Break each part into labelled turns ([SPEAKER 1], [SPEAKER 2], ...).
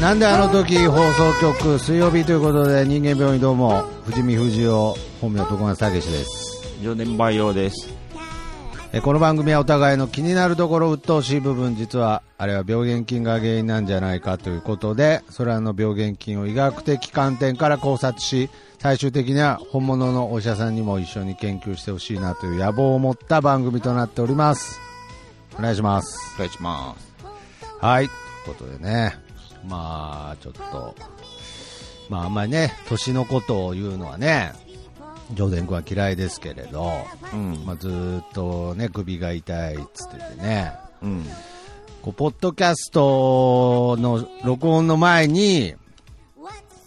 [SPEAKER 1] なんであの時放送局水曜日ということで人間病院どうも藤見藤夫本名徳松武史です
[SPEAKER 2] 4年培養です。
[SPEAKER 1] えこの番組はお互いの気になるところ鬱陶しい部分実はあれは病原菌が原因なんじゃないかということでそれらの病原菌を医学的観点から考察し最終的には本物のお医者さんにも一緒に研究してほしいなという野望を持った番組となっておりますお願いします
[SPEAKER 2] お願いします。
[SPEAKER 1] はい。ということでね、まあ、ちょっと、まあ、あんまりね、年のことを言うのはね、上田君は嫌いですけれど、
[SPEAKER 2] うん。
[SPEAKER 1] まあ、ずーっとね、首が痛いっつっててね、
[SPEAKER 2] うん。
[SPEAKER 1] こう、ポッドキャストの録音の前に、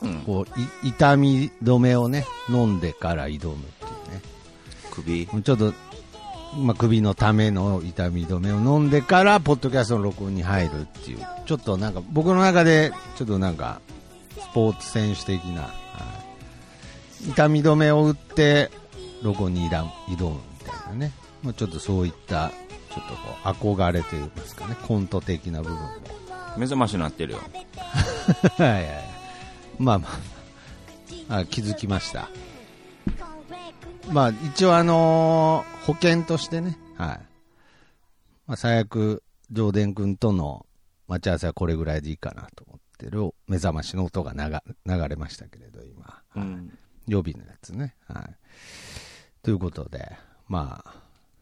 [SPEAKER 2] うん。
[SPEAKER 1] こう、い痛み止めをね、飲んでから挑むっていうね。
[SPEAKER 2] 首。
[SPEAKER 1] ちょっと、まあ、首のための痛み止めを飲んでから、ポッドキャストの録音に入るっていう、ちょっとなんか、僕の中で、ちょっとなんか、スポーツ選手的な、はい痛み止めを打って、録音に挑む挑むみたいなね、まあ、ちょっとそういった、ちょっとこう、憧れといいますかね、コント的な部分も。
[SPEAKER 2] 目覚ましになってるよ。
[SPEAKER 1] はいはいはいまあまあ、あ気づきました。まあ、一応あのー保険としてね、はい。まあ、最悪、上田君との待ち合わせはこれぐらいでいいかなと思ってる、目覚ましの音が流流れましたけれど、今。
[SPEAKER 2] うん。
[SPEAKER 1] 予備のやつね。はい。ということで、まあ、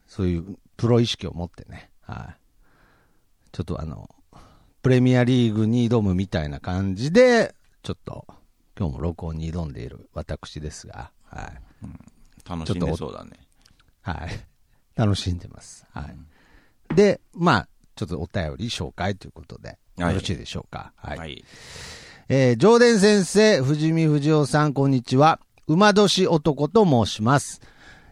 [SPEAKER 1] そういうプロ意識を持ってね、はい。ちょっとあの、プレミアリーグに挑むみたいな感じで、ちょっと、今日も録音に挑んでいる私ですが、はい。
[SPEAKER 2] 楽しんでそうだね。
[SPEAKER 1] はい。 楽しんでます。はい。で、まあ、ちょっとお便り紹介ということで、
[SPEAKER 2] は
[SPEAKER 1] よろ
[SPEAKER 2] い
[SPEAKER 1] しいでしょうか。はい。
[SPEAKER 2] はい。
[SPEAKER 1] えー、上田先生、藤見藤夫さん、こんにちは。馬年男と申します。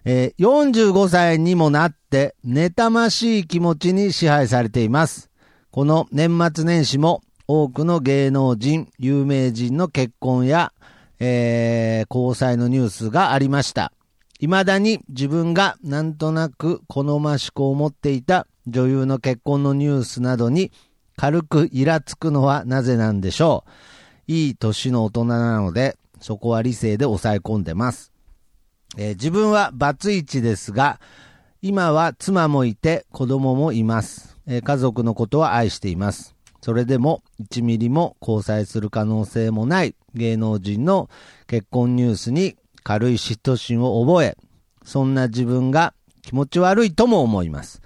[SPEAKER 1] えー、45歳にもなって、妬ましい気持ちに支配されています。この年末年始も、多くの芸能人、有名人の結婚や、えー、交際のニュースがありました。未だに自分がなんとなく好ましく思っていた女優の結婚のニュースなどに軽くイラつくのはなぜなんでしょういい年の大人なので、そこは理性で抑え込んでます。えー自分はバツイチですが、今は妻もいて子供もいます、えー家族のことは愛しています。それでも1ミリも交際する可能性もない芸能人の結婚ニュースに軽い嫉妬心を覚え、そんな自分が気持ち悪いとも思います。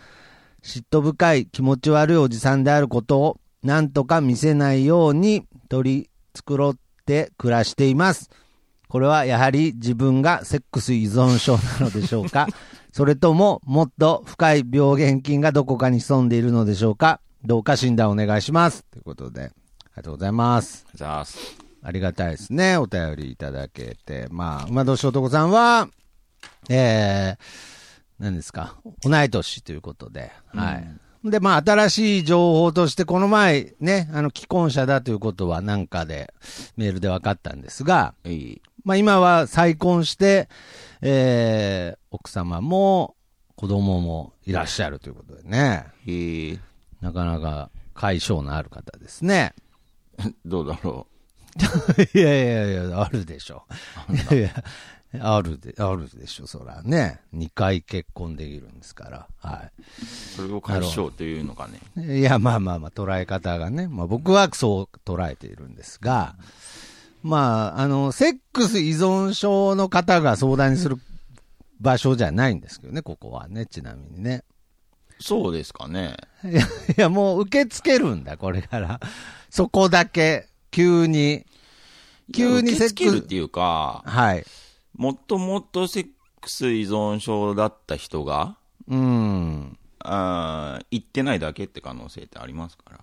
[SPEAKER 1] 嫉妬深い気持ち悪いおじさんであることをなんとか見せないように取り繕って暮らしています。これはやはり自分がセックス依存症なのでしょうかそれとももっと深い病原菌がどこかに潜んでいるのでしょうかどうか診断お願いします。ということで、ありがとうございます。
[SPEAKER 2] ざーす。
[SPEAKER 1] ありがたいですね。お便りいただけて。まあ、馬年男さんは、えー、何ですか、同い年ということで、はい。で、まあ、新しい情報として、この前、ね、あの、既婚者だということは、なんかで、メールで分かったんですが、
[SPEAKER 2] はい。
[SPEAKER 1] まあ、今は再婚して、えー、奥様も、子供もいらっしゃるということでね、
[SPEAKER 2] へえ。
[SPEAKER 1] なかなか、解消のある方ですね。
[SPEAKER 2] どうだろ
[SPEAKER 1] いやいやいや、あるでしょ。いやいや、あるで、あるでしょ、そらね。2回結婚できるんですから。は
[SPEAKER 2] う。それを解消というのかね。
[SPEAKER 1] い。いや、まあまあまあ、捉え方がね。まあ僕はそう捉えているんですが、まあ、あの、セックス依存症の方が相談にする場所じゃないんですけどね、ここはね、ちなみにね。
[SPEAKER 2] そうですかね。
[SPEAKER 1] いや、いやもう受け付けるんだ、これから。そこだけ、急に。急にセッ
[SPEAKER 2] セッ
[SPEAKER 1] ク
[SPEAKER 2] ク
[SPEAKER 1] ス
[SPEAKER 2] ス。っていうか、
[SPEAKER 1] はい。
[SPEAKER 2] もっともっとセックス依存症だった人が、
[SPEAKER 1] うん。
[SPEAKER 2] あー言ってないだけって可能性ってありますから。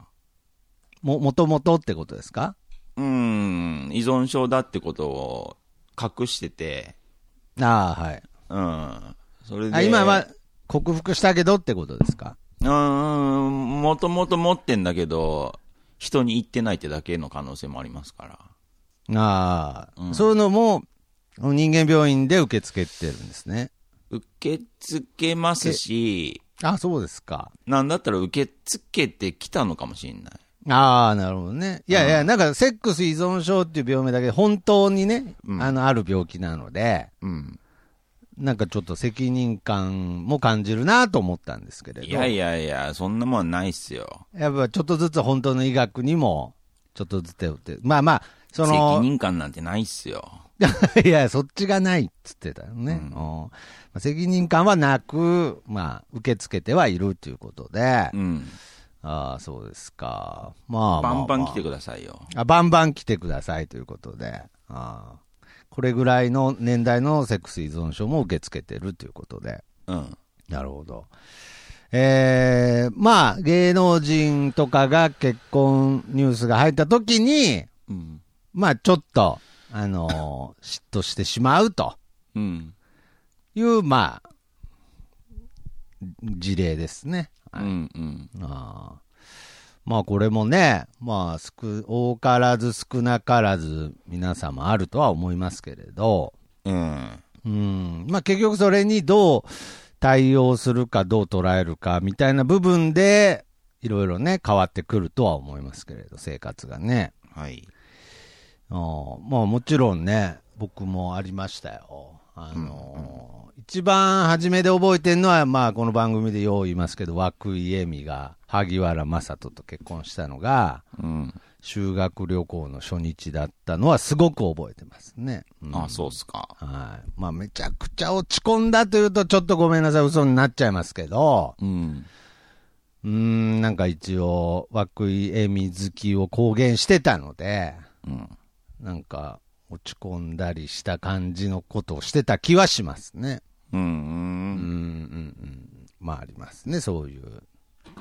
[SPEAKER 1] も、もともとってことですか
[SPEAKER 2] うん、依存症だってことを隠してて、
[SPEAKER 1] ああ、はい。
[SPEAKER 2] うん。それで。
[SPEAKER 1] あ今は、克服したけどってことですか
[SPEAKER 2] うーん、もともと持ってんだけど、人に言ってないってだけの可能性もありますから。
[SPEAKER 1] ああ、
[SPEAKER 2] うん
[SPEAKER 1] そういうのも、人間病院で受け付けてるんですね。
[SPEAKER 2] 受け付けますし、
[SPEAKER 1] あそうですか。
[SPEAKER 2] なんだったら受け付けてきたのかもしれない。
[SPEAKER 1] ああ、なるほどね。いやいや、なんか、セックス依存症っていう病名だけど、本当にね、
[SPEAKER 2] うん
[SPEAKER 1] あの、ある病気なので、
[SPEAKER 2] うん。
[SPEAKER 1] なんかちょっと責任感も感じるなと思ったんですけれど。
[SPEAKER 2] いやいやいや、そんなもんないっすよ。
[SPEAKER 1] やっぱちょっとずつ本当の医学にも、ちょっとずつ手を打って、まあまあ、そ
[SPEAKER 2] 責
[SPEAKER 1] の、
[SPEAKER 2] 任感なんてないっすよ。
[SPEAKER 1] いや、そっちがないっつってたよね。
[SPEAKER 2] うん
[SPEAKER 1] うんまあ責任感はなく、まあ、受け付けてはいるということで、
[SPEAKER 2] うん。
[SPEAKER 1] ああ、そうですか。まあま
[SPEAKER 2] バ
[SPEAKER 1] あ、まあ、
[SPEAKER 2] ンバン来てくださいよ。
[SPEAKER 1] あバンバン来てくださいということで、ああこれぐらいの年代のセックス依存症も受け付けてるということで、
[SPEAKER 2] うん。
[SPEAKER 1] なるほど。えー、まあ、芸能人とかが結婚ニュースが入った時に、
[SPEAKER 2] うん。
[SPEAKER 1] まあ、ちょっと、あのー嫉妬してしまうと
[SPEAKER 2] うん。
[SPEAKER 1] いう、まあ、事例ですね。
[SPEAKER 2] うん。うん。
[SPEAKER 1] ああまあこれもね、まあ少、多からず少なからず皆様あるとは思いますけれど、
[SPEAKER 2] うん。
[SPEAKER 1] うん、まあ結局それにどう対応するかどう捉えるかみたいな部分で、いろいろね、変わってくるとは思いますけれど、生活がね。
[SPEAKER 2] はい。
[SPEAKER 1] ああまあもちろんね、僕もありましたよ。あの一番初めで覚えてるのは、まあ、この番組でよう言いますけど、涌井恵美が萩原正人と結婚したのが、
[SPEAKER 2] うん。
[SPEAKER 1] 修学旅行の初日だったのはすごく覚えてますね。うん
[SPEAKER 2] あ、そうっすか。
[SPEAKER 1] はい。まあ、めちゃくちゃ落ち込んだというと、ちょっとごめんなさい、嘘になっちゃいますけど、
[SPEAKER 2] うん。
[SPEAKER 1] うーん、なんか一応、涌井恵美好きを公言してたので、
[SPEAKER 2] うん。
[SPEAKER 1] なんか、落ち込んだりした感じのことをしてた気はしますね。
[SPEAKER 2] う
[SPEAKER 1] うん、うん、
[SPEAKER 2] ん。
[SPEAKER 1] うん。まあ、ありますね、そういう。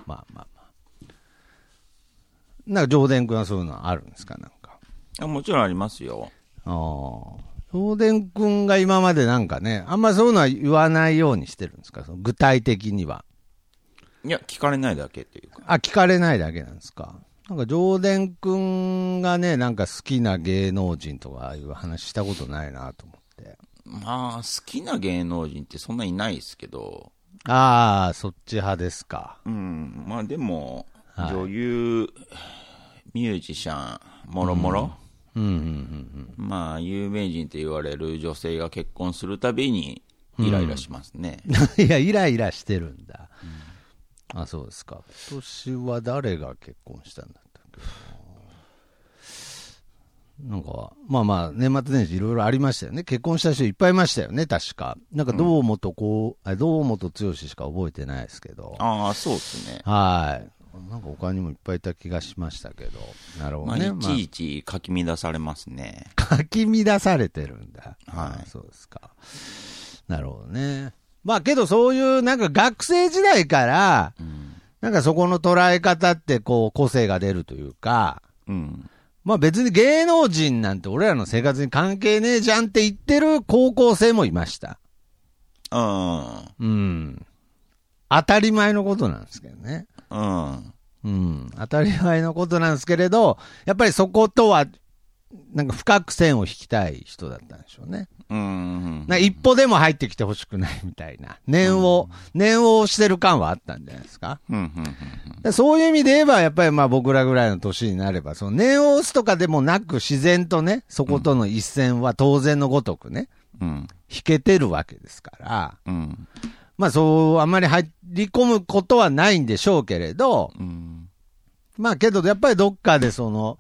[SPEAKER 1] まあまあまあ。なんか、上田君はそういうのあるんですか、なんか。
[SPEAKER 2] あもちろんありますよ。
[SPEAKER 1] ああ。東電くんが今までなんかね、あんまそういうのは言わないようにしてるんですかその具体的には。
[SPEAKER 2] いや、聞かれないだけっていうか。
[SPEAKER 1] あ、聞かれないだけなんですかなんか上田くんがね、なんか好きな芸能人とかああいう話したことないなと思って。
[SPEAKER 2] まあ、好きな芸能人ってそんないないですけど、
[SPEAKER 1] ああ、そっち派ですか。
[SPEAKER 2] うん、まあでも、
[SPEAKER 1] はい
[SPEAKER 2] 女優、ミュージシャン、もろもろ、
[SPEAKER 1] うんうんうん
[SPEAKER 2] まあ、有名人と言われる女性が結婚するたびに、イライラしますね。
[SPEAKER 1] うん。い や、イライラしてるんだ。あ、そうですか。今年は誰が結婚したんだったっけななんか、まあまあ、年末年始いろいろありましたよね。結婚した人いっぱいいましたよね、確か。なんか、堂本こう、あ堂本剛しか覚えてないですけど。
[SPEAKER 2] ああ、そうですね。
[SPEAKER 1] はい。なんか他にもいっぱいいた気がしましたけど。なるほ
[SPEAKER 2] ま
[SPEAKER 1] ど
[SPEAKER 2] あ、
[SPEAKER 1] ね。
[SPEAKER 2] いちいちかき乱されますね。
[SPEAKER 1] かき乱されてるんだ。
[SPEAKER 2] はい
[SPEAKER 1] そうですか。なるほどね。まあけどそういうなんか学生時代から、
[SPEAKER 2] うん。
[SPEAKER 1] なんかそこの捉え方ってこう個性が出るというか、
[SPEAKER 2] うん。
[SPEAKER 1] まあ別に芸能人なんて俺らの生活に関係ねえじゃんって言ってる高校生もいました。
[SPEAKER 2] うん。
[SPEAKER 1] うん。当たり前のことなんですけどね。
[SPEAKER 2] うん。
[SPEAKER 1] うん。当たり前のことなんですけれど、やっぱりそことは、なんか深く線を引きたい人だったんでしょうね。
[SPEAKER 2] うん。
[SPEAKER 1] な一歩でも入ってきてほしくないみたいな、念を、念をしてる感はあったんじゃないですか。
[SPEAKER 2] うん。うん。
[SPEAKER 1] でそういう意味で言えば、やっぱりまあ僕らぐらいの年になれば、その念を押すとかでもなく自然とね、そことの一線は当然のごとくね、
[SPEAKER 2] うん。
[SPEAKER 1] 引けてるわけですから、
[SPEAKER 2] うん。
[SPEAKER 1] まあそう、あんまり入り込むことはないんでしょうけれど、
[SPEAKER 2] うん。
[SPEAKER 1] まあけど、やっぱりどっかでその、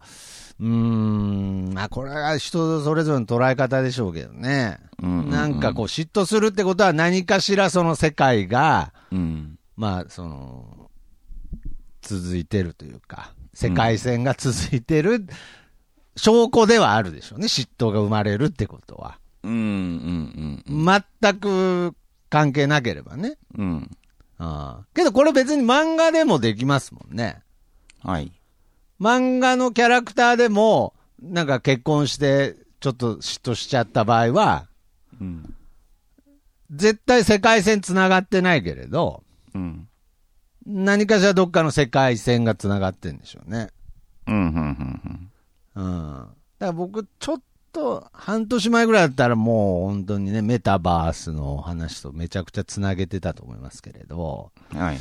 [SPEAKER 1] うーん、まあこれは人それぞれの捉え方でしょうけどね。
[SPEAKER 2] うん
[SPEAKER 1] なんかこう嫉妬するってことは何かしらその世界が、
[SPEAKER 2] うん。
[SPEAKER 1] まあその、続いてるというか、世界線が続いてる証拠ではあるでしょうね。嫉妬が生まれるってことは。
[SPEAKER 2] うん。うん。うん。
[SPEAKER 1] 全く関係なければね。
[SPEAKER 2] うん。
[SPEAKER 1] ああけどこれ別に漫画でもできますもんね。
[SPEAKER 2] はい。
[SPEAKER 1] 漫画のキャラクターでも、なんか結婚して、ちょっと嫉妬しちゃった場合は、
[SPEAKER 2] うん。
[SPEAKER 1] 絶対世界線繋がってないけれど、
[SPEAKER 2] うん。
[SPEAKER 1] 何かしらどっかの世界線が繋がってんでしょうね。
[SPEAKER 2] うん。うん。うん。
[SPEAKER 1] うん。だから僕、ちょっと、半年前ぐらいだったらもう本当にね、メタバースの話とめちゃくちゃ繋げてたと思いますけれど、
[SPEAKER 2] うんはい。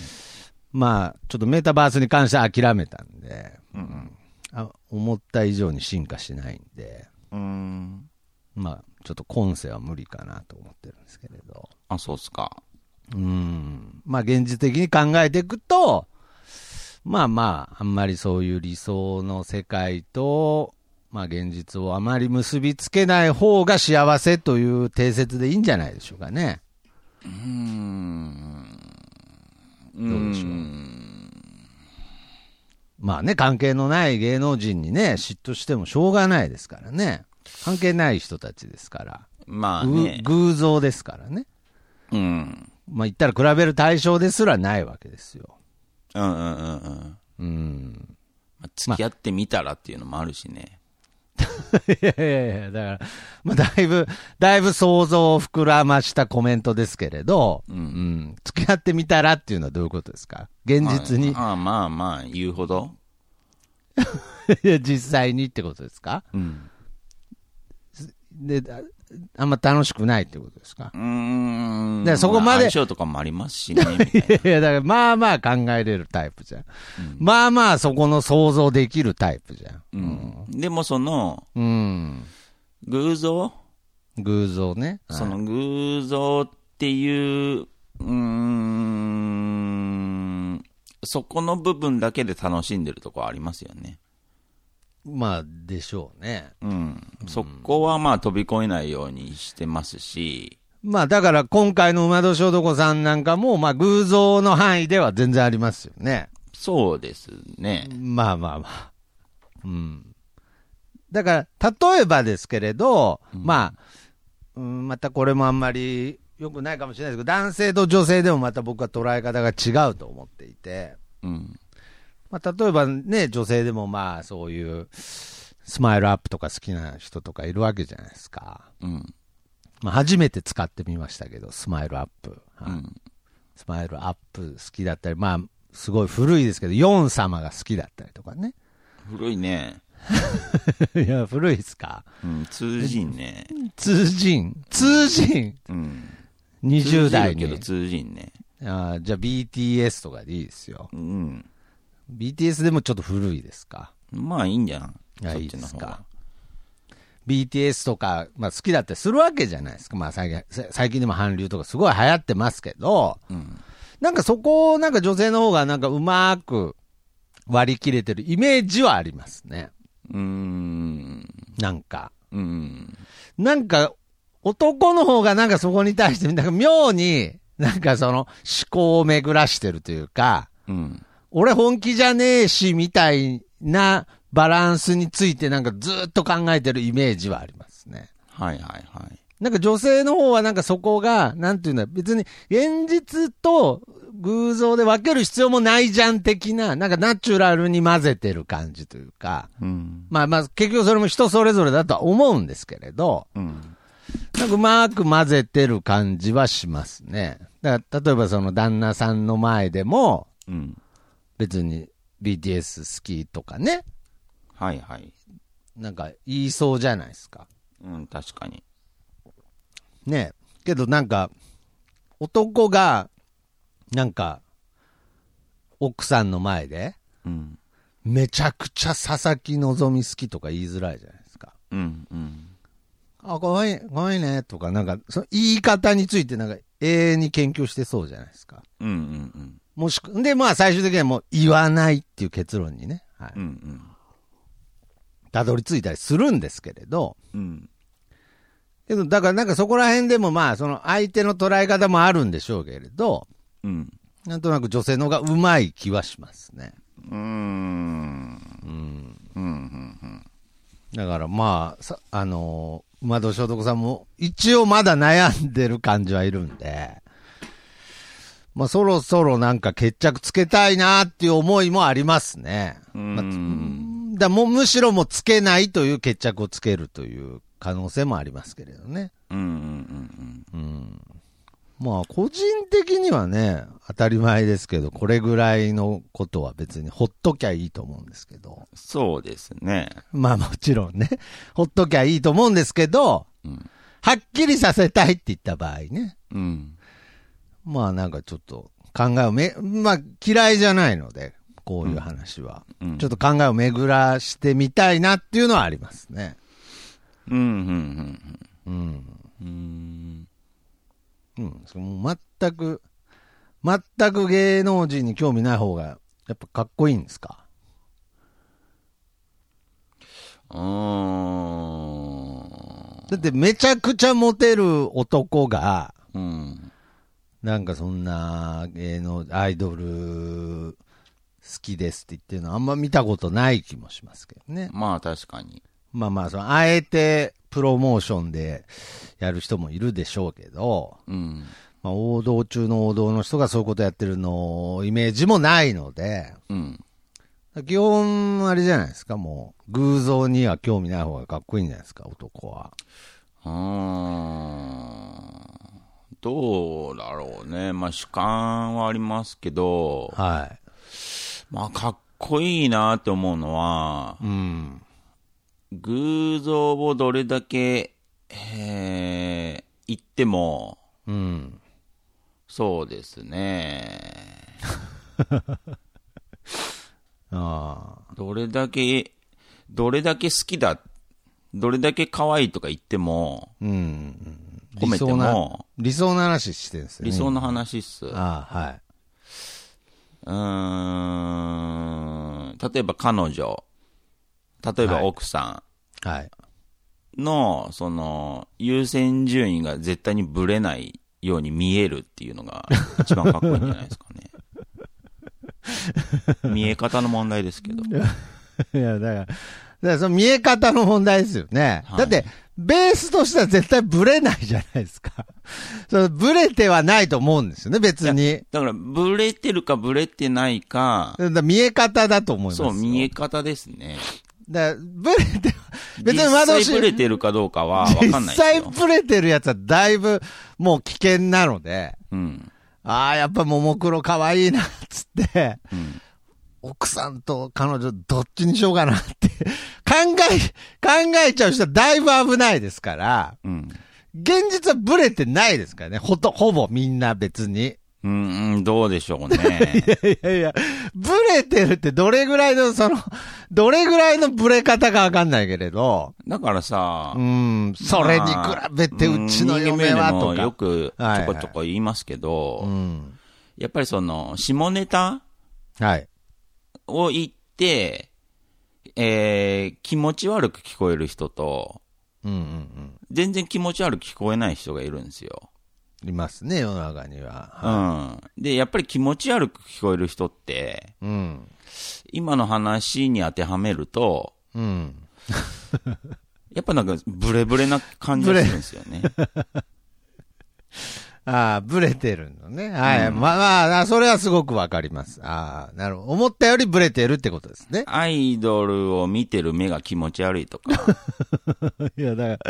[SPEAKER 1] まあ、ちょっとメタバースに関しては諦めたんで、
[SPEAKER 2] うん
[SPEAKER 1] あ思った以上に進化しないんで、
[SPEAKER 2] うん。うーん。
[SPEAKER 1] まあ、ちょっと今世は無理かなと思ってるんですけれど。
[SPEAKER 2] あ、そうっすか。
[SPEAKER 1] うん。まあ、現実的に考えていくと、まあまあ、あんまりそういう理想の世界と、まあ現実をあまり結びつけない方が幸せという定説でいいんじゃないでしょうかね。
[SPEAKER 2] うーん。う。
[SPEAKER 1] どうでしょうんまあね、関係のない芸能人にね、嫉妬してもしょうがないですからね。関係ない人たちですから。
[SPEAKER 2] まあね。
[SPEAKER 1] ぐ偶像ですからね。
[SPEAKER 2] うん。
[SPEAKER 1] まあ言ったら比べる対象ですらないわけですよ。
[SPEAKER 2] うんうんうんうん。
[SPEAKER 1] うん。
[SPEAKER 2] まあ付き合ってみたらっていうのもあるしね。
[SPEAKER 1] いやいやいや、だから、まあ、だいぶ、だいぶ想像を膨らましたコメントですけれど、うん、付き合ってみたらっていうのはどういうことですか現実に、
[SPEAKER 2] ああまあまあ、言うほど。
[SPEAKER 1] いや 実際にってことですか
[SPEAKER 2] うん。
[SPEAKER 1] で、ああんま楽しくないってことですか
[SPEAKER 2] うーん。
[SPEAKER 1] でそこまで
[SPEAKER 2] 相性とかもありますしね、みたい
[SPEAKER 1] いやいや、だからまあまあ考えれるタイプじゃん。まあまあそこの想像できるタイプじゃん。
[SPEAKER 2] な。うん。でもその、
[SPEAKER 1] うん。
[SPEAKER 2] 偶像
[SPEAKER 1] 偶像ね。
[SPEAKER 2] その偶像っていう、うーん、そこの部分だけで楽しんでるとこありますよね。
[SPEAKER 1] まあ、でしょうね。
[SPEAKER 2] うん。そこはまあ飛び越えないようにしてますし、
[SPEAKER 1] まあだから今回の馬年男さんなんかも、まあ偶像の範囲では全然ありますよね。
[SPEAKER 2] そうですね。
[SPEAKER 1] まあまあまあ。うん。だから、例えばですけれど、まあ、うん、またこれもあんまり良くないかもしれないですけど、男性と女性でもまた僕は捉え方が違うと思っていて、
[SPEAKER 2] うん。
[SPEAKER 1] まあ例えばね、女性でもまあそういう、スマイルアップとか好きな人とかいるわけじゃないですか。
[SPEAKER 2] うん。
[SPEAKER 1] まあ初めて使ってみましたけど、スマイルアップ。は
[SPEAKER 2] う
[SPEAKER 1] い
[SPEAKER 2] ん。
[SPEAKER 1] スマイルアップ好きだったり、まあ、すごい古いですけど、ヨン様が好きだったりとかね。
[SPEAKER 2] 古いね。
[SPEAKER 1] いや、古いですか。
[SPEAKER 2] うん。通じんね。
[SPEAKER 1] 通人通人
[SPEAKER 2] うん。
[SPEAKER 1] 20代
[SPEAKER 2] 通じるけ
[SPEAKER 1] に
[SPEAKER 2] ど通じんね。
[SPEAKER 1] あーじゃあ BTS とかでいいですよ
[SPEAKER 2] うん。
[SPEAKER 1] BTS でもちょっと古いですか
[SPEAKER 2] まあいいんじゃん。
[SPEAKER 1] いや
[SPEAKER 2] そっちの
[SPEAKER 1] いいです
[SPEAKER 2] 方
[SPEAKER 1] か
[SPEAKER 2] が。
[SPEAKER 1] BTS とか、まあ、好きだったりするわけじゃないですか、まあ、最近さ最近でも韓流とかすごい流行ってますけど
[SPEAKER 2] うん。
[SPEAKER 1] なんかそこをなんか女性の方がなんかうまく割り切れてるイメージはありますね
[SPEAKER 2] うーん。
[SPEAKER 1] なんか
[SPEAKER 2] うん。
[SPEAKER 1] なんか男の方がなんかそこに対してなんか妙になんかその思考を巡らしてるというか
[SPEAKER 2] うん。
[SPEAKER 1] 俺本気じゃねえし、みたいなバランスについてなんかずっと考えてるイメージはありますね。
[SPEAKER 2] はいはいはい。
[SPEAKER 1] なんか女性の方はなんかそこが、なんていうんだ、別に現実と偶像で分ける必要もないじゃん的な、なんかナチュラルに混ぜてる感じというか、
[SPEAKER 2] うん。
[SPEAKER 1] まあまあ結局それも人それぞれだとは思うんですけれど、
[SPEAKER 2] うん。
[SPEAKER 1] なんかうまく混ぜてる感じはしますね。だから例えばその旦那さんの前でも
[SPEAKER 2] うん。
[SPEAKER 1] 別に BTS 好きとかね、
[SPEAKER 2] はいはい。
[SPEAKER 1] なんか言いそうじゃないですか。
[SPEAKER 2] うん、確かに。
[SPEAKER 1] ねえけどなんか、男が、なんか、奥さんの前で、
[SPEAKER 2] うん。
[SPEAKER 1] めちゃくちゃ佐々木希好きとか言いづらいじゃないですか。
[SPEAKER 2] うん、うん。
[SPEAKER 1] あ、ごめん、ごめんね、とか、なんか、その言い方についてなんか永遠に研究してそうじゃないですか。
[SPEAKER 2] うん、うん、
[SPEAKER 1] もしく、で、まあ最終的にはもう言わないっていう結論にね、はい
[SPEAKER 2] うん。う。ん、
[SPEAKER 1] たどり着いたりするんですけれど、
[SPEAKER 2] うん。うん。
[SPEAKER 1] けど、だからなんかそこら辺でもまあ、その相手の捉え方もあるんでしょうけれど、
[SPEAKER 2] うん。
[SPEAKER 1] なんとなく女性の方がうまい気はしますね。
[SPEAKER 2] うーん。
[SPEAKER 1] だからまあ、さあのー、馬戸正徳さんも一応まだ悩んでる感じはいるんで、まあそろそろなんか決着つけたいなっていう思いもありますね。まあうんだもうむしろもうつけないという決着をつけるという可能性もありますけれどね。
[SPEAKER 2] うん、うん、うん。
[SPEAKER 1] まあ個人的にはね、当たり前ですけど、これぐらいのことは別にほっときゃいいと思うんですけど。
[SPEAKER 2] そうですね。
[SPEAKER 1] まあもちろんね、 ほっときゃいいと思うんですけど、
[SPEAKER 2] うん。
[SPEAKER 1] はっきりさせたいって言った場合ね、
[SPEAKER 2] うん。
[SPEAKER 1] まあなんかちょっと考えをめ、まあ嫌いじゃないので、こういう話は。
[SPEAKER 2] うん
[SPEAKER 1] ちょっと考えを巡らしてみたいなっていうのはありますね。
[SPEAKER 2] うん、うん、
[SPEAKER 1] うん。
[SPEAKER 2] うん。うん。
[SPEAKER 1] うん。その全く、全く芸能人に興味ない方が、やっぱかっこいいんですか
[SPEAKER 2] うーん。
[SPEAKER 1] だってめちゃくちゃモテる男が、
[SPEAKER 2] うん。
[SPEAKER 1] なんかそんな芸能、アイドル好きですって言ってるのあんま見たことない気もしますけどね。
[SPEAKER 2] まあ確かに。
[SPEAKER 1] まあまあ、その、あえてプロモーションでやる人もいるでしょうけど、
[SPEAKER 2] うん。
[SPEAKER 1] まあ王道中の王道の人がそういうことやってるの、イメージもないので、
[SPEAKER 2] うん。
[SPEAKER 1] 基本、あれじゃないですか、もう、偶像には興味ない方がかっこいいんじゃないですか、男は。
[SPEAKER 2] うーん。どうだろうね。まあ主観はありますけど、
[SPEAKER 1] は
[SPEAKER 2] まあかっこいいなって思うのは、
[SPEAKER 1] い。うん。
[SPEAKER 2] 偶像をどれだけ、えー、言っても、
[SPEAKER 1] うん。
[SPEAKER 2] そうですね。
[SPEAKER 1] ああ。
[SPEAKER 2] どれだけ、どれだけ好きだ、どれだけ可愛いとか言っても、
[SPEAKER 1] うん。
[SPEAKER 2] 褒めて
[SPEAKER 1] 理想な
[SPEAKER 2] も、
[SPEAKER 1] 理想の話してるんですよね。
[SPEAKER 2] 理想の話っす。う
[SPEAKER 1] ああ、はい。
[SPEAKER 2] ーん。例えば彼女、例え
[SPEAKER 1] は
[SPEAKER 2] ば
[SPEAKER 1] い
[SPEAKER 2] 奥さ
[SPEAKER 1] はい。
[SPEAKER 2] んの、その、優先順位が絶対にブレないように見えるっていうのが、一番かっこいいんじゃないですかね。 見え方の問題ですけど。
[SPEAKER 1] いや、だから、だからその見え方の問題ですよね。
[SPEAKER 2] はい
[SPEAKER 1] だって、ベースとしては絶対ブレないじゃないですか。 そのブレてはないと思うんですよね、別に。
[SPEAKER 2] だから、ブレてるかブレてないか、
[SPEAKER 1] だから見え方だと思いますよ。
[SPEAKER 2] そう、見え方ですね。
[SPEAKER 1] だからブレては、別に窓
[SPEAKER 2] 実
[SPEAKER 1] し
[SPEAKER 2] 際ブレてるかどうかは分か
[SPEAKER 1] 実
[SPEAKER 2] んないです
[SPEAKER 1] 際
[SPEAKER 2] よ。
[SPEAKER 1] ブレてるやつはだいぶもう危険なので、
[SPEAKER 2] うん。
[SPEAKER 1] ああ、やっぱももクロ可愛いな、つって、
[SPEAKER 2] うん。
[SPEAKER 1] 奥さんと彼女どっちにしようかなって、考え、考えちゃう人はだいぶ危ないですから、
[SPEAKER 2] うん。
[SPEAKER 1] 現実はブレてないですからね。ほと、ほぼみんな別に。
[SPEAKER 2] うん、うんどうでしょ うね。
[SPEAKER 1] いやいや、ブレてるってどれぐらいの、その、どれぐらいのブレ方かわかんないけれど、
[SPEAKER 2] だからさ
[SPEAKER 1] う、ん、それに比べてうちの嫁は
[SPEAKER 2] まあ
[SPEAKER 1] と
[SPEAKER 2] うん人間メールもよ
[SPEAKER 1] か。
[SPEAKER 2] く
[SPEAKER 1] はい
[SPEAKER 2] ちょこちょこ言いますけど、
[SPEAKER 1] うん。
[SPEAKER 2] やっぱりその、下ネタ
[SPEAKER 1] はい。
[SPEAKER 2] を言って、えー、気持ち悪く聞こえる人と、
[SPEAKER 1] うんうんうん。
[SPEAKER 2] 全然気持ち悪く聞こえない人がいるんですよ。
[SPEAKER 1] いますね、世の中には。
[SPEAKER 2] うん。で、やっぱり気持ち悪く聞こえる人って、
[SPEAKER 1] うん。
[SPEAKER 2] 今の話に当てはめると、
[SPEAKER 1] うん。
[SPEAKER 2] やっぱなんかブレブレな感じがするんですよ ね。
[SPEAKER 1] ああ、ブレてるのね。はい。まあまあ、それはすごくわかります。ああ、なるほど。思ったよりブレてるってことですね。
[SPEAKER 2] アイドルを見てる目が気持ち悪いとか。
[SPEAKER 1] いや、だか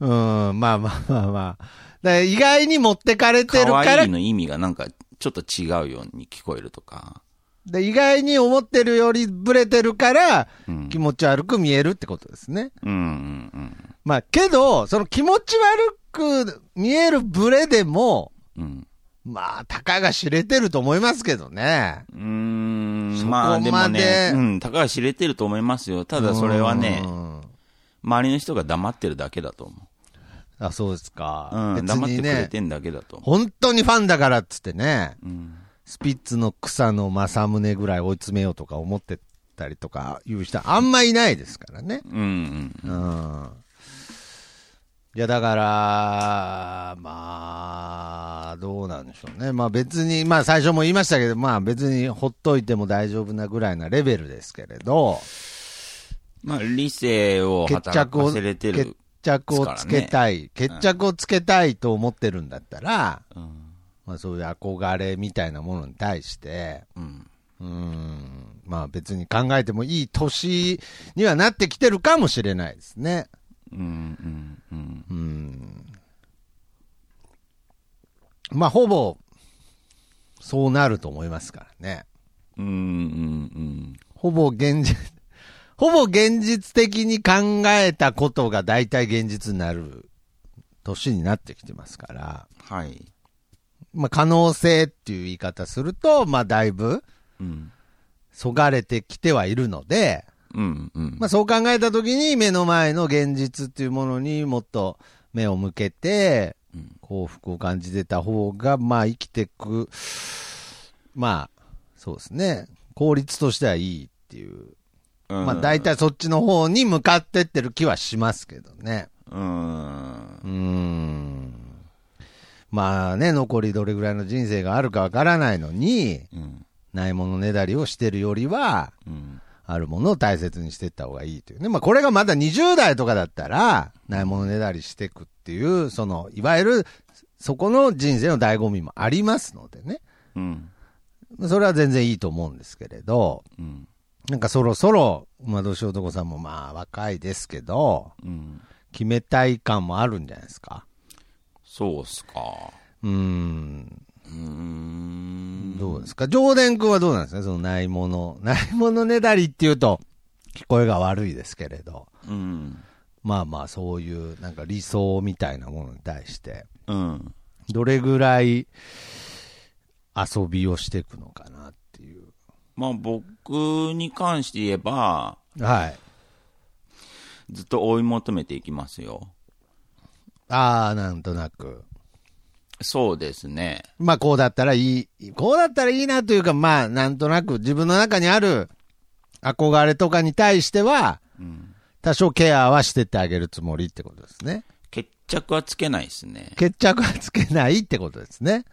[SPEAKER 1] ら、うん、まあまあまあまあ。だから意外に持ってかれてる
[SPEAKER 2] 可
[SPEAKER 1] から
[SPEAKER 2] 愛い、の意味がなんかちょっと違うように聞こえるとか。
[SPEAKER 1] で意外に思ってるよりブレてるから、
[SPEAKER 2] うん。
[SPEAKER 1] 気持ち悪く見えるってことですね。
[SPEAKER 2] うんうん
[SPEAKER 1] まあ、けど、その気持ち悪く見えるブレでも、
[SPEAKER 2] うん。うん。
[SPEAKER 1] まあ、たかが知れてると思いますけどね。
[SPEAKER 2] うーん。
[SPEAKER 1] そこ
[SPEAKER 2] まあでも
[SPEAKER 1] まで
[SPEAKER 2] ね、うん、たかが知れてると思いますよ。ただそれはね
[SPEAKER 1] う、ん
[SPEAKER 2] 周りの人が黙ってるだけだと思
[SPEAKER 1] あ、そうですか。
[SPEAKER 2] う。うん、
[SPEAKER 1] 別
[SPEAKER 2] 黙って
[SPEAKER 1] に
[SPEAKER 2] くれ
[SPEAKER 1] ね、
[SPEAKER 2] てんだけだと思
[SPEAKER 1] 本当にファンだからっつってね、
[SPEAKER 2] う。うん。
[SPEAKER 1] スピッツの草の正宗ぐらい追い詰めようとか思ってたりとかいう人あんまいないですからね。
[SPEAKER 2] うんうん。
[SPEAKER 1] うん。いや、だから、まあ、どうなんでしょうね。まあ別に、まあ最初も言いましたけど、まあ別にほっといても大丈夫なぐらいなレベルですけれど、
[SPEAKER 2] まあ理性を
[SPEAKER 1] 決
[SPEAKER 2] 働
[SPEAKER 1] 着を、
[SPEAKER 2] かせれて
[SPEAKER 1] 決
[SPEAKER 2] る。
[SPEAKER 1] 着をつけたい、決着をつけたいと思ってるんだったら、
[SPEAKER 2] うん。
[SPEAKER 1] まあそういう憧れみたいなものに対して、
[SPEAKER 2] うん。
[SPEAKER 1] うーん、まあ別に考えてもいい年にはなってきてるかもしれないですね。
[SPEAKER 2] うんうんうん。
[SPEAKER 1] まあほぼ、そうなると思いますからね。
[SPEAKER 2] うんうん
[SPEAKER 1] ほぼ現実、 ほぼ現実的に考えたことが大体現実になる年になってきてますから。
[SPEAKER 2] うん。はい。
[SPEAKER 1] まあ、可能性っていう言い方すると、まあ、だいぶ、
[SPEAKER 2] うん。
[SPEAKER 1] そがれてきてはいるので、
[SPEAKER 2] うん、うん。
[SPEAKER 1] まあ、そう考えたときに、目の前の現実っていうものにもっと目を向けて、
[SPEAKER 2] うん
[SPEAKER 1] 幸福を感じてた方が、まあ、生きてく、まあ、そうですね。効率としてはいいっていう。
[SPEAKER 2] うん
[SPEAKER 1] まあ、大体そっちの方に向かってってる気はしますけどね。
[SPEAKER 2] うん
[SPEAKER 1] う。ーん。まあね、残りどれぐらいの人生があるかわからないのに、
[SPEAKER 2] うん。
[SPEAKER 1] ないものねだりをしてるよりは、
[SPEAKER 2] うん。
[SPEAKER 1] あるものを大切にしていった方がいいというね。まあこれがまだ20代とかだったら、ないものねだりしていくっていう、その、いわゆる、そこの人生の醍醐味もありますのでね。
[SPEAKER 2] うん。
[SPEAKER 1] それは全然いいと思うんですけれど、
[SPEAKER 2] うん。
[SPEAKER 1] なんかそろそろ、馬年男さんもまあ若いですけど、
[SPEAKER 2] うん。
[SPEAKER 1] 決めたい感もあるんじゃないですか。
[SPEAKER 2] そうっすか。
[SPEAKER 1] うーん。
[SPEAKER 2] うーん。
[SPEAKER 1] どうですか上田君はどうなんですかそのないもの。ないものねだりっていうと、聞こえが悪いですけれど。
[SPEAKER 2] うん。
[SPEAKER 1] まあまあ、そういう、なんか理想みたいなものに対して、
[SPEAKER 2] うん。
[SPEAKER 1] どれぐらい遊びをしていくのかなっていう。
[SPEAKER 2] まあ僕に関して言えば、
[SPEAKER 1] はい。
[SPEAKER 2] ずっと追い求めていきますよ。
[SPEAKER 1] ああ、なんとなく。
[SPEAKER 2] そうですね。
[SPEAKER 1] まあ、こうだったらいい。こうだったらいいなというか、まあ、なんとなく自分の中にある憧れとかに対しては、
[SPEAKER 2] うん。
[SPEAKER 1] 多少ケアはしてってあげるつもりってことですね。
[SPEAKER 2] 決着はつけないですね。
[SPEAKER 1] 決着はつけないってことですね。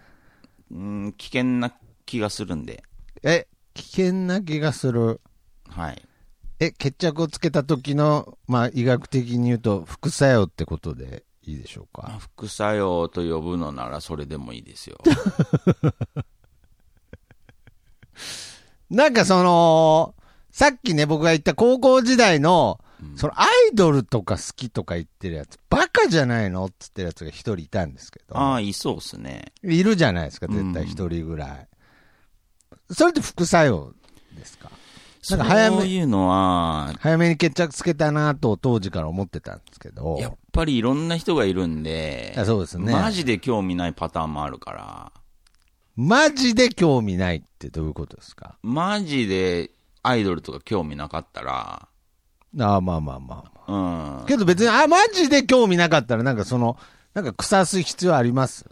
[SPEAKER 2] うん、危険な気がするんで。
[SPEAKER 1] え、危険な気がする。
[SPEAKER 2] はい。
[SPEAKER 1] え、決着をつけた時の、まあ、医学的に言うと、副作用ってことでいいでしょう
[SPEAKER 2] まあ
[SPEAKER 1] か。
[SPEAKER 2] 副作用と呼ぶのならそれでもいいで すよ。
[SPEAKER 1] なんかその、さっきね、僕が言った高校時代の、
[SPEAKER 2] うん
[SPEAKER 1] そのアイドルとか好きとか言ってるやつ、バカじゃないのって言ってるやつが一人いたんですけど、
[SPEAKER 2] ああ、いそうっすね。
[SPEAKER 1] いるじゃないですか、絶
[SPEAKER 2] う
[SPEAKER 1] 対
[SPEAKER 2] ん
[SPEAKER 1] 一人ぐらい。それって副作用ですかなんか早め
[SPEAKER 2] そういうのは、
[SPEAKER 1] 早めに決着つけたなと当時から思ってたんですけど。
[SPEAKER 2] やっぱりいろんな人がいるんで、
[SPEAKER 1] あそうですね。
[SPEAKER 2] マジで興味ないパターンもあるから、
[SPEAKER 1] マジで興味ないってどういうことですか
[SPEAKER 2] マジでアイドルとか興味なかったら、
[SPEAKER 1] ああ、まあまあまあまあ。
[SPEAKER 2] うん。
[SPEAKER 1] けど別に、あ、マジで興味なかったら、なんかその、なんか腐す必要あります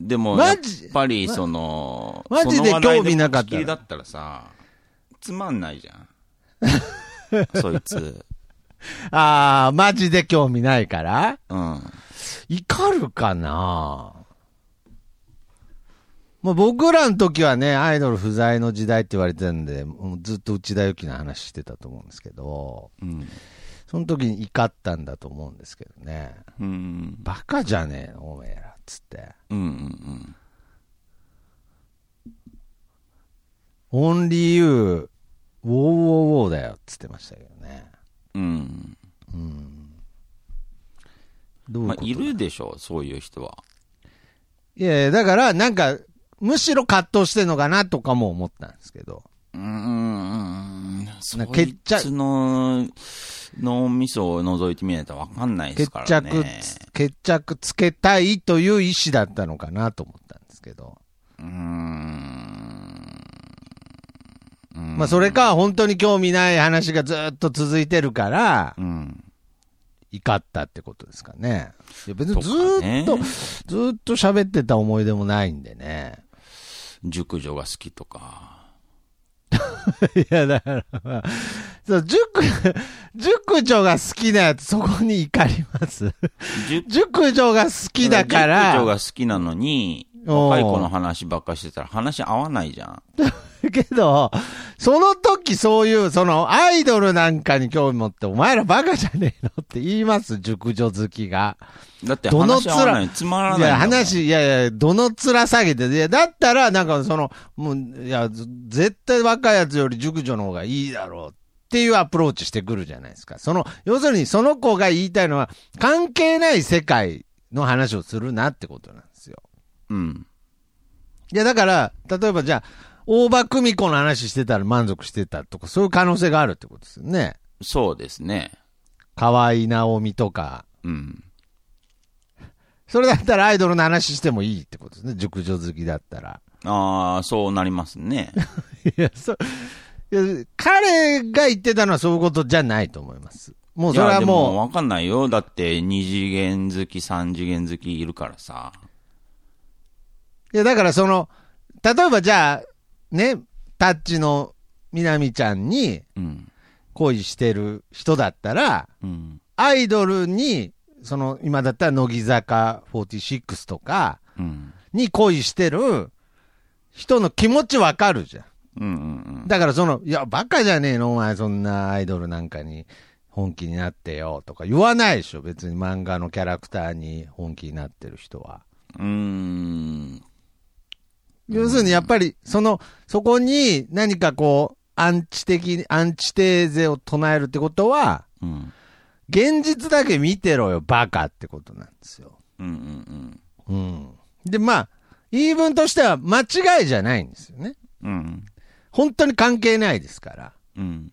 [SPEAKER 2] でも、や
[SPEAKER 1] マ
[SPEAKER 2] っ
[SPEAKER 1] ジ
[SPEAKER 2] ぱり、その、
[SPEAKER 1] マジで
[SPEAKER 2] その話題
[SPEAKER 1] 興味なかったら
[SPEAKER 2] 持ちきりだったらさ、つまんないじゃん。 そいつ。
[SPEAKER 1] ああ、マジで興味ないから
[SPEAKER 2] うん。
[SPEAKER 1] 怒るかなまあ僕らの時はね、アイドル不在の時代って言われてたんで、もうずっと内田有紀の話してたと思うんですけど、
[SPEAKER 2] うん。
[SPEAKER 1] その時に怒ったんだと思うんですけどね。
[SPEAKER 2] うん。
[SPEAKER 1] バカじゃねえの、おめえら、つって。
[SPEAKER 2] うん。うん。
[SPEAKER 1] オンリーユー、ウォーウォーウォーだよ、つってましたけどね。
[SPEAKER 2] うん。
[SPEAKER 1] どういう
[SPEAKER 2] ま
[SPEAKER 1] こ
[SPEAKER 2] あ、
[SPEAKER 1] と
[SPEAKER 2] いるでしょう、そういう人は。
[SPEAKER 1] いやいや、だから、なんか、むしろ葛藤してんのかなとかも思ったんですけど。
[SPEAKER 2] うーん。そ
[SPEAKER 1] なんか
[SPEAKER 2] い
[SPEAKER 1] 決着
[SPEAKER 2] つの脳みそを覗いてみないとわかんないで
[SPEAKER 1] 決
[SPEAKER 2] すから
[SPEAKER 1] 着
[SPEAKER 2] ね。
[SPEAKER 1] つ、決着つけたいという意思だったのかなと思ったんですけど。
[SPEAKER 2] うーん。
[SPEAKER 1] まあ、それか、本当に興味ない話がずっと続いてるから、
[SPEAKER 2] うん。
[SPEAKER 1] 怒ったってことですかね。いや別にず
[SPEAKER 2] とかね
[SPEAKER 1] ーっと、ずーっと喋ってた思い出もないんでね。
[SPEAKER 2] 熟女が好きとか。
[SPEAKER 1] いや、だから、まあ、そう、塾、塾長が好きなやつ、そこに怒ります。
[SPEAKER 2] 熟
[SPEAKER 1] 塾長が好きだか
[SPEAKER 2] 塾長
[SPEAKER 1] ら、
[SPEAKER 2] が好きなのに、
[SPEAKER 1] おー
[SPEAKER 2] 若い子の話ばっかりしてたら話合わないじゃん。
[SPEAKER 1] けど、その時そういう、その、アイドルなんかに興味持って、お前らバカじゃねえのって言います、塾女好きが。
[SPEAKER 2] だって
[SPEAKER 1] どの
[SPEAKER 2] 話合わない。つまらないい。
[SPEAKER 1] や、。話、いやいや、どの面下げて、いや、だったら、なんかその、もう、いや、ず絶対若いやつより熟女の方がいいだろうっていうアプローチしてくるじゃないですか。その、要するにその子が言いたいのは、関係ない世界の話をするなってことなんですよ。
[SPEAKER 2] うん。
[SPEAKER 1] いや、だから、例えばじゃあ、大場久美子の話してたら満足してたとか、そういう可能性があるってことですよね。
[SPEAKER 2] そうですね。
[SPEAKER 1] 河合直美とか、
[SPEAKER 2] うん。
[SPEAKER 1] それだったらアイドルの話してもいいってことですね。熟女好きだったら。
[SPEAKER 2] ああ、そうなりますね。
[SPEAKER 1] いや、そ、いや彼が言ってたのはそういうことじゃないと思います。もう
[SPEAKER 2] い
[SPEAKER 1] それ
[SPEAKER 2] や、
[SPEAKER 1] は
[SPEAKER 2] で
[SPEAKER 1] もう
[SPEAKER 2] も、わかんないよ。だって、二次元好き、三次元好きいるからさ。
[SPEAKER 1] いや、だからその、例えばじゃあ、ね、タッチのみなみちゃんに
[SPEAKER 2] うん。
[SPEAKER 1] 恋してる人だったら、
[SPEAKER 2] うん。
[SPEAKER 1] アイドルに、その、今だったら乃木坂46とか
[SPEAKER 2] うん。
[SPEAKER 1] に恋してる人の気持ちわかるじゃん。
[SPEAKER 2] うんうんうん。
[SPEAKER 1] だからその、いや、バカじゃねえの、お前そんなアイドルなんかに本気になってよとか言わないでしょ、別に漫画のキャラクターに本気になってる人は。
[SPEAKER 2] うーん。
[SPEAKER 1] 要するにやっぱり、その、そこに何かこう、アンチ的、アンチテーゼを唱えるってことは、
[SPEAKER 2] うん。
[SPEAKER 1] 現実だけ見てろよ、バカってことなんですよ。
[SPEAKER 2] うんうんうん。
[SPEAKER 1] うん。で、まあ、言い分としては間違いじゃないんですよね。
[SPEAKER 2] うん。
[SPEAKER 1] 本当に関係ないですから。
[SPEAKER 2] うん。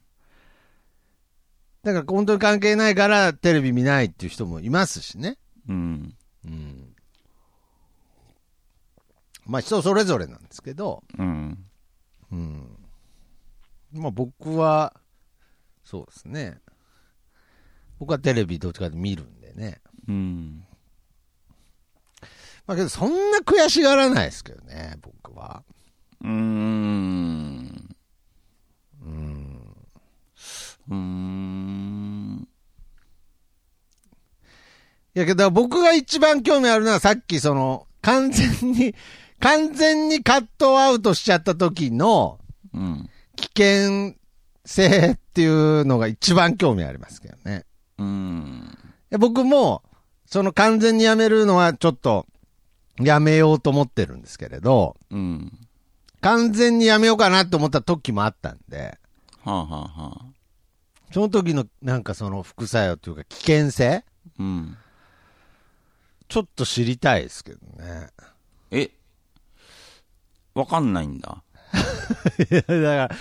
[SPEAKER 1] だから本当に関係ないからテレビ見ないっていう人もいますしね。
[SPEAKER 2] うん。
[SPEAKER 1] うん。まあ人それぞれなんですけど、
[SPEAKER 2] うん。
[SPEAKER 1] うん。まあ僕は、そうですね。僕はテレビどっちかで見るんでね。
[SPEAKER 2] うん。
[SPEAKER 1] まあけどそんな悔しがらないですけどね、僕は。
[SPEAKER 2] うーん。
[SPEAKER 1] うん。
[SPEAKER 2] うーん。
[SPEAKER 1] いやけど僕が一番興味あるのはさっきその、完全に、 完全にカットアウトしちゃった時の
[SPEAKER 2] うん。
[SPEAKER 1] 危険性っていうのが一番興味ありますけどね。
[SPEAKER 2] うん。
[SPEAKER 1] いや僕も、その完全にやめるのはちょっと、やめようと思ってるんですけれど、
[SPEAKER 2] うん。
[SPEAKER 1] 完全にやめようかなと思った時もあったんで、
[SPEAKER 2] はあ、はあはあ、
[SPEAKER 1] その時のなんかその副作用というか危険性
[SPEAKER 2] うん。
[SPEAKER 1] ちょっと知りたいですけどね。
[SPEAKER 2] えわかんないんだ。
[SPEAKER 1] いやだか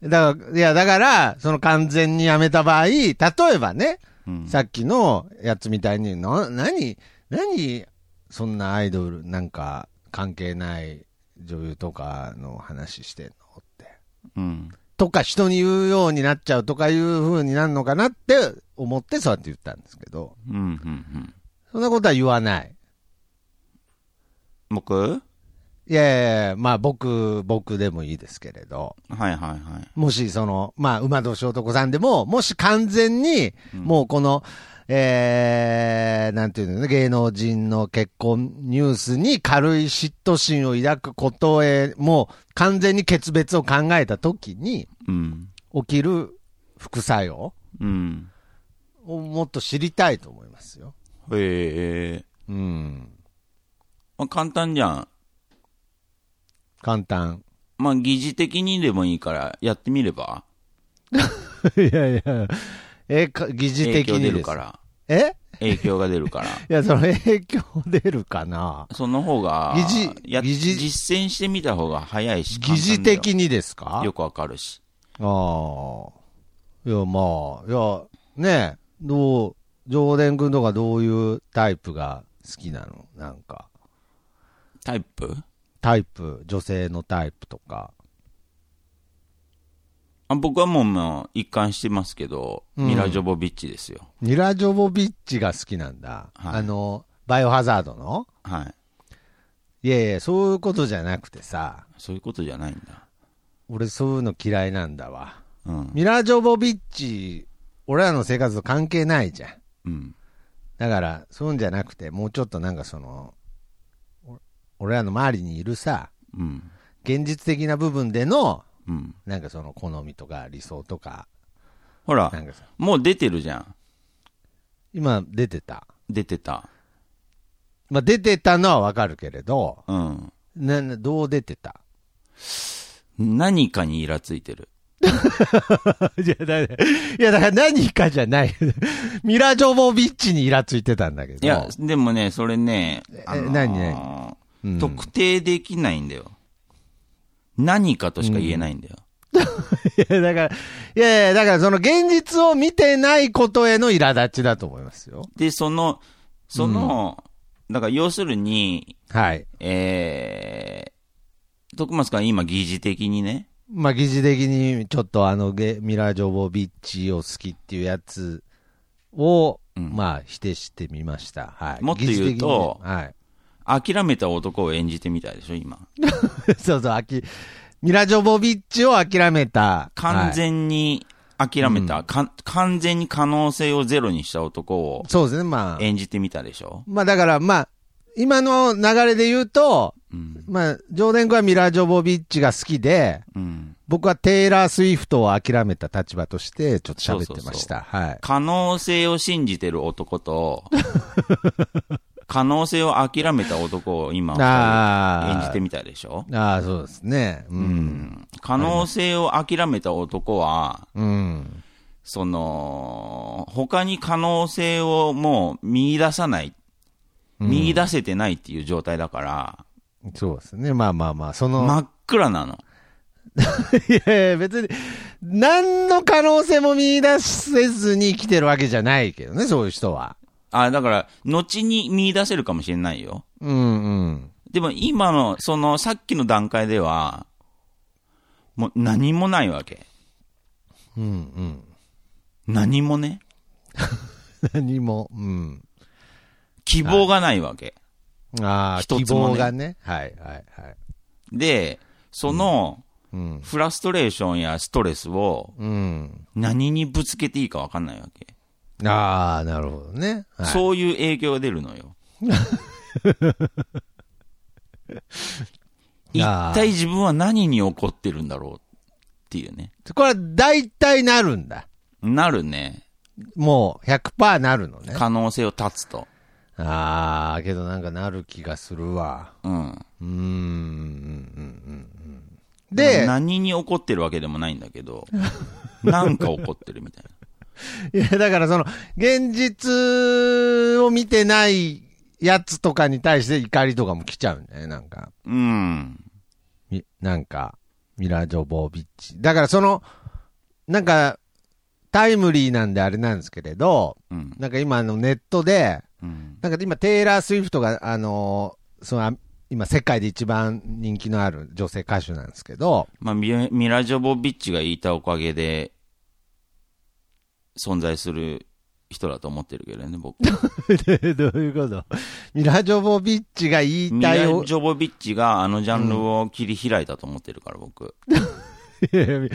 [SPEAKER 1] ら、だから、いやだから、その完全にやめた場合、例えばね、
[SPEAKER 2] うん。
[SPEAKER 1] さっきのやつみたいに、な、何、何、そんなアイドルなんか関係ない女優とかの話してんのって。
[SPEAKER 2] うん。
[SPEAKER 1] とか人に言うようになっちゃうとかいう風になるのかなって思ってそうやって言ったんですけど、
[SPEAKER 2] うん。うん。うん。
[SPEAKER 1] そんなことは言わない。
[SPEAKER 2] 僕はい
[SPEAKER 1] やいやいやまあ僕、僕でもいいですけれど、
[SPEAKER 2] はいはい。
[SPEAKER 1] もしその、まあ馬年男さんでも、もし完全に、もうこの、えー、なんていうのね、芸能人の結婚ニュースに軽い嫉妬心を抱くことへ、もう完全に決別を考えた時に
[SPEAKER 2] うん。
[SPEAKER 1] 起きる副作用
[SPEAKER 2] うん。
[SPEAKER 1] をもっと知りたいと思いますよ。
[SPEAKER 2] へえ。
[SPEAKER 1] うん。
[SPEAKER 2] まあ、簡単じゃん。
[SPEAKER 1] 簡単。
[SPEAKER 2] まあ、疑似的にでもいいから、やってみれば
[SPEAKER 1] いやいや。え、か疑似
[SPEAKER 2] 影
[SPEAKER 1] 的
[SPEAKER 2] 響
[SPEAKER 1] にで
[SPEAKER 2] 出る
[SPEAKER 1] す
[SPEAKER 2] か。ら。
[SPEAKER 1] え
[SPEAKER 2] 影響が出るから。
[SPEAKER 1] いや、その影響出るかな
[SPEAKER 2] その方が、
[SPEAKER 1] 疑似
[SPEAKER 2] や
[SPEAKER 1] 疑似
[SPEAKER 2] 実践してみた方が早いし、
[SPEAKER 1] 疑似
[SPEAKER 2] 簡単だ
[SPEAKER 1] 的にですか
[SPEAKER 2] よ。
[SPEAKER 1] あ
[SPEAKER 2] よくわかるし。
[SPEAKER 1] あー。いや、まあ、いや、ねえ、どう、上田君とかどういうタイプが好きなのなんか、
[SPEAKER 2] タイプ
[SPEAKER 1] タイプ、女性のタイプとか。
[SPEAKER 2] あ僕はもうもう一貫してますけど、
[SPEAKER 1] うん
[SPEAKER 2] ミラ・ジョボビッチですよ。
[SPEAKER 1] ニラ・ジョボビッチが好きなんだ。
[SPEAKER 2] はい
[SPEAKER 1] あの、バイオハザードの
[SPEAKER 2] はい。
[SPEAKER 1] いやいや、そういうことじゃなくてさ、
[SPEAKER 2] そういうことじゃないんだ。
[SPEAKER 1] 俺そういうの嫌いなんだわ。
[SPEAKER 2] うん。
[SPEAKER 1] ミラージョボビッチ、俺らの生活と関係ないじゃん。
[SPEAKER 2] うん。
[SPEAKER 1] だから、そういうんじゃなくて、もうちょっとなんかその、お俺らの周りにいるさ、
[SPEAKER 2] うん。
[SPEAKER 1] 現実的な部分での、
[SPEAKER 2] うん。
[SPEAKER 1] なんかその好みとか理想とか、
[SPEAKER 2] ほら
[SPEAKER 1] な、んかさ、
[SPEAKER 2] もう出てるじゃん。
[SPEAKER 1] 今出てた。
[SPEAKER 2] 出てた。
[SPEAKER 1] まあ、出てたのはわかるけれど、
[SPEAKER 2] うん。
[SPEAKER 1] な、などう出てた
[SPEAKER 2] 何かにイラついてる。
[SPEAKER 1] いや、だいや、だから何かじゃない。 ミラージョボビッチにイラついてたんだけど。
[SPEAKER 2] いや、でもね、それね、あのー
[SPEAKER 1] 何何うん
[SPEAKER 2] 特定できないんだよ。何かとしか言えないんだよ。
[SPEAKER 1] いや、だから、いやいや、だからその現実を見てないことへの苛立ちだと思いますよ。
[SPEAKER 2] で、その、その、だから要するに、
[SPEAKER 1] はい。
[SPEAKER 2] えー、徳松が今疑似的にね、
[SPEAKER 1] まあ、疑似的に、ちょっとあのゲ、ミラー・ジョボビッチを好きっていうやつを、
[SPEAKER 2] うん
[SPEAKER 1] まあ、否定してみました。はい。
[SPEAKER 2] もっと言うと
[SPEAKER 1] 疑似的にねはい。
[SPEAKER 2] 諦めた男を演じてみたいでしょ、今。
[SPEAKER 1] そうそう、あき、ミラ・ジョボビッチを諦めた。
[SPEAKER 2] 完
[SPEAKER 1] はい
[SPEAKER 2] 全に諦めた、か完全に可能性をゼロにした男を
[SPEAKER 1] そうですね、まあ。
[SPEAKER 2] 演じてみたでしょ。
[SPEAKER 1] まあ、だから、まあ、今の流れで言うと、
[SPEAKER 2] うん。
[SPEAKER 1] まあ、ジョーデン君はミラ・ジョボビッチが好きで、
[SPEAKER 2] うん。
[SPEAKER 1] 僕はテイラー・スウィフトを諦めた立場として、ちょっと喋ってました。はい。
[SPEAKER 2] 可能性を信じてる男 と、可能性を諦めた男を今、
[SPEAKER 1] あー
[SPEAKER 2] 演じてみたでしょ。
[SPEAKER 1] ああ、そうですね。う。
[SPEAKER 2] うんん。可能性を諦めた男は、
[SPEAKER 1] うん。
[SPEAKER 2] その、他に可能性をもう見出さない、
[SPEAKER 1] うん
[SPEAKER 2] 見出せてないっていう状態だから、
[SPEAKER 1] そうですね。まあまあまあ、その、
[SPEAKER 2] 真っ暗なの。
[SPEAKER 1] いやいや別に、何の可能性も見出せずに生きてるわけじゃないけどね、そういう人は。
[SPEAKER 2] あ、だから、後に見出せるかもしれないよ。
[SPEAKER 1] うんうん。
[SPEAKER 2] でも今の、その、さっきの段階では、もう何もないわけ。
[SPEAKER 1] うんうん。
[SPEAKER 2] 何もね。
[SPEAKER 1] 何も、うん。
[SPEAKER 2] 希望がないわけ。
[SPEAKER 1] ああ、
[SPEAKER 2] 一
[SPEAKER 1] 希
[SPEAKER 2] つもね
[SPEAKER 1] 望がね。はいはいはい。
[SPEAKER 2] で、その、
[SPEAKER 1] うん。
[SPEAKER 2] フラストレーションやストレスを
[SPEAKER 1] うん。
[SPEAKER 2] 何にぶつけていいか分かんないわけ。
[SPEAKER 1] ああ、なるほどね。はい、
[SPEAKER 2] そういう影響が出るの よ。一
[SPEAKER 1] あー
[SPEAKER 2] 体自分は何に怒ってるんだろうっていうね。
[SPEAKER 1] これは大体なるんだ。
[SPEAKER 2] なるね。
[SPEAKER 1] もう100%なるのね。
[SPEAKER 2] 可能性を断つと。
[SPEAKER 1] ああ、けどなんかなる気がするわ。
[SPEAKER 2] うん。
[SPEAKER 1] うーん。うんうんうん
[SPEAKER 2] で、
[SPEAKER 1] で、
[SPEAKER 2] 何に怒ってるわけでもないんだけど、 なんか怒ってるみたい
[SPEAKER 1] いや、だからその、現実を見てないやつとかに対して怒りとかも来ちゃうんだよね、なんか。
[SPEAKER 2] な。うん。
[SPEAKER 1] みなんか、ミラージョボービッチ。だからその、なんか、タイムリーなんであれなんですけれど、
[SPEAKER 2] うん。
[SPEAKER 1] なんか今あのネットで、
[SPEAKER 2] うん。
[SPEAKER 1] なんか今テイラー・スウィフトが、あのーその、あ今世界で一番人気のある女性歌手なんですけど、
[SPEAKER 2] まあ、ミミラ・ジョボビッチが言いたおかげで、存在する人だと思ってるけどね、僕。
[SPEAKER 1] どういうことミラージョボービッチが言い
[SPEAKER 2] ミ
[SPEAKER 1] た
[SPEAKER 2] ラ・
[SPEAKER 1] いお
[SPEAKER 2] ジョボビッチがあのジャンルを切り開いたと思ってるから、僕。
[SPEAKER 1] いやいやミ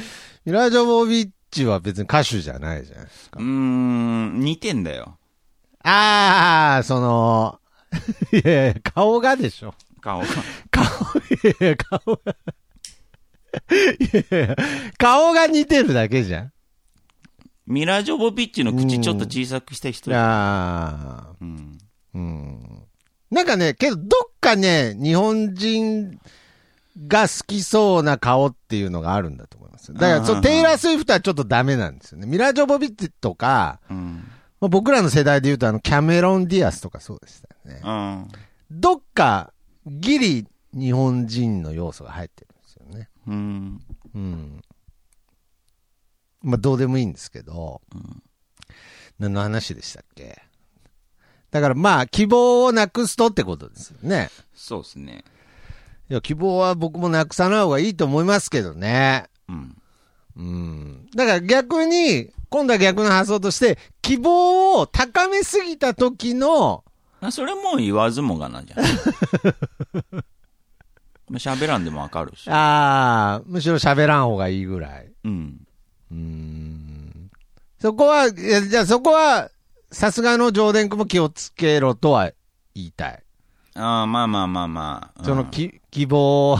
[SPEAKER 1] ミラージョボビッチは別に歌手じゃないじゃん。
[SPEAKER 2] うーん、似てんだよ。
[SPEAKER 1] ああ、その、 いやいや、顔がでしょ。
[SPEAKER 2] 顔が。
[SPEAKER 1] 顔、いやいや、顔が。いやいや、顔が似てるだけじゃん。
[SPEAKER 2] ミラ・ジョボビッチの口ちょっと小さくした人。
[SPEAKER 1] ああ、
[SPEAKER 2] うん。
[SPEAKER 1] うん。なんかね、けど、どっかね、日本人が好きそうな顔っていうのがあるんだと思います。だから、そううんテイラー・スウィフトはちょっとダメなんですよね。ミラージョボビッチとか、
[SPEAKER 2] うん。
[SPEAKER 1] まあ、僕らの世代で言うと、あの、キャメロン・ディアスとかそうでしたよね。
[SPEAKER 2] うん。
[SPEAKER 1] どっか、ギリ、日本人の要素が入ってるんですよね。
[SPEAKER 2] うん。
[SPEAKER 1] うん。まあ、どうでもいいんですけど、何の話でしたっけだからまあ、希望をなくすとってことですよね。
[SPEAKER 2] そうですね。
[SPEAKER 1] いや、希望は僕もなくさない方がいいと思いますけどね。
[SPEAKER 2] うん。
[SPEAKER 1] うん。だから逆に、今度は逆の発想として、希望を高めすぎた時の、
[SPEAKER 2] あそれもう言わずもがなじゃん。まあ喋らんでもわかるし。
[SPEAKER 1] ああ、むしろ喋らん方がいいぐらい。
[SPEAKER 2] うん。
[SPEAKER 1] うーんそこは、いやじゃあそこは、さすがの上田君も気をつけろとは言いたい。
[SPEAKER 2] ああ、まあまあまあまあ。うん
[SPEAKER 1] そのき、希望 を、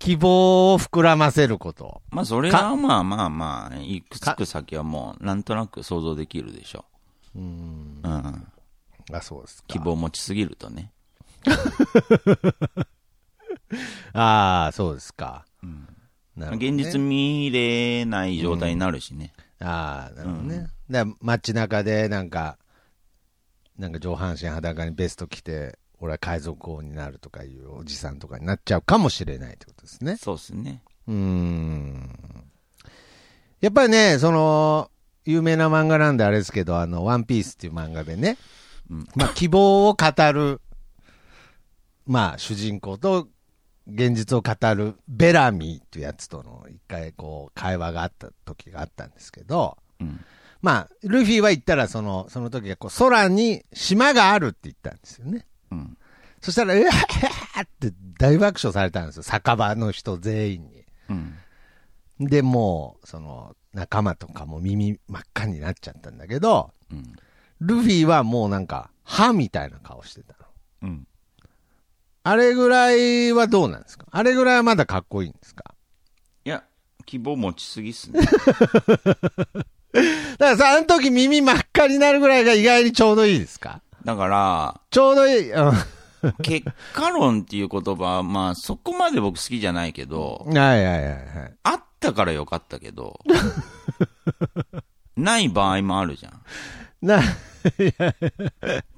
[SPEAKER 1] 希望を膨らませること。
[SPEAKER 2] まあそれはまあまあまあ、いくつく先はもうなんとなく想像できるでしょう。うん。
[SPEAKER 1] あ、そうですか
[SPEAKER 2] 希。望持ちすぎるとね。
[SPEAKER 1] ああ、そうですか。なるほどね
[SPEAKER 2] 現実見れない状態になるしね。
[SPEAKER 1] ああ、なるほどね。だから街中で、なんか、なんか上半身裸にベスト着て、俺は海賊王になるとかいうおじさんとかになっちゃうかもしれないってことですね。
[SPEAKER 2] そうですね。
[SPEAKER 1] うーんやっぱりね、その、有名な漫画なんであれですけど、あの、ワンピースっていう漫画でね、
[SPEAKER 2] うん
[SPEAKER 1] まあ、希望を語るまあ、主人公と現実を語るベラミーというやつとの一回こう会話があった時があったんですけど、
[SPEAKER 2] うん。
[SPEAKER 1] まあ、ルフィは言ったらその、その時がこう空に島があるって言ったんですよね。
[SPEAKER 2] うん。
[SPEAKER 1] そしたら、うわーって大爆笑されたんですよ。酒場の人全員に。
[SPEAKER 2] うん。
[SPEAKER 1] で、もう、その、仲間とかも耳真っ赤になっちゃったんだけど、
[SPEAKER 2] うん。
[SPEAKER 1] ルフィはもうなんか、歯みたいな顔してたの。
[SPEAKER 2] うん。
[SPEAKER 1] あれぐらいはどうなんですかあれぐらいはまだかっこいいんですか
[SPEAKER 2] いや、希望持ちすぎっすね。
[SPEAKER 1] だからさ、あの時耳真っ赤になるぐらいが意外にちょうどいいですか
[SPEAKER 2] だから、
[SPEAKER 1] ちょうどいい。うん。は
[SPEAKER 2] 結果論っていう言葉は、まあ、そこまで僕好きじゃないけど、
[SPEAKER 1] いはいはいはい。
[SPEAKER 2] あったからよかったけ ど、ない場合もあるじゃん。
[SPEAKER 1] な、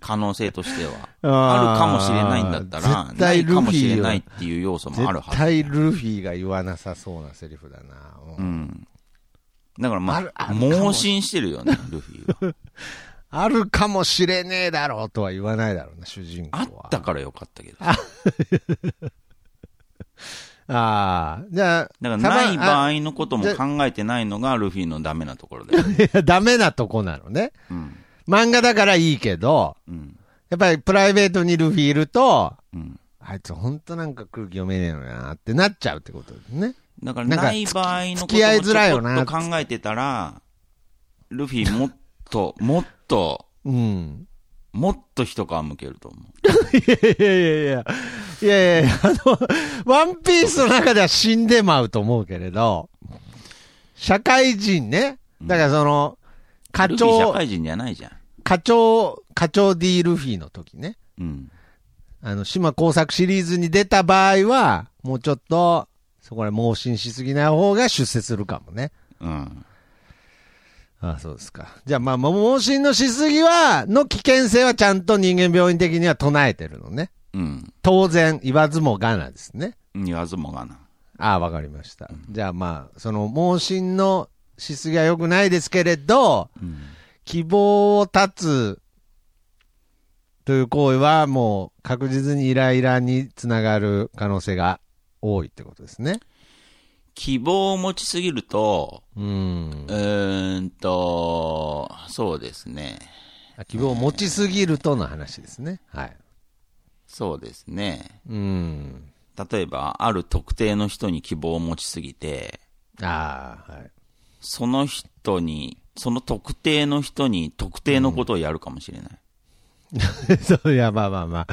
[SPEAKER 2] 可能性としては。
[SPEAKER 1] あー
[SPEAKER 2] あるかもしれないんだったら、
[SPEAKER 1] 絶
[SPEAKER 2] な
[SPEAKER 1] 対
[SPEAKER 2] い
[SPEAKER 1] ルフィ
[SPEAKER 2] か
[SPEAKER 1] は
[SPEAKER 2] もしれないっていう要素もあるは
[SPEAKER 1] 絶
[SPEAKER 2] ず。
[SPEAKER 1] 対ルフィが言わなさそうなセリフだな。うん
[SPEAKER 2] うん。だからま
[SPEAKER 1] あるあ
[SPEAKER 2] あ、
[SPEAKER 1] るかも
[SPEAKER 2] 盲信してるよね、ルフィは。
[SPEAKER 1] あるかもしれねえだろうとは言わないだろうな、主人公
[SPEAKER 2] あ
[SPEAKER 1] は。
[SPEAKER 2] ったからよかったけど。
[SPEAKER 1] ああ。じゃあ、
[SPEAKER 2] だからない場
[SPEAKER 1] 合。
[SPEAKER 2] 合のことも考えてないのがルフィのダメなところだよ。
[SPEAKER 1] いや ダメなとこなのね。
[SPEAKER 2] うん。
[SPEAKER 1] 漫画だからいいけど、
[SPEAKER 2] うん。
[SPEAKER 1] やっぱりプライベートにルフィいると、
[SPEAKER 2] うん。
[SPEAKER 1] あいつほんとなんか空気読めねえのなってなっちゃうってことですね。
[SPEAKER 2] だから
[SPEAKER 1] なんか
[SPEAKER 2] ない場合のこと
[SPEAKER 1] 付き合いづらいよ
[SPEAKER 2] を
[SPEAKER 1] な
[SPEAKER 2] ちょっと考えてたら、ルフィもっと、もっと、
[SPEAKER 1] うん。
[SPEAKER 2] もっと一皮むけると思う。
[SPEAKER 1] いやいやいやいや。いやいやいや、あの、ワンピースの中では死んでまうと思うけれど、社会人ね。だからその、課
[SPEAKER 2] ルフィ社
[SPEAKER 1] 長、
[SPEAKER 2] 会人じゃないじゃん。
[SPEAKER 1] 課長、課長 D ルフィの時ね。
[SPEAKER 2] うん。
[SPEAKER 1] あの、島工作シリーズに出た場合は、もうちょっと、そこら盲信しすぎない方が出世するかもね。
[SPEAKER 2] うん。
[SPEAKER 1] ああそうですか。じゃあ、まあ、も盲信のしすぎは、の危険性はちゃんと人間病院的には唱えてるのね。
[SPEAKER 2] うん。
[SPEAKER 1] 当然、言わずもがなですね。
[SPEAKER 2] 言わずもがな。
[SPEAKER 1] ああ、わかりました。じゃあ、まあ、その、盲信のしすぎは良くないですけれど、
[SPEAKER 2] うん。
[SPEAKER 1] 希望を絶つという行為は、もう確実にイライラにつながる可能性が多いってことですね。
[SPEAKER 2] 希望を持ちすぎると、
[SPEAKER 1] うーん
[SPEAKER 2] う。ーんと、そうですね。
[SPEAKER 1] あ希望を持ちすぎるとの話ですね。はい。
[SPEAKER 2] そうですね。
[SPEAKER 1] うーん。
[SPEAKER 2] 例えば、ある特定の人に希望を持ちすぎて、
[SPEAKER 1] ああ、はい。
[SPEAKER 2] その人に、その特定の人に特定のことをやるかもしれない。
[SPEAKER 1] そういや、まあまあまあ、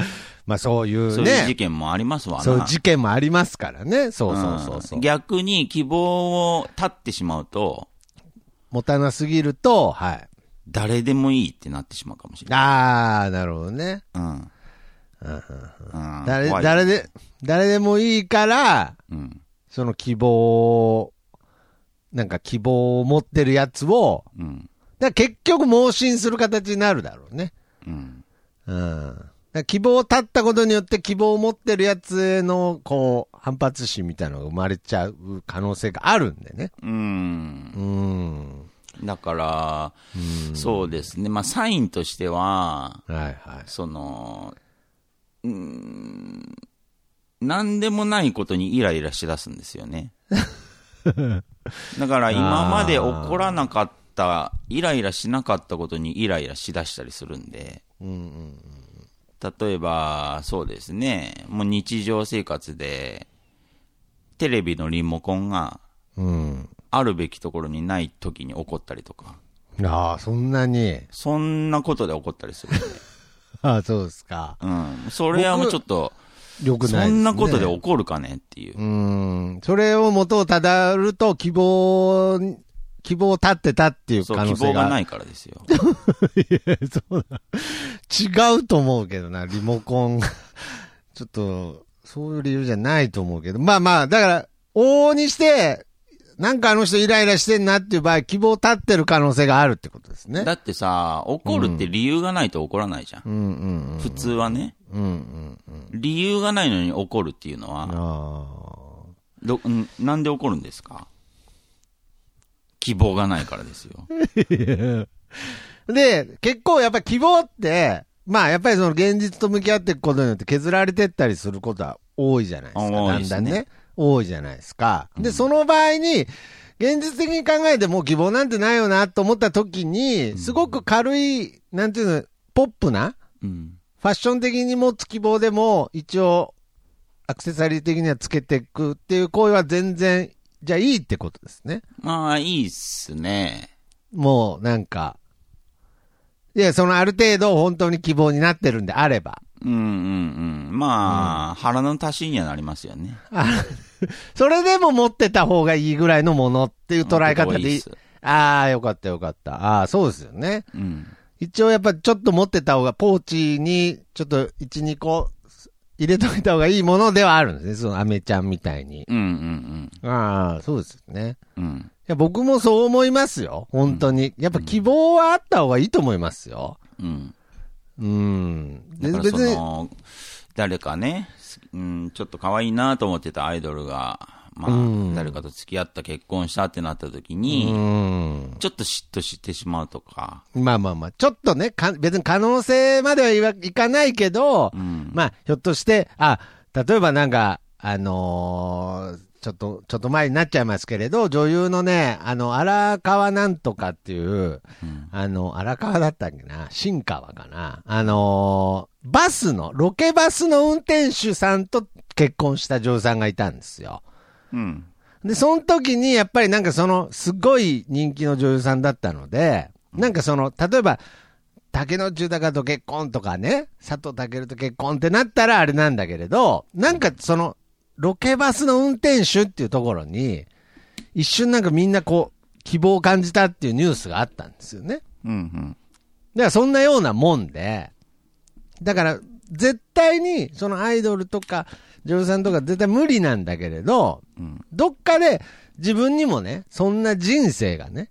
[SPEAKER 1] まあそういう
[SPEAKER 2] そういう事
[SPEAKER 1] ね、
[SPEAKER 2] 件もありますわな。
[SPEAKER 1] そういう事件もありますからね、そうそうそうそう、
[SPEAKER 2] ん逆に希望を絶ってしまうと、
[SPEAKER 1] 持たなすぎると、はい。
[SPEAKER 2] 誰でもいいってなってしまうかもしれない。
[SPEAKER 1] ああ、なるほどね。
[SPEAKER 2] うん。うん
[SPEAKER 1] 誰、
[SPEAKER 2] 怖い
[SPEAKER 1] 誰で、誰でもいいから、
[SPEAKER 2] うん。
[SPEAKER 1] その希望を、なんか希望を持ってるやつを、
[SPEAKER 2] うん。
[SPEAKER 1] だから結局盲信する形になるだろうね。
[SPEAKER 2] うん。
[SPEAKER 1] うん。だから希望を絶ったことによって希望を持ってるやつへの、こう、反発心みたいなのが生まれちゃう可能性があるんでね。
[SPEAKER 2] うん
[SPEAKER 1] う。ん。
[SPEAKER 2] だから、そうですね。まあ、サインとしては、
[SPEAKER 1] はいはい。
[SPEAKER 2] その、うーん、なんでもないことにイライラしだすんです よね。だから今まで起こらなかった、イライラしなかったことにイライラしだしたりするんで、
[SPEAKER 1] うんうん。
[SPEAKER 2] 例えば、そうですね、もう日常生活で、テレビのリモコンが
[SPEAKER 1] うん。
[SPEAKER 2] あるべきところにない時に起こったりとか、
[SPEAKER 1] ああ、そんなに。
[SPEAKER 2] そんなことで起こったりするんで、
[SPEAKER 1] ああ、そうですか。
[SPEAKER 2] うん、それはもうちょっと、
[SPEAKER 1] よくないです、ね。
[SPEAKER 2] そんなことで起こるかねっていう
[SPEAKER 1] う。ーん。それを元をただると希望に、希望を立ってたっていう
[SPEAKER 2] そう
[SPEAKER 1] 可能
[SPEAKER 2] 希望
[SPEAKER 1] 性
[SPEAKER 2] が
[SPEAKER 1] が。
[SPEAKER 2] ないからですよ。
[SPEAKER 1] 違うと思うけどな、リモコン。ちょっと、そういう理由じゃないと思うけど。まあまあ、だから、往々にして、なんかあの人イライラしてんなっていう場合、希望立ってる可能性があるってことですね
[SPEAKER 2] だ。ってさ、怒るって理由がないと怒らないじゃん。
[SPEAKER 1] うんうん
[SPEAKER 2] 普通はね。
[SPEAKER 1] うん。うんうんうん。
[SPEAKER 2] 理由がないのに怒るっていうのは、
[SPEAKER 1] あ
[SPEAKER 2] どんなんで怒るんですか 希望がないからですよ。
[SPEAKER 1] あ。で、結構やっぱ希望って、まあ、やっぱりその現実と向き合っていくことによって削られてったりすることは多いじゃないですか。
[SPEAKER 2] 多
[SPEAKER 1] だ
[SPEAKER 2] いで
[SPEAKER 1] ん
[SPEAKER 2] すね
[SPEAKER 1] だんね。多いじゃないですか。で、その場合に、現実的に考えてもう希望なんてないよなと思った時に、すごく軽い、なんていうの、ポップな、
[SPEAKER 2] うん。
[SPEAKER 1] ファッション的に持つ希望でも、一応、アクセサリー的にはつけていくっていう行為は全然、じゃあいいってことですね。
[SPEAKER 2] まあ、いいっすね。
[SPEAKER 1] もう、なんか、いや、そのある程度本当に希望になってるんであれば。
[SPEAKER 2] うんうんうん。まあ、腹の足しにはなりますよね。
[SPEAKER 1] あそれでも持ってた方がいいぐらいのものっていう捉え方でい
[SPEAKER 2] いい
[SPEAKER 1] い
[SPEAKER 2] っす。
[SPEAKER 1] ああ、よかったよかった。ああ、そうですよね。
[SPEAKER 2] うん。
[SPEAKER 1] 一応やっぱちょっと持ってた方が、ポーチにちょっと1、2個入れといた方がいいものではあるんですね。そのアメちゃんみたいに。
[SPEAKER 2] うんうん
[SPEAKER 1] ああ、そうですよね。
[SPEAKER 2] うん。うん。
[SPEAKER 1] いや、僕もそう思いますよ。本当に。やっぱ希望はあった方がいいと思いますよ。
[SPEAKER 2] うん。
[SPEAKER 1] うん。で
[SPEAKER 2] だからそ
[SPEAKER 1] 別に、
[SPEAKER 2] の、誰かね、うん、ちょっと可愛いなと思ってたアイドルが、ま
[SPEAKER 1] うん
[SPEAKER 2] あ、誰かと付き合った、結婚したってなった時
[SPEAKER 1] う
[SPEAKER 2] に、
[SPEAKER 1] ん。
[SPEAKER 2] ちょっと嫉妬してしまうとか、
[SPEAKER 1] まあまあまあ、ちょっとね、か別に可能性まではいわいかないけど、
[SPEAKER 2] うん。
[SPEAKER 1] まあ、ひょっとして、あ、例えばなんか、あのーちょっと、ちょっと前になっちゃいますけれど、女優のね、あの、荒川なんとかっていう、
[SPEAKER 2] うん
[SPEAKER 1] あの、荒川だったっけな、新川かな、あのーバスの、ロケバスの運転手さんと結婚した女優さんがいたんですよ。
[SPEAKER 2] うん。
[SPEAKER 1] で、その時に、やっぱりなんかその、すごい人気の女優さんだったので、なんかその、例えば、竹野内豊と結婚とかね、佐藤健と結婚ってなったらあれなんだけれど、なんかその、ロケバスの運転手っていうところに、一瞬なんかみんなこう、希望を感じたっていうニュースがあったんですよね。
[SPEAKER 2] うんうん。
[SPEAKER 1] だからそんなようなもんで、だから絶対にそのアイドルとか女優さんとか絶対無理なんだけれど、
[SPEAKER 2] うん
[SPEAKER 1] どっかで自分にもね、そんな人生がね、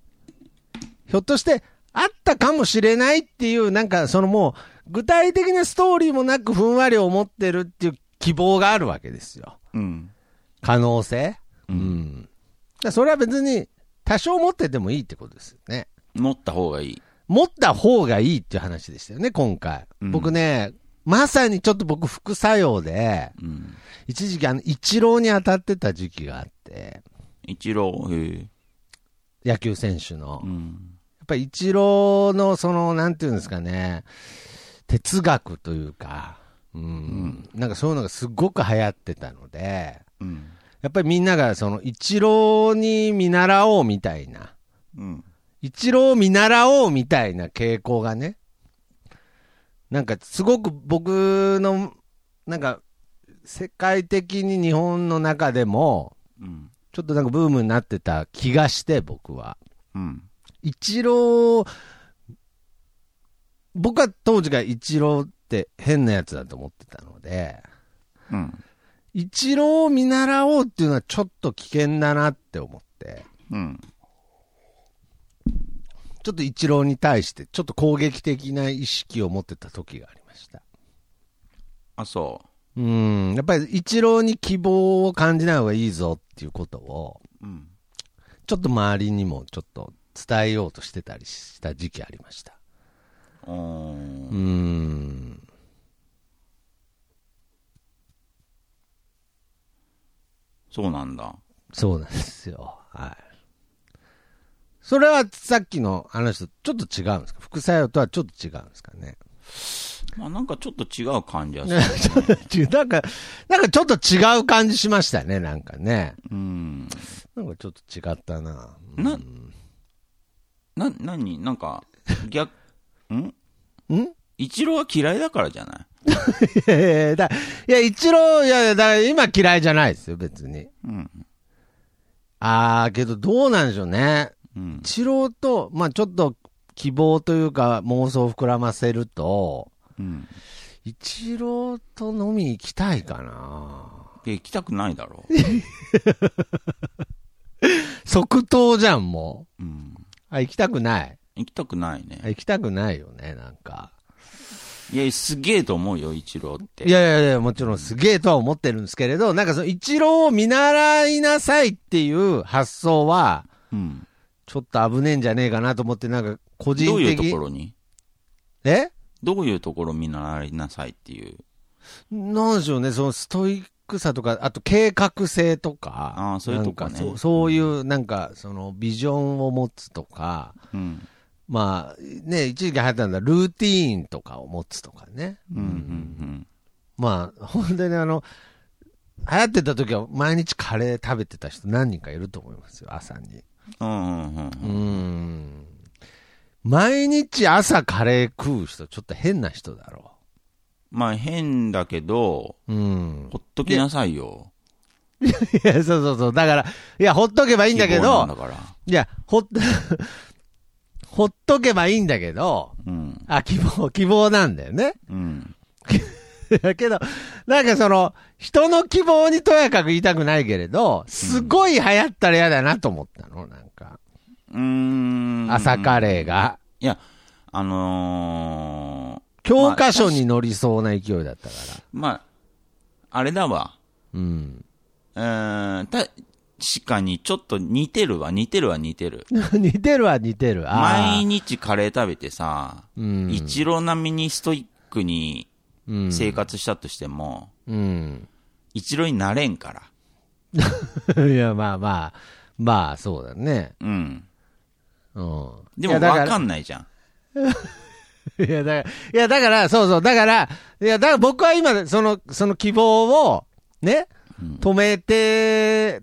[SPEAKER 1] ひょっとしてあったかもしれないっていう、なんかそのもう具体的なストーリーもなくふんわりを持ってるっていう希望があるわけですよ。
[SPEAKER 2] うん。
[SPEAKER 1] 可能性。
[SPEAKER 2] う
[SPEAKER 1] うんん。だからそれは別に多少持っててもいいってことですよね。
[SPEAKER 2] 持った方がいい。
[SPEAKER 1] 持った方がいいっていう話でしたよね、今回。
[SPEAKER 2] うん
[SPEAKER 1] 僕ね、まさにちょっと僕副作用で、
[SPEAKER 2] うん。
[SPEAKER 1] 一時期あの、一郎に当たってた時期があって、
[SPEAKER 2] 一郎、へえ。
[SPEAKER 1] 野球選手の。
[SPEAKER 2] う
[SPEAKER 1] や
[SPEAKER 2] ん。
[SPEAKER 1] っぱり一郎のその、なんていうんですかね、哲学というか、うん、なんかそういうのがすごく流行ってたので、
[SPEAKER 2] うん。
[SPEAKER 1] やっぱりみんながその、一郎に見習おうみたいな。
[SPEAKER 2] うん。
[SPEAKER 1] 一郎を見習おうみたいな傾向がね、なんかすごく僕の、なんか世界的に日本の中でも、
[SPEAKER 2] うん。
[SPEAKER 1] ちょっとなんかブームになってた気がして、僕は。
[SPEAKER 2] うん。
[SPEAKER 1] 一郎、僕は当時から一郎って変なやつだと思ってたので、
[SPEAKER 2] うん。
[SPEAKER 1] 一郎を見習おうっていうのはちょっと危険だなって思って。
[SPEAKER 2] うん。
[SPEAKER 1] ちょっと一郎に対して、ちょっと攻撃的な意識を持ってた時がありました。
[SPEAKER 2] あ、そ
[SPEAKER 1] うん、やっぱり一郎に希望を感じない方がいいぞっていうことを、
[SPEAKER 2] う。うん。
[SPEAKER 1] ちょっと周りにもちょっと伝えようとしてたりした時期ありました。
[SPEAKER 2] おー
[SPEAKER 1] うん。
[SPEAKER 2] そうなんだ。
[SPEAKER 1] そうなんですよ。はい。それはさっきの話とちょっと違うんですか副作用とはちょっと違うんですかね
[SPEAKER 2] まあ、なんかちょっと違う感じはす る。
[SPEAKER 1] なんか、なんかちょっと違う感じしましたね、なんかね。
[SPEAKER 2] うん。
[SPEAKER 1] なんかちょっと違ったな。うん
[SPEAKER 2] な、な、なになんか、 逆、ん
[SPEAKER 1] ん
[SPEAKER 2] 一郎は嫌いだからじゃない
[SPEAKER 1] いやいやいやだいや、一郎、いやいや、だから今嫌いじゃないですよ、別に。
[SPEAKER 2] うん。
[SPEAKER 1] あー、けどどうなんでしょうね。
[SPEAKER 2] うん。
[SPEAKER 1] 一郎と、まあちょっと希望というか妄想を膨らませると、
[SPEAKER 2] うん。
[SPEAKER 1] 一郎と飲み行きたいかな。
[SPEAKER 2] で行きたくないだろ
[SPEAKER 1] 即答じゃん、も
[SPEAKER 2] う。うん。
[SPEAKER 1] う。あ、行きたくない。
[SPEAKER 2] 行きたくない
[SPEAKER 1] あ
[SPEAKER 2] ね。
[SPEAKER 1] 行きたくないよね、なんか。
[SPEAKER 2] いや、すげえと思うよ、一郎って。
[SPEAKER 1] いやいやいや、もちろんすげえとは思ってるんですけれど、なんかその一郎を見習いなさいっていう発想は、
[SPEAKER 2] うん。
[SPEAKER 1] ちょっと危ねえんじゃねえかなと思って、なんか個人
[SPEAKER 2] どういう
[SPEAKER 1] 的
[SPEAKER 2] ところに
[SPEAKER 1] え
[SPEAKER 2] どういうところ見習いなさいっていう。
[SPEAKER 1] なんでしょうね、そのストイックさとか、あと計画性とか、
[SPEAKER 2] あーそういうとこね
[SPEAKER 1] なんかそうそういう、なんか、そのビジョンを持つとか、
[SPEAKER 2] うん。
[SPEAKER 1] まあ、ね、一時期流行ったんだ、ルーティーンとかを持つとかね。
[SPEAKER 2] うん、うん、
[SPEAKER 1] まあ、本当にあの、流行ってた時は毎日カレー食べてた人何人かいると思いますよ、朝に。
[SPEAKER 2] うん。うん、うん、うん
[SPEAKER 1] う。ん。毎日朝カレー食う人、ちょっと変な人だろ
[SPEAKER 2] まあ変だけど、
[SPEAKER 1] う。うん。
[SPEAKER 2] ほっときなさいよ。
[SPEAKER 1] いや、そうそうそう。だから、いや、ほっとけばいいんだけ
[SPEAKER 2] 希望なんだ
[SPEAKER 1] ど、
[SPEAKER 2] から。
[SPEAKER 1] いや、ほっ、 ほっとけばいいんだけど、
[SPEAKER 2] うん。
[SPEAKER 1] あ、希望、希望なんだよね。
[SPEAKER 2] うん。
[SPEAKER 1] だけど、なんかその、人の希望にとやかく言いたくないけれど、すごい流行ったら嫌だなと思ったの、なんか。
[SPEAKER 2] うーん。
[SPEAKER 1] 朝カレーが。
[SPEAKER 2] いや、あの
[SPEAKER 1] 教科書に乗りそうな勢いだったか
[SPEAKER 2] ー、まあ、あれだわ。
[SPEAKER 1] ら。うん。
[SPEAKER 2] うーん、確かにちょっと似てるわ、似てるわ、似てる。
[SPEAKER 1] 似てるは似てる。あ
[SPEAKER 2] 毎日カレー食べてさ、
[SPEAKER 1] ーうん。
[SPEAKER 2] イチロー並みにストイックに
[SPEAKER 1] うん。
[SPEAKER 2] 生活したとしても、
[SPEAKER 1] うん。
[SPEAKER 2] イチローになれんから。
[SPEAKER 1] いや、まあまあ、まあ、そうだね。
[SPEAKER 2] うん。
[SPEAKER 1] うん。
[SPEAKER 2] で
[SPEAKER 1] い
[SPEAKER 2] も
[SPEAKER 1] やだ
[SPEAKER 2] わ
[SPEAKER 1] ら
[SPEAKER 2] かんないじゃん。
[SPEAKER 1] いや、だから、いや、だから、そうそう、だから、いや、だから僕は今、その、その希望を、ね、止めて、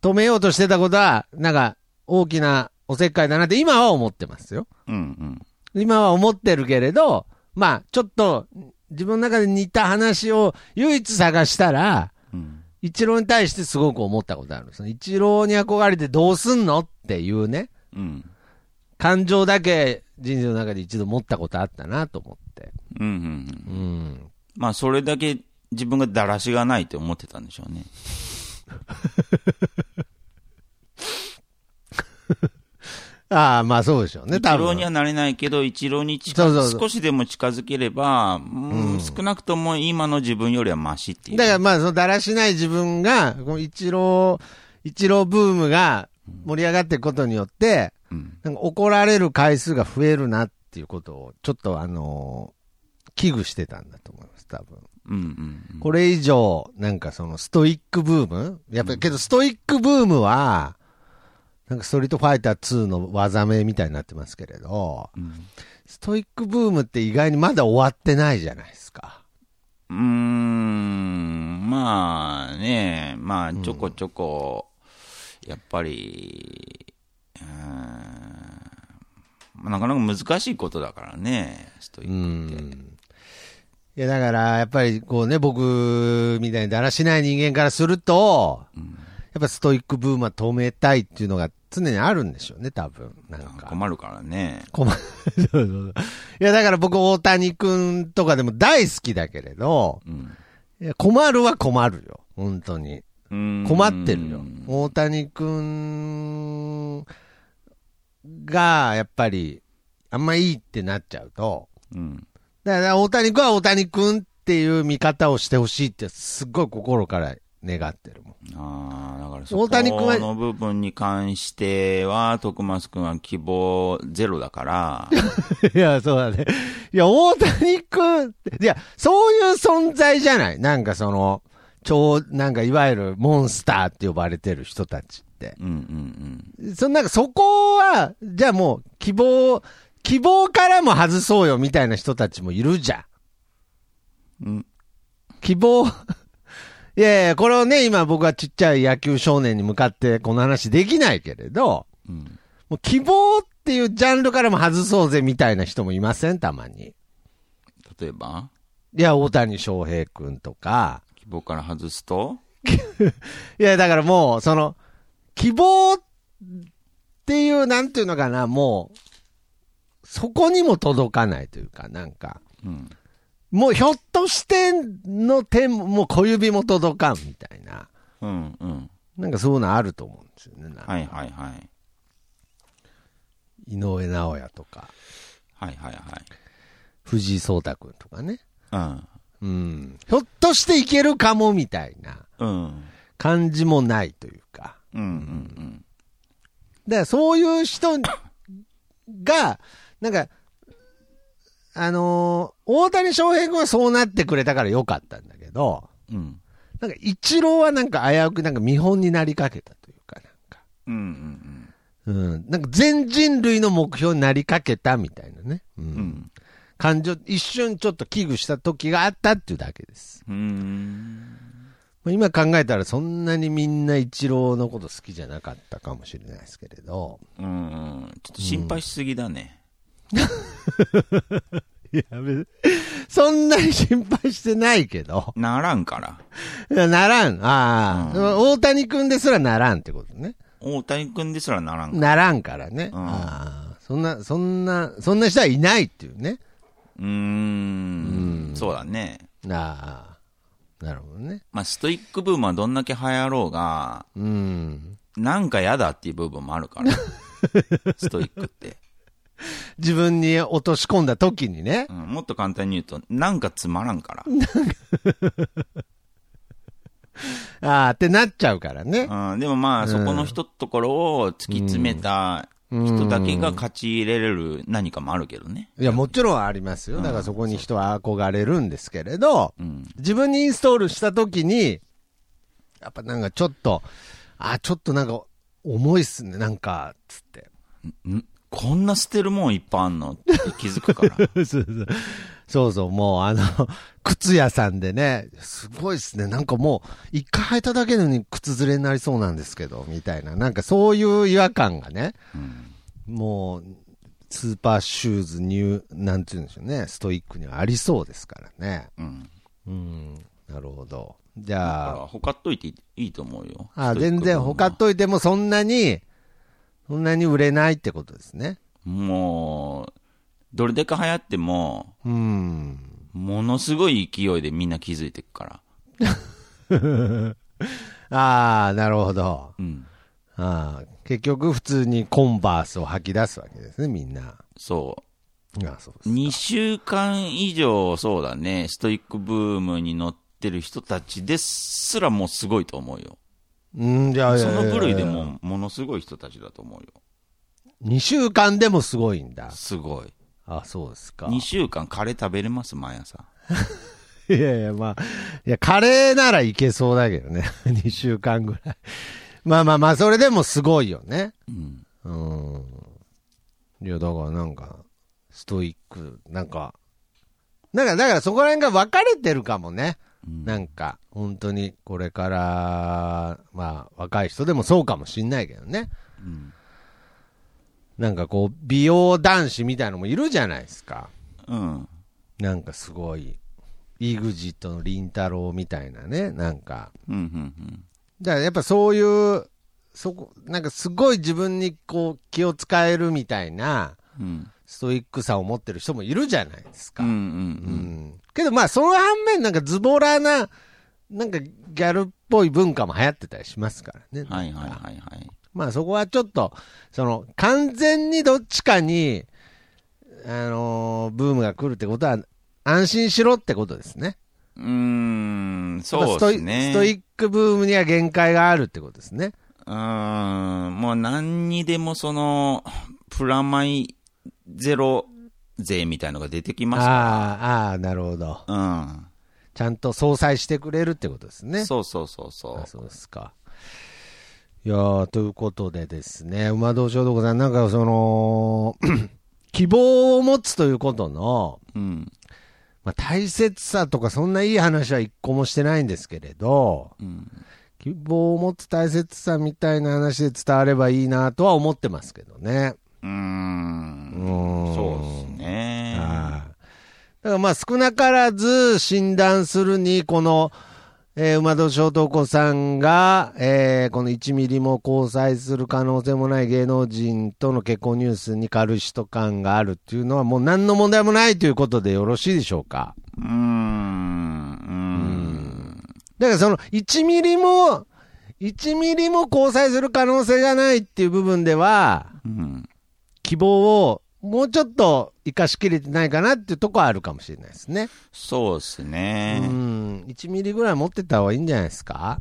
[SPEAKER 1] 止めようとしてたことは、なんか、大きなおせっかいだなって、今は思ってますよ。
[SPEAKER 2] うんうん。
[SPEAKER 1] 今は思ってるけれど、まあ、ちょっと、自分の中で似た話を唯一探したら、
[SPEAKER 2] うん。
[SPEAKER 1] 一郎に対してすごく思ったことあるんです。一郎に憧れてどうすんのっていうね、
[SPEAKER 2] うん。
[SPEAKER 1] 感情だけ人生の中で一度持ったことあったなと思って。
[SPEAKER 2] うんうんうん。
[SPEAKER 1] うん。
[SPEAKER 2] まあ、それだけ自分がだらしがないって思ってたんでしょうね。
[SPEAKER 1] ああ、まあそうでしょうね、
[SPEAKER 2] 一
[SPEAKER 1] 多
[SPEAKER 2] 郎
[SPEAKER 1] 分。
[SPEAKER 2] にはなれないけど、一郎に近
[SPEAKER 1] そうそうそう
[SPEAKER 2] 少しでも近づければ、うん少なくとも今の自分よりはマシっていう。
[SPEAKER 1] だからまあ、そのだらしない自分が、この一郎、一郎ブームが盛り上がっていくことによって、
[SPEAKER 2] うん、
[SPEAKER 1] なんか怒られる回数が増えるなっていうことを、ちょっとあのー危惧してたんだと思います、多分。
[SPEAKER 2] うんうん
[SPEAKER 1] これ以上、なんかそのストイックブームやっぱり、けどストイックブームは、なんかストリートファイター2の技名みたいになってますけれど、
[SPEAKER 2] うん。
[SPEAKER 1] ストイックブームって意外にまだ終わってないじゃないですか。
[SPEAKER 2] うーん、まあね、まあちょこちょこ、やっぱり、うーん、なかなか難しいことだからね、ストイッ
[SPEAKER 1] う
[SPEAKER 2] クって。
[SPEAKER 1] ん。いや、だから、やっぱりこうね、僕みたいにだらしない人間からすると、やっぱストイックブームは止めたいっていうのが常にあるんでしょうね、多分。なんか。
[SPEAKER 2] 困るからね。
[SPEAKER 1] 困る。 そうそうそういや、だから僕、大谷くんとかでも大好きだけれど、
[SPEAKER 2] うん
[SPEAKER 1] いや困るは困るよ。本当に。
[SPEAKER 2] うん
[SPEAKER 1] 困ってるよ。大谷くんが、やっぱり、あんまいいってなっちゃうと、
[SPEAKER 2] うん。
[SPEAKER 1] だから大谷君は大谷君っていう見方をしてほしいってすっごい心から願ってるもん。
[SPEAKER 2] ああ、だからそ
[SPEAKER 1] 大谷君は
[SPEAKER 2] この部分に関しては、徳松君は希望ゼロだから、
[SPEAKER 1] いや、そうだね。いや、大谷君って、いや、そういう存在じゃないなんかその、超、なんかいわゆるモンスターって呼ばれてる人たちって。
[SPEAKER 2] うんうんうん。
[SPEAKER 1] そのなんかそこは、じゃあもう希望、希望からも外そうよみたいな人たちもいるじゃん。
[SPEAKER 2] うん
[SPEAKER 1] 希望。いやいや、これをね、今僕はちっちゃい野球少年に向かってこの話できないけれど、
[SPEAKER 2] うん
[SPEAKER 1] もう希望っていうジャンルからも外そうぜみたいな人もいませんたまに。
[SPEAKER 2] 例えば
[SPEAKER 1] いや、大谷翔平くんとか。
[SPEAKER 2] 希望から外すと
[SPEAKER 1] いや、だからもう、その、希望っていう、なんていうのかな、もう、そこにも届かないというか、なんか、
[SPEAKER 2] うん。
[SPEAKER 1] もうひょっとしての手も、もう小指も届かんみたいな。
[SPEAKER 2] うんうん。
[SPEAKER 1] なんかそういうのあると思うんですよね。なんか
[SPEAKER 2] はいはいはい。
[SPEAKER 1] 井上尚弥とか、
[SPEAKER 2] はいはい
[SPEAKER 1] 藤井聡太君とかね。
[SPEAKER 2] はい。
[SPEAKER 1] うん。ひょっとしていけるかもみたいな
[SPEAKER 2] うん。うん。
[SPEAKER 1] 感じもないというか。
[SPEAKER 2] うんうん
[SPEAKER 1] だからそういう人が、なんか、あのー大谷翔平君はそうなってくれたからよかったんだけど、
[SPEAKER 2] うん。
[SPEAKER 1] なんか一郎はなんか危うくなんか見本になりかけたというか、なんか、
[SPEAKER 2] うんうんうん。
[SPEAKER 1] うん、なんか全人類の目標になりかけたみたいなね。うん
[SPEAKER 2] うん。
[SPEAKER 1] 感情、一瞬ちょっと危惧した時があったっていうだけです。
[SPEAKER 2] うーん。
[SPEAKER 1] まあ今考えたらそんなにみんな一郎のこと好きじゃなかったかもしれないですけれど。
[SPEAKER 2] うん。ちょっと心配しすぎだね。
[SPEAKER 1] いや、そんなに心配してないけど。
[SPEAKER 2] ならんから。
[SPEAKER 1] いやならん。ああ、
[SPEAKER 2] う
[SPEAKER 1] 大谷君ですらならんってことね。
[SPEAKER 2] 大谷君ですらならんから。
[SPEAKER 1] ならんからね。
[SPEAKER 2] うん
[SPEAKER 1] ああ、そんな、そんな、そんな人はいないっていうね。
[SPEAKER 2] うーん。そうだね。
[SPEAKER 1] ああ、なるほどね。
[SPEAKER 2] まあ、ストイックブームはどんだけ流行ろうが、
[SPEAKER 1] うん。
[SPEAKER 2] なんか嫌だっていう部分もあ るから。ストイックって。
[SPEAKER 1] 自分に落とし込んだ時にね。
[SPEAKER 2] うん、もっと簡単に言うと、なんかつまら んから。
[SPEAKER 1] ああ、ってなっちゃうからね。
[SPEAKER 2] うん、でもまあ、そこの一ところを突き詰めた人だけが勝ち入れれる何かもあるけどね。
[SPEAKER 1] いや、もちろんありますよ。だからそこに人は憧れるんですけれど、
[SPEAKER 2] うん。
[SPEAKER 1] 自分にインストールした時に、やっぱなんかちょっと、あ、ちょっとなんか重いっすね、なんか、つ って。
[SPEAKER 2] んこんな捨てるもんいっぱいあんのって気づくから。
[SPEAKER 1] そうそう、もうあの、 靴屋さんでね、すごいっすね、なんかもう、一回履いただけなのに靴ずれになりそうなんですけど、みたいな、なんかそういう違和感がね、
[SPEAKER 2] うん
[SPEAKER 1] もう、スーパーシューズニュー、なんて言うんでしょうね、ストイックにはありそうですからね。
[SPEAKER 2] うん。
[SPEAKER 1] うん、なるほど。じゃ
[SPEAKER 2] だから、
[SPEAKER 1] あ、
[SPEAKER 2] ほかっといていいと思うよ。
[SPEAKER 1] あ全然ほかっ
[SPEAKER 2] と。
[SPEAKER 1] といてもそんなに、そんなに売れないってことですね。
[SPEAKER 2] もう、どれだけ流行っても、
[SPEAKER 1] うん。
[SPEAKER 2] ものすごい勢いでみんな気づいてくから。
[SPEAKER 1] ああ、なるほど。
[SPEAKER 2] うん。
[SPEAKER 1] ああ結局普通にコンバースを吐き出すわけですね、みんな。
[SPEAKER 2] そう。
[SPEAKER 1] あそうです。
[SPEAKER 2] 2週間以上、そうだね、ストイックブームに乗ってる人たちですらもうすごいと思うよ。
[SPEAKER 1] うん、じゃあ、
[SPEAKER 2] その部類でもものすごい人たちだと思うよ。
[SPEAKER 1] 2週間でもすごいんだ。
[SPEAKER 2] すごい。
[SPEAKER 1] あそうですか。
[SPEAKER 2] 2週間カレー食べれます毎朝。
[SPEAKER 1] いやいや、まあ、いや、カレーならいけそうだけどね。2週 間ぐらい。まあまあまあ、それでもすごいよね。
[SPEAKER 2] うん。
[SPEAKER 1] うん。いや、だからなんか、ストイック、なんか、なんか、だからそこら辺が分かれてるかもね。
[SPEAKER 2] うん
[SPEAKER 1] なんか、本当にこれから、まあ、若い人でもそうかもしんないけどね。
[SPEAKER 2] うん。
[SPEAKER 1] なんかこう、美容男子みたいなのもいるじゃないですか。
[SPEAKER 2] うん。
[SPEAKER 1] なんかすごい、EXIT のりんたろーみたいなね、なんか。
[SPEAKER 2] うん。うん。
[SPEAKER 1] だからやっぱそういう、そこ、なんかすごい自分にこう、気を使えるみたいな、
[SPEAKER 2] うん。うん。
[SPEAKER 1] ストイックさを持ってる人もいるじゃないです
[SPEAKER 2] う
[SPEAKER 1] か。
[SPEAKER 2] ん。う。
[SPEAKER 1] うんけどまあ、その反面、なんかズボラな、なんかギャルっぽい文化も流行ってたりしますからね。
[SPEAKER 2] うん。はいはいはいはい。
[SPEAKER 1] まあそこはちょっと、その、完全にどっちかに、あのーブームが来るってことは、安心しろってことですね。
[SPEAKER 2] うーん、そうですね。
[SPEAKER 1] ストイストイックブームには限界があるってことですね。
[SPEAKER 2] うーん、もう何にでもその、プラマイゼロ税みたいのが出てきますか
[SPEAKER 1] ああー、あーなるほど。
[SPEAKER 2] ら。うん。
[SPEAKER 1] ちゃんと相殺してくれるってことですね。
[SPEAKER 2] そうそうそうそ
[SPEAKER 1] あそうですか。いやーということでですね、馬道小道さん、なんかその、 希望を持つということの、
[SPEAKER 2] う。うん。
[SPEAKER 1] まあ、大切さとか、そんないい話は一個もしてないんですけれど、
[SPEAKER 2] うん。
[SPEAKER 1] 希望を持つ大切さみたいな話で伝わればいいなとは思ってますけどね。
[SPEAKER 2] う
[SPEAKER 1] う
[SPEAKER 2] ー。
[SPEAKER 1] んん
[SPEAKER 2] そうですね。
[SPEAKER 1] はいだからまあ少なからず診断するに、この、えー馬戸小東子さんが、えーこの1ミリも交際する可能性もない芸能人との結婚ニュースに軽い人感があるっていうのはもう何の問題もないということでよろしいでしょうか。
[SPEAKER 2] うーん。うーん。
[SPEAKER 1] だからその1ミリも、1ミリも交際する可能性がないっていう部分では、
[SPEAKER 2] うん。
[SPEAKER 1] 希望をもうちょっと生かしきれてないかなっていうとこはあるかもしれないですね。
[SPEAKER 2] そうです
[SPEAKER 1] う
[SPEAKER 2] ね。
[SPEAKER 1] ん、1ミリぐらい持ってった方がいいんじゃないですか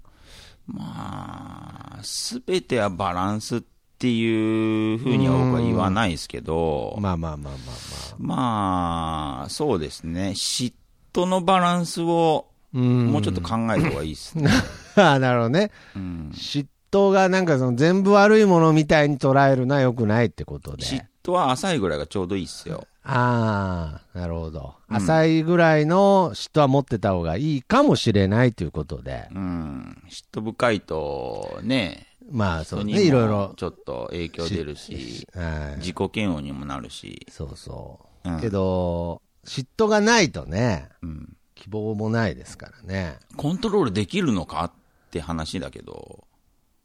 [SPEAKER 2] まあ、すべてはバランスっっていうふうには僕は言わないですけど、
[SPEAKER 1] まあまあまあまあまあ。
[SPEAKER 2] まあ、そうですね。嫉妬のバランスを
[SPEAKER 1] うん
[SPEAKER 2] もうちょっと考えた方がいいですね。
[SPEAKER 1] ああ、なるほどね。
[SPEAKER 2] うん
[SPEAKER 1] 嫉妬がなんかその全部悪いものみたいに捉えるのは良くないってことで。
[SPEAKER 2] 嫉妬は浅いぐらいがちょうどいいっすよ。
[SPEAKER 1] ああ、なるほど。浅いぐらいの嫉妬は持ってた方がいいかもしれないということで。
[SPEAKER 2] うん。嫉妬深いと、ね、
[SPEAKER 1] まあそ
[SPEAKER 2] 人
[SPEAKER 1] う
[SPEAKER 2] に
[SPEAKER 1] ね、いろいろ
[SPEAKER 2] も。ちょっと影響出るし、
[SPEAKER 1] はい
[SPEAKER 2] 自己嫌悪にもなるし、
[SPEAKER 1] そうそう。
[SPEAKER 2] うん
[SPEAKER 1] けど、嫉妬がないとね、
[SPEAKER 2] うん。
[SPEAKER 1] 希望もないですからね。
[SPEAKER 2] コントロールできるのかって話だけど、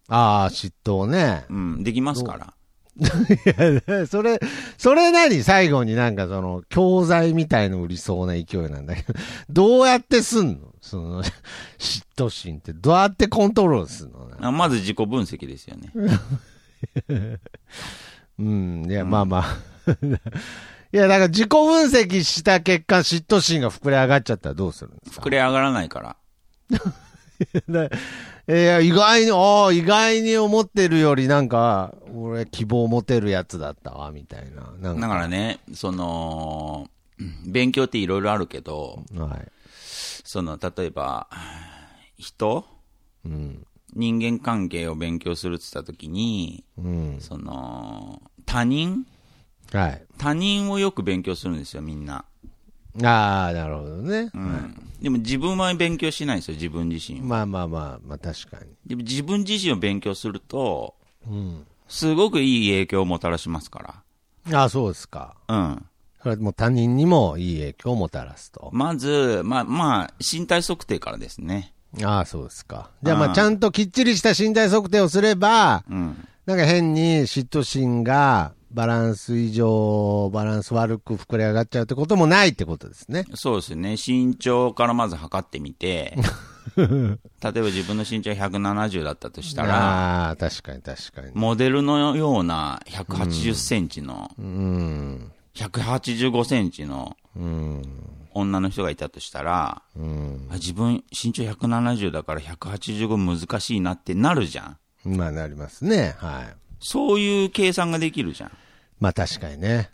[SPEAKER 1] ああ、嫉妬をね。
[SPEAKER 2] うん、できますから。
[SPEAKER 1] いや それ、それ何最後になんかその、教材みたいの売りそうな勢いなんだけど、 どうやってすんのその、 嫉妬心って、どうやってコントロールすんの
[SPEAKER 2] あまず自己分析ですよね。
[SPEAKER 1] うん、いや、まあまあ。 いや、だから自己分析した結果、嫉妬心が膨れ上がっちゃったらどうするんですか
[SPEAKER 2] 膨れ上がらないから。
[SPEAKER 1] えー、意外に、ああ、意外に思ってるより、なんか、俺、希望持てるやつだったわ、みたいな。なん
[SPEAKER 2] だ
[SPEAKER 1] か、
[SPEAKER 2] からね、その、うん勉強っていろいろあるけど、
[SPEAKER 1] はい。
[SPEAKER 2] その、例えば、人
[SPEAKER 1] うん。
[SPEAKER 2] 人間関係を勉強するって言った時に、
[SPEAKER 1] うん。
[SPEAKER 2] その、他人
[SPEAKER 1] はい。
[SPEAKER 2] 他人をよく勉強するんですよ、みんな。
[SPEAKER 1] ああ、なるほどね。
[SPEAKER 2] うん。でも自分は勉強しないんですよ、自分自身は。
[SPEAKER 1] まあまあまあ、まあ確かに。
[SPEAKER 2] でも自分自身を勉強すると、
[SPEAKER 1] うん。
[SPEAKER 2] すごくいい影響をもたらしますか
[SPEAKER 1] ああ、そうですか。
[SPEAKER 2] ら。うん。
[SPEAKER 1] それはもう他人にもいい影響をもたらすと。
[SPEAKER 2] まず、まあ、まあ、身体測定からですね。
[SPEAKER 1] ああ、そうですか。じゃあま
[SPEAKER 2] う
[SPEAKER 1] あ、
[SPEAKER 2] ん
[SPEAKER 1] ちゃんときっちりした身体測定をすれば、
[SPEAKER 2] うん。
[SPEAKER 1] なんか変に嫉妬心がバランス以上、バランス悪く膨れ上がっちゃうってこともないってことですね。
[SPEAKER 2] そうですね。身長からまず測ってみて、例えば自分の身長170だったとしたら、
[SPEAKER 1] ああ、確かに確かに。
[SPEAKER 2] モデルのような180センチの、
[SPEAKER 1] うん。
[SPEAKER 2] 185センチの
[SPEAKER 1] うん。
[SPEAKER 2] 女の人がいたとしたら、
[SPEAKER 1] うん。
[SPEAKER 2] あ自分身長170だから185難しいなってなるじゃん。
[SPEAKER 1] まあ、なりますね。はい。
[SPEAKER 2] そういう計算ができるじゃん。
[SPEAKER 1] まあ、確かにね。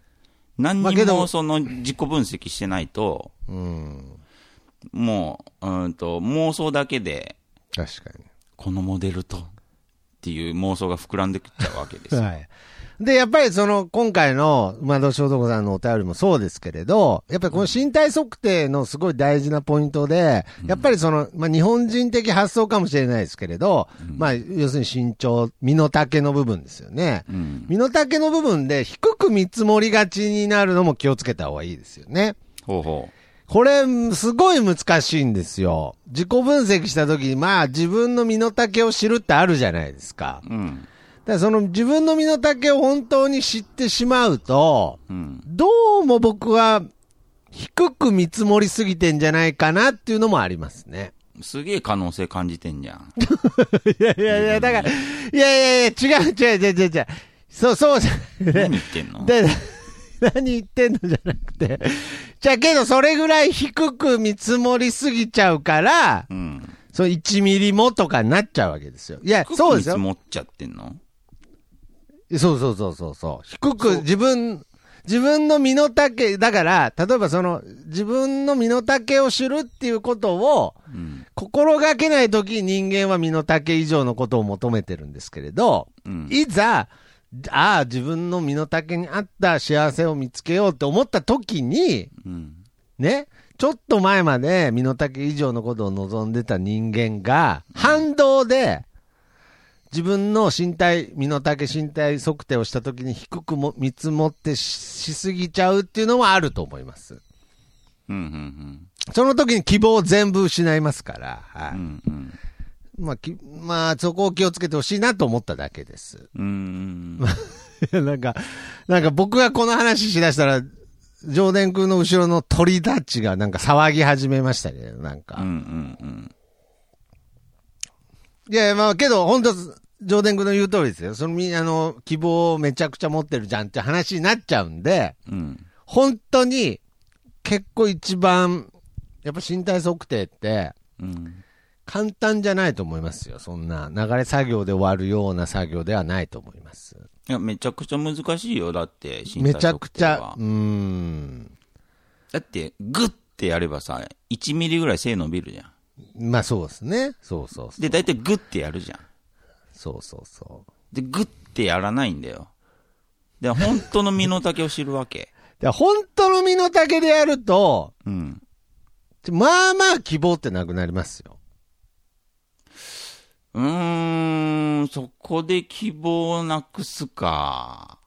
[SPEAKER 2] 何
[SPEAKER 1] まあ
[SPEAKER 2] に
[SPEAKER 1] けど
[SPEAKER 2] もその自己分析してないと、
[SPEAKER 1] うん。
[SPEAKER 2] もう、うーんと、妄想だけで、
[SPEAKER 1] 確かに。
[SPEAKER 2] このモデルと、っていう妄想が膨らんできちゃうわけです よ。
[SPEAKER 1] はい。で、やっぱりその、今回の、馬戸翔子さんのお便りもそうですけれど、やっぱりこの身体測定のすごい大事なポイントで、やっぱりその、まあ、日本人的発想かもしれないですけれど、まあ、要するに身長、身の丈の部分ですよね。
[SPEAKER 2] うん。
[SPEAKER 1] 身の丈の部分で低く見積もりがちになるのも気をつけた方がいいですよね。
[SPEAKER 2] ほうほ
[SPEAKER 1] これ、すごい難しいんですよ。自己分析した時に、まあ、自分の身の丈を知るってあるじゃないですか。
[SPEAKER 2] う。うん。
[SPEAKER 1] だからその自分の身の丈を本当に知ってしまうと、
[SPEAKER 2] うん。
[SPEAKER 1] どうも僕は低く見積もりすぎてんじゃないかなっていうのもありますね。
[SPEAKER 2] すげえ可能性感じてんじゃん。
[SPEAKER 1] いやいやいや、だから、いやいやいや、違う違う違う違う違う。そう、そうじゃ、
[SPEAKER 2] 何言ってん の
[SPEAKER 1] で、何言ってんのじゃなくて。じゃあけどそれぐらい低く見積もりすぎちゃうから、
[SPEAKER 2] うん。
[SPEAKER 1] その1ミリもとかになっちゃうわけですよ。いや、そうですよ
[SPEAKER 2] 低く見積。もっちゃってんの
[SPEAKER 1] そうそうそうそうそう。低く自分、自分の身の丈、だから、例えばその、自分の身の丈を知るっていうことを、
[SPEAKER 2] うん。
[SPEAKER 1] 心がけないとき人間は身の丈以上のことを求めてるんですけれど、
[SPEAKER 2] うん。
[SPEAKER 1] いざ、ああ、自分の身の丈に合った幸せを見つけようって思ったときに、
[SPEAKER 2] うん。
[SPEAKER 1] ね、ちょっと前まで身の丈以上のことを望んでた人間が、反動で、自分の身体、身の丈身体測定をした時に低くも見積もってししすぎちゃうっていうのはあると思います。
[SPEAKER 2] うん。うん。
[SPEAKER 1] その時に希望を全部失いますから、は
[SPEAKER 2] う
[SPEAKER 1] い
[SPEAKER 2] ん。うん。
[SPEAKER 1] まあき、まあ、そこを気をつけてほしいなと思っただけです。
[SPEAKER 2] うん。
[SPEAKER 1] いやなんか、なんか僕がこの話しだしたら、ジョーデン君の後ろの鳥たちがなんか騒ぎ始めましたけど、なんか。
[SPEAKER 2] うんうんうん。
[SPEAKER 1] いやいや、まあ、けど、本当上田君の言う通りですよ。そのみ、あの、希望をめちゃくちゃ持ってるじゃんって話になっちゃうんで、
[SPEAKER 2] うん。
[SPEAKER 1] 本当に、結構一番、やっぱ身体測定って、
[SPEAKER 2] うん。
[SPEAKER 1] 簡単じゃないと思いますよ。そんな流れ作業で終わるような作業ではないと思います。
[SPEAKER 2] いや、めちゃくちゃ難しいよ。だって、身
[SPEAKER 1] め
[SPEAKER 2] 体
[SPEAKER 1] ちゃく
[SPEAKER 2] 測定
[SPEAKER 1] ちゃ
[SPEAKER 2] は、。
[SPEAKER 1] うーん。
[SPEAKER 2] だって、グッてやればさ、1ミリぐらい背伸びるじゃん。
[SPEAKER 1] まあそうですね。そうそうそう。
[SPEAKER 2] で、大体グッてやるじゃん。
[SPEAKER 1] そうそうそう。
[SPEAKER 2] で、グッてやらないんだよ。で、本当の身の丈を知る わけ。
[SPEAKER 1] で本当の身の丈でやると、
[SPEAKER 2] うん。
[SPEAKER 1] まあまあ希望ってなくなりますよ。
[SPEAKER 2] うーん、そこで希望をなくすか。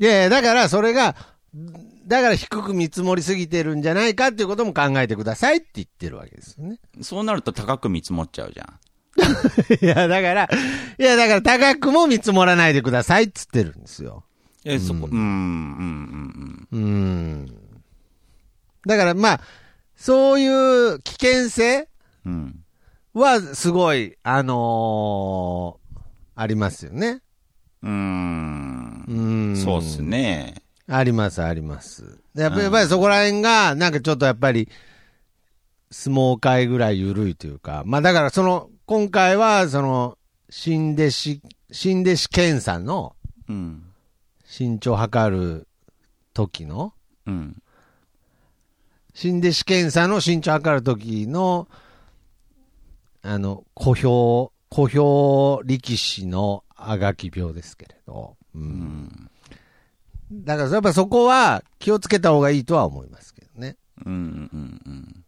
[SPEAKER 1] いやいや、だからそれが、だから低く見積もりすぎてるんじゃないかっていうことも考えてくださいって言ってるわけですよね。
[SPEAKER 2] そうなると高く見積もっちゃうじゃん。
[SPEAKER 1] いや、だから、いや、だから高くも見積もらないでくださいっつってるんですよ。
[SPEAKER 2] え、そこ、うん、うん、うん、
[SPEAKER 1] うーん。だからまあ、そういう危険性
[SPEAKER 2] うん。うん。
[SPEAKER 1] はすごい、あのーありますよね。
[SPEAKER 2] うーん。
[SPEAKER 1] うーん。
[SPEAKER 2] そうっすね。
[SPEAKER 1] あります、あります。でやっぱりやっぱりそこら辺が、なんかちょっとやっぱり、相撲界ぐらい緩いというか、まあだからその、今回は、その、新弟子、新弟子健さんの
[SPEAKER 2] うん。
[SPEAKER 1] 身長を測る時の、
[SPEAKER 2] うん。
[SPEAKER 1] 新弟子検査の身長測る時の、あの、小兵、小兵力士のあがき病ですけれど。うん
[SPEAKER 2] うん。
[SPEAKER 1] だから、やっぱそこは気をつけた方がいいとは思いますけどね。
[SPEAKER 2] うん、うん、うん。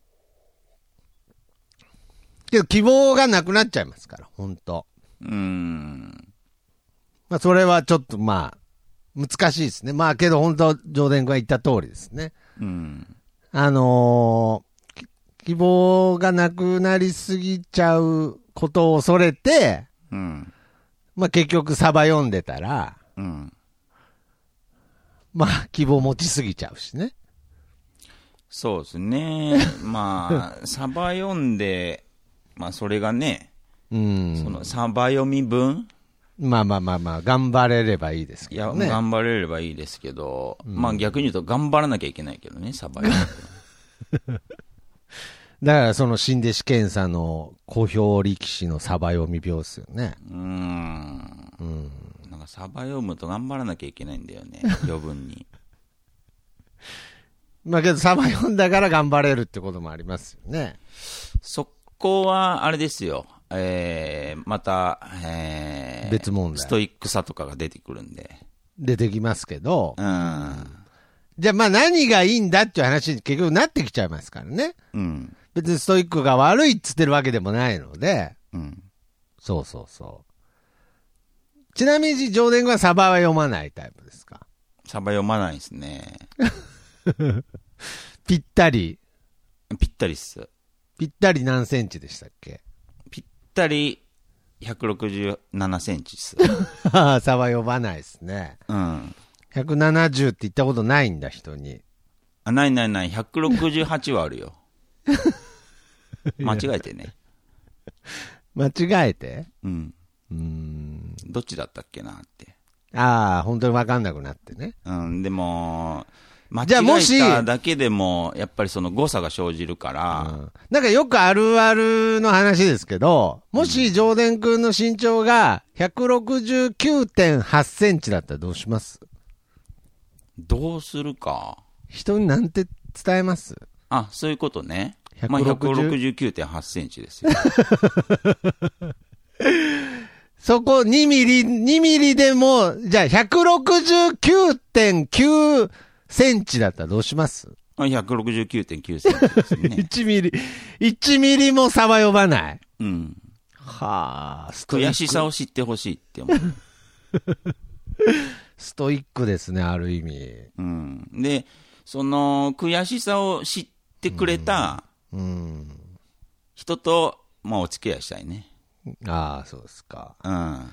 [SPEAKER 1] けど、希望がなくなっちゃいますから、本当
[SPEAKER 2] うん。
[SPEAKER 1] まあ、それはちょっと、まあ、難しいですね。まあ、けど、本当上田君が言った通りですね。
[SPEAKER 2] うん。
[SPEAKER 1] あのーき希望がなくなりすぎちゃうことを恐れて、
[SPEAKER 2] うん。
[SPEAKER 1] まあ、結局、サバ読んでたら、
[SPEAKER 2] うん。
[SPEAKER 1] まあ、希望持ちすぎちゃうしね。
[SPEAKER 2] そうですね。まあ、サバ読んで、まあ、それがね、
[SPEAKER 1] うん。
[SPEAKER 2] そのサバ読み分、
[SPEAKER 1] まあまあまあまあ、頑張れればいいです
[SPEAKER 2] い
[SPEAKER 1] け
[SPEAKER 2] や、
[SPEAKER 1] どね。
[SPEAKER 2] 頑張れればいいですけど、まあ逆に言うと頑張らなきゃいけないけどね、サバ読み分
[SPEAKER 1] だから、その、新弟子検査の公表力士のサバ読み病っすよね。
[SPEAKER 2] うーん。
[SPEAKER 1] うん。
[SPEAKER 2] なんかサバ読むと頑張らなきゃいけないんだよね、余分に。
[SPEAKER 1] まあけど、サバ読んだから頑張れるってこともありますよね。
[SPEAKER 2] そこは、あれですよ。えー、また、えー、
[SPEAKER 1] 別問題
[SPEAKER 2] ストイックさとかが出てくるんで。
[SPEAKER 1] 出てきますけど
[SPEAKER 2] う。ん。
[SPEAKER 1] じゃあ、まあ何がいいんだっていう話に結局なってきちゃいますからね。
[SPEAKER 2] うん。
[SPEAKER 1] 別にストイックが悪いっつってるわけでもないので。
[SPEAKER 2] うん。
[SPEAKER 1] そうそうそう。ちなみに、上田君はサバは読まないタイプですか
[SPEAKER 2] サバ読まないですね。
[SPEAKER 1] ぴったり、
[SPEAKER 2] ぴったりっす。
[SPEAKER 1] ぴったり何センチでしたっけ
[SPEAKER 2] ぴったり167センチっす。
[SPEAKER 1] ああ、差は呼ばないですね。
[SPEAKER 2] うん。
[SPEAKER 1] 170って言ったことないんだ、人に。
[SPEAKER 2] あ、ないないない、168はある よ。間違えてね。
[SPEAKER 1] 間違えて
[SPEAKER 2] うん。
[SPEAKER 1] うーん。
[SPEAKER 2] どっちだったっけなって。
[SPEAKER 1] ああ、本当にわかんなくなってね。
[SPEAKER 2] うん、でも、間違
[SPEAKER 1] じゃあもし
[SPEAKER 2] えただけでも、やっぱりその誤差が生じるか
[SPEAKER 1] う
[SPEAKER 2] ら、
[SPEAKER 1] んなんかよくあるあるの話ですけど、もし上田くんの身長が169.8センチだったらどうします
[SPEAKER 2] どうするか。
[SPEAKER 1] 人になんて伝えます
[SPEAKER 2] あ、そういうことね。まあ、
[SPEAKER 1] 160
[SPEAKER 2] 169.8センチです よ。
[SPEAKER 1] そこ2ミリ、2ミリでも、じゃあ169.9センチだったらどうします
[SPEAKER 2] あ169.9センチです ね。
[SPEAKER 1] 1ミリ、1ミリも差は呼ばない。
[SPEAKER 2] うん。
[SPEAKER 1] はあ、ストイック。
[SPEAKER 2] 悔しさを知ってほしいって思う。
[SPEAKER 1] ストイックですね、ある意味。
[SPEAKER 2] うん。で、その、悔しさを知ってくれた
[SPEAKER 1] うん。
[SPEAKER 2] 人と、まあ、お付き合いしたいね。
[SPEAKER 1] ああ、そうですか。
[SPEAKER 2] うん。
[SPEAKER 1] ま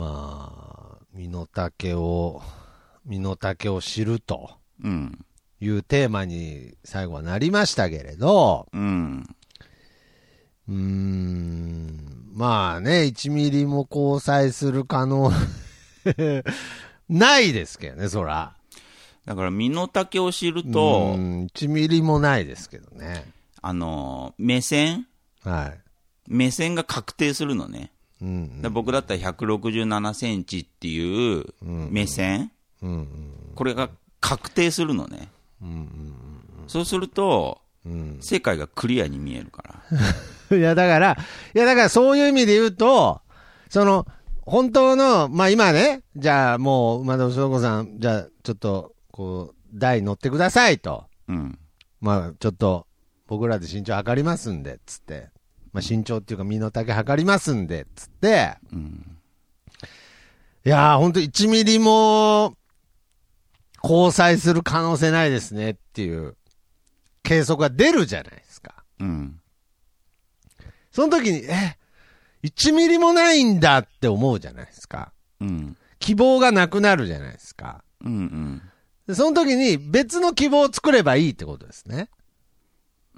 [SPEAKER 1] あ、身の丈を、身の丈を知ると
[SPEAKER 2] うん。
[SPEAKER 1] いうテーマに最後はなりましたけれど、
[SPEAKER 2] うん。
[SPEAKER 1] うーん、まあね、1ミリも交際する可能、ないですけどね、そら。
[SPEAKER 2] だから、身の丈を知る
[SPEAKER 1] う
[SPEAKER 2] と、
[SPEAKER 1] ん1ミリもないですけどね。
[SPEAKER 2] あの、目線
[SPEAKER 1] はい。
[SPEAKER 2] 目線が確定するのね。
[SPEAKER 1] うん
[SPEAKER 2] だから僕だったら167センチっていう目線、
[SPEAKER 1] うん。うん
[SPEAKER 2] これが確定するのね。そうすると、
[SPEAKER 1] うん。
[SPEAKER 2] 世界がクリアに見えるから。
[SPEAKER 1] うん。い や、だから、いや、だからそういう意味で言うと、その、本当の、まあ今ね、じゃあもう、馬田翔子さん、じゃあちょっと、こう、台乗ってくださいと。
[SPEAKER 2] うん。
[SPEAKER 1] まあちょっと、僕らで身長測りますんで、つって。まあ身長っていうか身の丈測りますんで、つって。
[SPEAKER 2] うん。
[SPEAKER 1] いやー、ほんと1ミリも、交際する可能性ないですねっていう、計測が出るじゃないですか。
[SPEAKER 2] うん。
[SPEAKER 1] その時に、え、1ミリもないんだって思うじゃないですか。
[SPEAKER 2] うん。
[SPEAKER 1] 希望がなくなるじゃないですか。
[SPEAKER 2] うん。うん。
[SPEAKER 1] でその時に別の希望を作ればいいってことですね。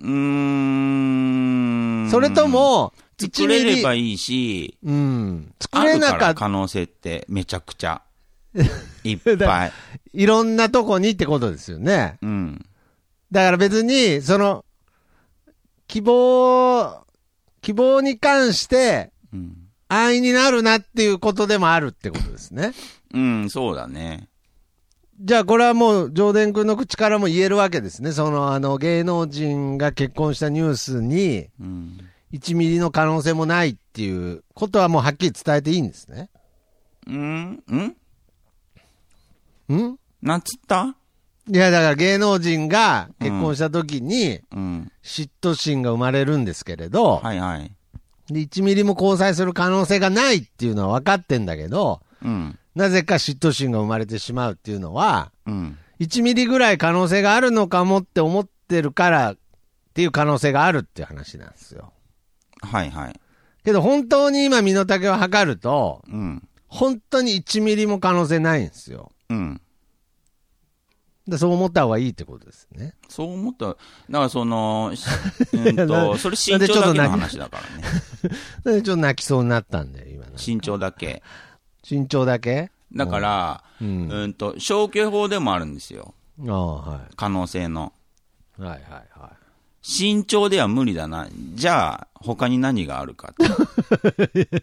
[SPEAKER 2] うーん。
[SPEAKER 1] それと、も、
[SPEAKER 2] 作れれば
[SPEAKER 1] いい。
[SPEAKER 2] いいし、
[SPEAKER 1] うん。作
[SPEAKER 2] あ
[SPEAKER 1] れ
[SPEAKER 2] る
[SPEAKER 1] な
[SPEAKER 2] か
[SPEAKER 1] かった。
[SPEAKER 2] ら可能性ってめちゃくちゃ。いっ ぱい。
[SPEAKER 1] いろんなとこにってことですよね。
[SPEAKER 2] うん。
[SPEAKER 1] だから別に、その、希望、希望に関して
[SPEAKER 2] うん。
[SPEAKER 1] 安易になるなっていうことでもあるってことですね。
[SPEAKER 2] うん、そうだね。
[SPEAKER 1] じゃあこれはもう、上田君の口からも言えるわけですね。その、あの、芸能人が結婚したニュースに、
[SPEAKER 2] うん。
[SPEAKER 1] 1ミリの可能性もないっていうことはもうはっきり伝えていいんですね。
[SPEAKER 2] うんん
[SPEAKER 1] ん
[SPEAKER 2] なんつった
[SPEAKER 1] いや、だから芸能人が結婚した時に、
[SPEAKER 2] うん。
[SPEAKER 1] 嫉妬心が生まれるんですけれど、
[SPEAKER 2] はいはい。
[SPEAKER 1] で、1ミリも交際する可能性がないっていうのは分かってんだけど、
[SPEAKER 2] うん。
[SPEAKER 1] なぜか嫉妬心が生まれてしまうっていうのは、
[SPEAKER 2] うん。
[SPEAKER 1] 1ミリぐらい可能性があるのかもって思ってるからっていう可能性があるっていう話なんですよ。
[SPEAKER 2] はいはい。
[SPEAKER 1] けど本当に今身の丈を測ると、
[SPEAKER 2] うん。
[SPEAKER 1] 本当に1ミリも可能性ないんですよ。
[SPEAKER 2] うん。
[SPEAKER 1] でそう思った方がいいってことですね。
[SPEAKER 2] そう思った。だから その、しうんと、それ身長だけの話だからね。
[SPEAKER 1] でちょっと泣きそうになったんで、今ね。
[SPEAKER 2] 身長だけ。
[SPEAKER 1] 身長だけ
[SPEAKER 2] だから、
[SPEAKER 1] う。
[SPEAKER 2] うん
[SPEAKER 1] あ
[SPEAKER 2] んと、消去法でもあるんですよ。
[SPEAKER 1] あ、は
[SPEAKER 2] 可能性の。
[SPEAKER 1] い。はいはいは
[SPEAKER 2] 身長では無理だな。じゃあ、他に何があるかって。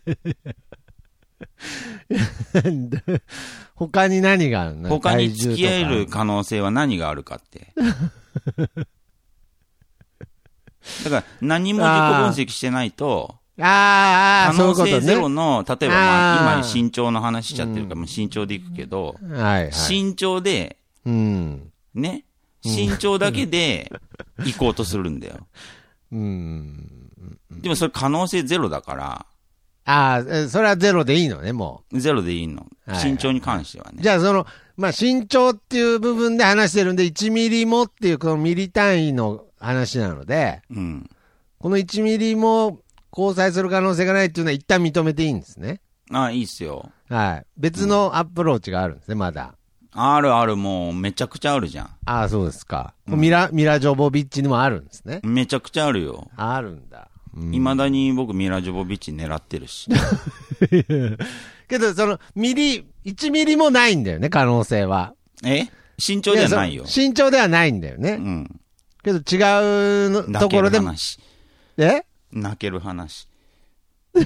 [SPEAKER 1] い。 他に何があるの
[SPEAKER 2] 他に付き合え。
[SPEAKER 1] 体重
[SPEAKER 2] る
[SPEAKER 1] とか
[SPEAKER 2] 可能性は何があるかって。だから、何も自己分析してないと、
[SPEAKER 1] あーあー、
[SPEAKER 2] 可
[SPEAKER 1] そういうこと
[SPEAKER 2] 能
[SPEAKER 1] ね。
[SPEAKER 2] 性ゼロの、例えば、まあ、
[SPEAKER 1] あー
[SPEAKER 2] 今身長の話しちゃってるから、もう身長でいくけど、
[SPEAKER 1] はいはい。
[SPEAKER 2] 身長で、
[SPEAKER 1] うん。
[SPEAKER 2] ね、身長だけで行こうとするんだよ。
[SPEAKER 1] うん。
[SPEAKER 2] でもそれ可能性ゼロだから、
[SPEAKER 1] ああ、えそれはゼロでいいのね、も
[SPEAKER 2] ゼロでいいの。
[SPEAKER 1] はいはい
[SPEAKER 2] 身長に関しては
[SPEAKER 1] う。
[SPEAKER 2] ね。
[SPEAKER 1] じゃあ、その、まあ、身長っていう部分で話してるんで、1ミリもっていう、このミリ単位の話なので、
[SPEAKER 2] うん。
[SPEAKER 1] この1ミリも交際する可能性がないっていうのは一旦認めていいんですね。
[SPEAKER 2] ああ、いいっすよ。
[SPEAKER 1] はい。別のアプローチがあるんですね、まだ。
[SPEAKER 2] あるある、もうめちゃくちゃあるじゃ
[SPEAKER 1] ああ、そうですか。ミラ、ミラ・ジョボビッチにもあるんですね。
[SPEAKER 2] ん。めちゃくちゃあるよ。
[SPEAKER 1] あるんだ。
[SPEAKER 2] いまだに僕ミラ・ジョボビッチ狙ってる し。
[SPEAKER 1] けど、その、ミリ、1ミリもないんだよね、可能性は。
[SPEAKER 2] え身長じゃないよ
[SPEAKER 1] や。その身長ではないんだよね。
[SPEAKER 2] うん。
[SPEAKER 1] けど、違うの
[SPEAKER 2] 泣
[SPEAKER 1] と
[SPEAKER 2] け
[SPEAKER 1] こ
[SPEAKER 2] る
[SPEAKER 1] ろでも、
[SPEAKER 2] 話。
[SPEAKER 1] え
[SPEAKER 2] 泣ける話。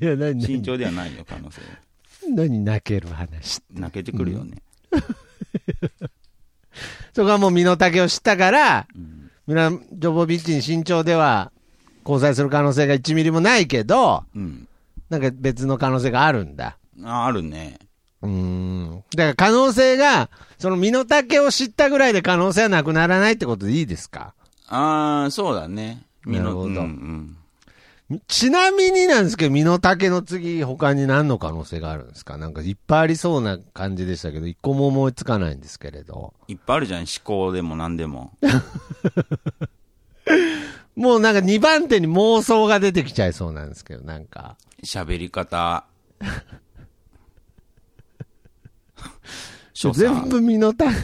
[SPEAKER 1] いや、何、
[SPEAKER 2] 身長ではないよ、可能性。
[SPEAKER 1] 何泣ける話。
[SPEAKER 2] 泣けてくるよね。
[SPEAKER 1] そこはもう身の丈を知ったから、ミラ・ジョボビッチに身長では交際する可能性が1ミリもないけど、
[SPEAKER 2] うん。
[SPEAKER 1] なんか別の可能性があるんだ。
[SPEAKER 2] ああるね。
[SPEAKER 1] うーん。だから可能性が、その身の丈を知ったぐらいで可能性はなくならないってことでいいですか
[SPEAKER 2] ああ、そうだね。身の
[SPEAKER 1] なるほど
[SPEAKER 2] うんうん
[SPEAKER 1] ちなみになんですけど、身の丈の次、他に何の可能性があるんですかなんかいっぱいありそうな感じでしたけど、一個も思いつかないんですけれど。
[SPEAKER 2] いっぱいあるじゃん、思考でも何でも。
[SPEAKER 1] もうなんか2番手に妄想が出てきちゃいそうなんですけど、なんか。
[SPEAKER 2] 喋 り方。所作
[SPEAKER 1] 全部身の丈、なん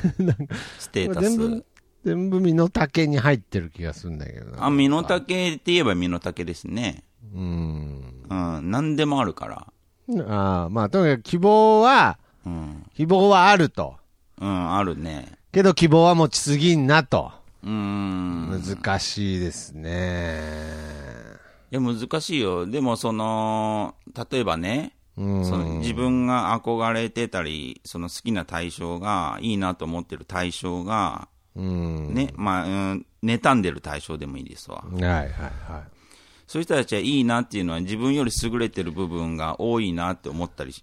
[SPEAKER 1] か
[SPEAKER 2] ステータ
[SPEAKER 1] 全部
[SPEAKER 2] ス。、
[SPEAKER 1] 全部身の丈に入ってる気がするんだけどな。
[SPEAKER 2] あ、身の丈って言えば身の丈ですね。
[SPEAKER 1] うーん。
[SPEAKER 2] うん、何でもあるから。
[SPEAKER 1] ああ、まあとにかく希望は、
[SPEAKER 2] うん、
[SPEAKER 1] 希望はあると。
[SPEAKER 2] うん、あるね。
[SPEAKER 1] けど希望は持ちすぎんなと。
[SPEAKER 2] うーん。
[SPEAKER 1] 難しいですね。
[SPEAKER 2] や、難しいよ。でも、その、例えばね、
[SPEAKER 1] うん
[SPEAKER 2] その自分が憧れてたり、その好きな対象が、いいなと思ってる対象が、
[SPEAKER 1] うん。
[SPEAKER 2] ね、まあ、うん、妬んでる対象でもいいですわ。
[SPEAKER 1] はいはいは
[SPEAKER 2] そういう人たちはいいなっていうのは、自分より優れてる部分が多いなって思ったりし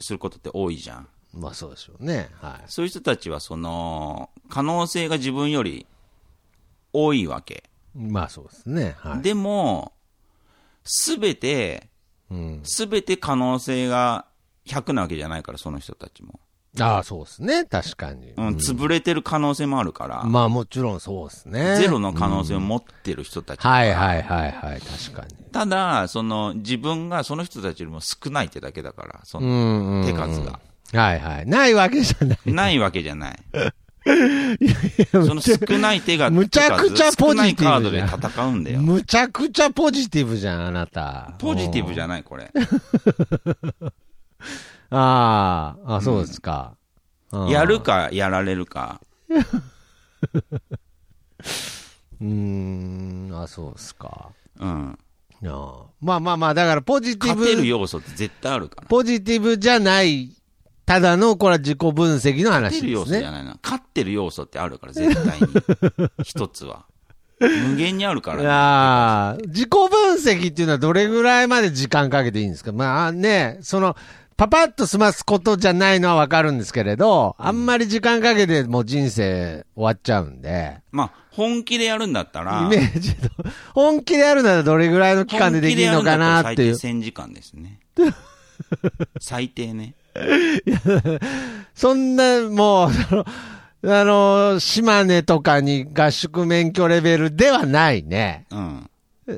[SPEAKER 2] することって多いじゃん。
[SPEAKER 1] い。まあそうでしょうね。は
[SPEAKER 2] そういう人たちは、その、可能性が自分より多いわけ。
[SPEAKER 1] い。まあそうですね。はい。
[SPEAKER 2] でも、すべて、
[SPEAKER 1] うん。
[SPEAKER 2] すべて可能性が100なわけじゃないから、その人たちも。
[SPEAKER 1] ああ、そうですね。確かに。
[SPEAKER 2] うん、潰れてる可能性もあるから、
[SPEAKER 1] まあもちろんそうですね。
[SPEAKER 2] ゼロの可能性を持ってる人たち。
[SPEAKER 1] はいはいはいはい。確かに。
[SPEAKER 2] ただ、その、自分がその人たちよりも少ないってだけだから、そうの、
[SPEAKER 1] んうんうん。
[SPEAKER 2] 手数が。
[SPEAKER 1] はいはい。ないわけじゃ ない。
[SPEAKER 2] ないわけじゃない。その少ない手が、
[SPEAKER 1] むちゃくちゃ
[SPEAKER 2] 手数少ない
[SPEAKER 1] ポジティ
[SPEAKER 2] カー
[SPEAKER 1] ブ
[SPEAKER 2] ド
[SPEAKER 1] じ
[SPEAKER 2] で
[SPEAKER 1] ゃん
[SPEAKER 2] 戦うんだよ。
[SPEAKER 1] むちゃくちゃポジティブじゃん、あなた。
[SPEAKER 2] ポジティブ
[SPEAKER 1] ゃん。
[SPEAKER 2] じゃない、これ。
[SPEAKER 1] ああ、あ、そうですか。うん
[SPEAKER 2] やるか、やられるか。
[SPEAKER 1] うーん、あ、そうですか。
[SPEAKER 2] うん。
[SPEAKER 1] いやーまあまあまあ、だからポジティ
[SPEAKER 2] 勝てる
[SPEAKER 1] ブ、
[SPEAKER 2] 要素って絶対あるから。
[SPEAKER 1] ポジティブじゃない、ただの、これは自己分析の
[SPEAKER 2] 勝
[SPEAKER 1] 話
[SPEAKER 2] てる
[SPEAKER 1] で
[SPEAKER 2] 要
[SPEAKER 1] す
[SPEAKER 2] 素じゃ
[SPEAKER 1] ね。
[SPEAKER 2] ないな。勝ってる要素ってあるから、絶対 に。一つは。無限にあるからね、
[SPEAKER 1] ああ、自己分析っていうのはどれぐらいまで時間かけていいんですかまあね、その、パパッと済ますことじゃないのはわかるんですけれど、あんまり時間かけてもう人生終わっちゃうんで、
[SPEAKER 2] まあ、本気でやるんだったら、
[SPEAKER 1] イメージと、本気でやるならどれぐらいの期間でできるのかなっていう。
[SPEAKER 2] 本気でやるんだったら最低1000時間です ね。最低ね。
[SPEAKER 1] そんな、もう、そのあの、島根とかに合宿免許レベルではないね。
[SPEAKER 2] うん。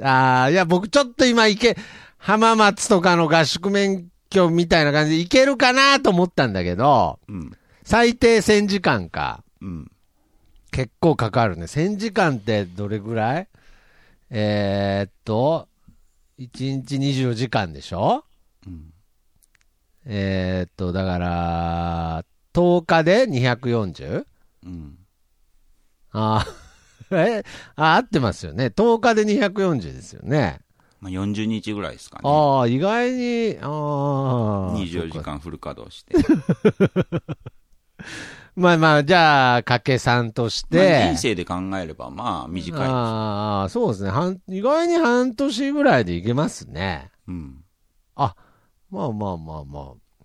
[SPEAKER 1] ああ、いや、僕ちょっと今行け、浜松とかの合宿免許みたいな感じで行けるかなと思ったんだけど、
[SPEAKER 2] うん。
[SPEAKER 1] 最低1000時間か。
[SPEAKER 2] うん。
[SPEAKER 1] 結構かかるね。1000時間ってどれぐらいえー、っと、1日24時間でしょ
[SPEAKER 2] うん。
[SPEAKER 1] えー、っと、だから、10日で 240?
[SPEAKER 2] うん。
[SPEAKER 1] ああ、 え、あ、合ってますよね。10日で240ですよね。
[SPEAKER 2] まあ、40日ぐらいですかね。
[SPEAKER 1] ああ、意外に、ああ。
[SPEAKER 2] 24時
[SPEAKER 1] そうか。
[SPEAKER 2] 間フル稼働して。
[SPEAKER 1] まあまあ、じゃあ、掛け算として。
[SPEAKER 2] まあ人生で考えれば、まあ、短いです。
[SPEAKER 1] ああ、そうですね。半意外に半年ぐらいでいけますね。
[SPEAKER 2] うん。
[SPEAKER 1] あ、まあまあまあまあ。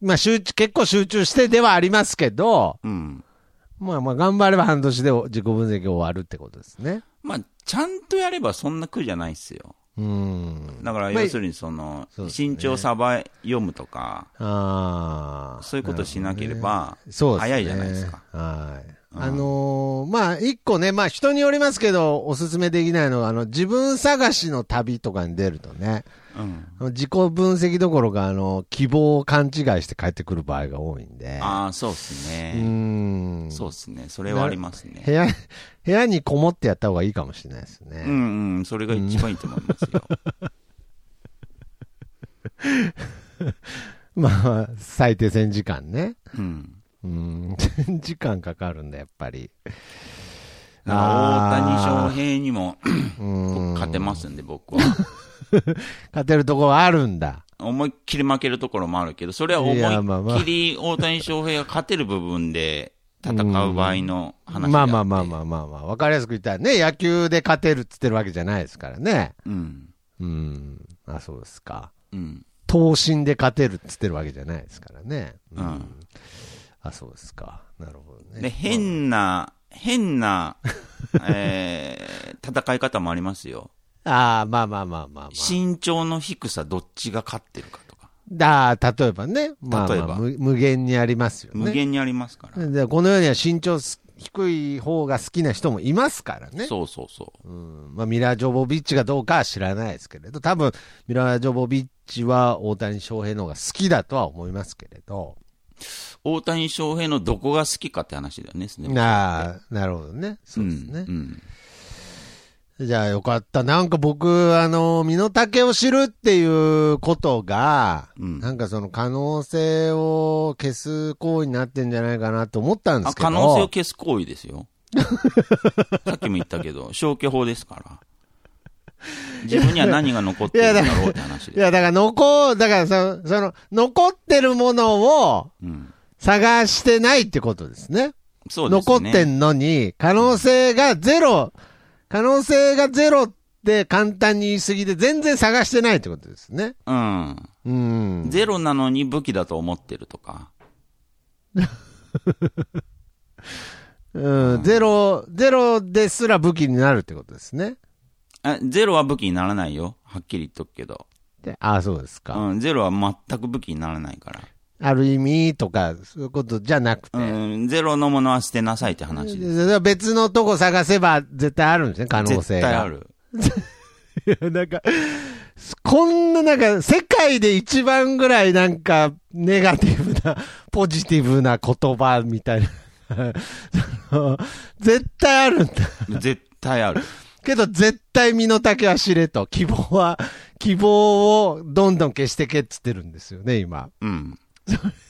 [SPEAKER 1] まあ、集中、結構集中してではありますけど、
[SPEAKER 2] うん。
[SPEAKER 1] まあまあ、頑張れば半年で自己分析終わるってことですね。
[SPEAKER 2] まあ、ちゃんとやればそんな苦じゃないっすよ。
[SPEAKER 1] うん。
[SPEAKER 2] だから、
[SPEAKER 1] まあ
[SPEAKER 2] 要するに、その
[SPEAKER 1] そう、ですね
[SPEAKER 2] 身長さば読むとか、
[SPEAKER 1] ああ。
[SPEAKER 2] そういうことしなければ、
[SPEAKER 1] そうですね。
[SPEAKER 2] 早いじゃないですか。
[SPEAKER 1] はい。
[SPEAKER 2] うん
[SPEAKER 1] あのーまあ、一個ね、まあ、人によりますけど、おすすめできないのが、あの、自分探しの旅とかに出るとね、
[SPEAKER 2] うん。
[SPEAKER 1] あの自己分析どころか、あの、希望を勘違いして帰ってくる場合が多いんで。
[SPEAKER 2] ああ、そうっす
[SPEAKER 1] う
[SPEAKER 2] ね。
[SPEAKER 1] ん。
[SPEAKER 2] そうっすね。それはありますね
[SPEAKER 1] 部。屋、 部屋にこもってやった方がいいかもしれないです
[SPEAKER 2] う
[SPEAKER 1] ね。
[SPEAKER 2] んうん、それが一番いいと思いますよ。
[SPEAKER 1] まあ、最低1000時間ね。
[SPEAKER 2] うん。
[SPEAKER 1] うん、1000時 間かかるんだ、やっぱり。
[SPEAKER 2] だから大谷翔
[SPEAKER 1] あー
[SPEAKER 2] 平にも
[SPEAKER 1] うん。
[SPEAKER 2] 勝てますんで、僕は。
[SPEAKER 1] 勝てるとこはあるんだ。
[SPEAKER 2] 思いっきり負けるところもあるけど、それは思
[SPEAKER 1] いやまあま
[SPEAKER 2] い
[SPEAKER 1] あ
[SPEAKER 2] っきり大谷翔平が勝てる部分で戦う場合の話で
[SPEAKER 1] ま
[SPEAKER 2] あ
[SPEAKER 1] あ
[SPEAKER 2] って
[SPEAKER 1] まあまあまあまあまあ、わかりやすく言ったらね、野球で勝てるっつってるわけじゃないですからね。
[SPEAKER 2] うん。
[SPEAKER 1] うん。あ、そうですか。
[SPEAKER 2] うん。
[SPEAKER 1] 投信で勝てるっつってるわけじゃないですからね。
[SPEAKER 2] うん。
[SPEAKER 1] あ、そうですか。なるほどね。
[SPEAKER 2] で、変な、変な、えー戦い方もありますよ。
[SPEAKER 1] ああ、まあまあまあまあまあ。
[SPEAKER 2] 身長の低さ、どっちが勝ってるかとか。
[SPEAKER 1] だ、例えばね。まあ
[SPEAKER 2] 例え
[SPEAKER 1] まあ、
[SPEAKER 2] ば
[SPEAKER 1] 無無限にありますよね。
[SPEAKER 2] 無限にありますから。
[SPEAKER 1] でこの世には身長す低い方が好きな人もいますからね。
[SPEAKER 2] そうそうそう。
[SPEAKER 1] うんまあ、ミラー・ジョボビッチがどうかは知らないですけれど、多分ミラー・ジョボビッチは大谷翔平の方が好きだとは思いますけれど、
[SPEAKER 2] 大谷翔平のどこが好きかって話だよね。でも
[SPEAKER 1] なあなるほどね、そうですね。
[SPEAKER 2] んん
[SPEAKER 1] じゃあよかった、なんか僕、あの身の丈を知るっていうことが、
[SPEAKER 2] うん
[SPEAKER 1] なんかその可能性を消す行為になってんじゃないかなと思ったんで
[SPEAKER 2] あ
[SPEAKER 1] すけど、
[SPEAKER 2] 可能性を消 す行為ですよ。さっきも言ったけど、消去法ですから。自分には何が残ってるんだろうって話
[SPEAKER 1] い
[SPEAKER 2] で。
[SPEAKER 1] や、だから残、だからその、その、残ってるものを
[SPEAKER 2] うん。
[SPEAKER 1] 探してないってことですね。
[SPEAKER 2] そうです
[SPEAKER 1] 残
[SPEAKER 2] ね。
[SPEAKER 1] ってんのに、可能性がゼロ、可能性がゼロって簡単に言い過ぎで、全然探してないってことですね。
[SPEAKER 2] うん。
[SPEAKER 1] うん。
[SPEAKER 2] ゼロなのに武器だと思ってるとか。
[SPEAKER 1] うん、ゼロ、ゼロですら武器になるってことですね。
[SPEAKER 2] あゼロは武器にならないよ。はっきり言っとくけど。
[SPEAKER 1] でああ、そうですか。
[SPEAKER 2] うん、ゼロは全く武器にならないから。
[SPEAKER 1] ある意味とか、そういうことじゃなくて。
[SPEAKER 2] うん、ゼロのものは捨てなさいって話です。
[SPEAKER 1] で別のとこ探せば絶対あるんですね、可能性が。
[SPEAKER 2] 絶対ある。
[SPEAKER 1] いや、 なんか、こんななんか、世界で一番ぐらいなんか、ネガティブな、 ポジティブな言葉みたいな。 その絶対あるんだ。
[SPEAKER 2] 絶対ある。
[SPEAKER 1] けど、絶対身の丈は知れと。希望は、 希望をどんどん消してけっつってるんですよね、今。
[SPEAKER 2] うん。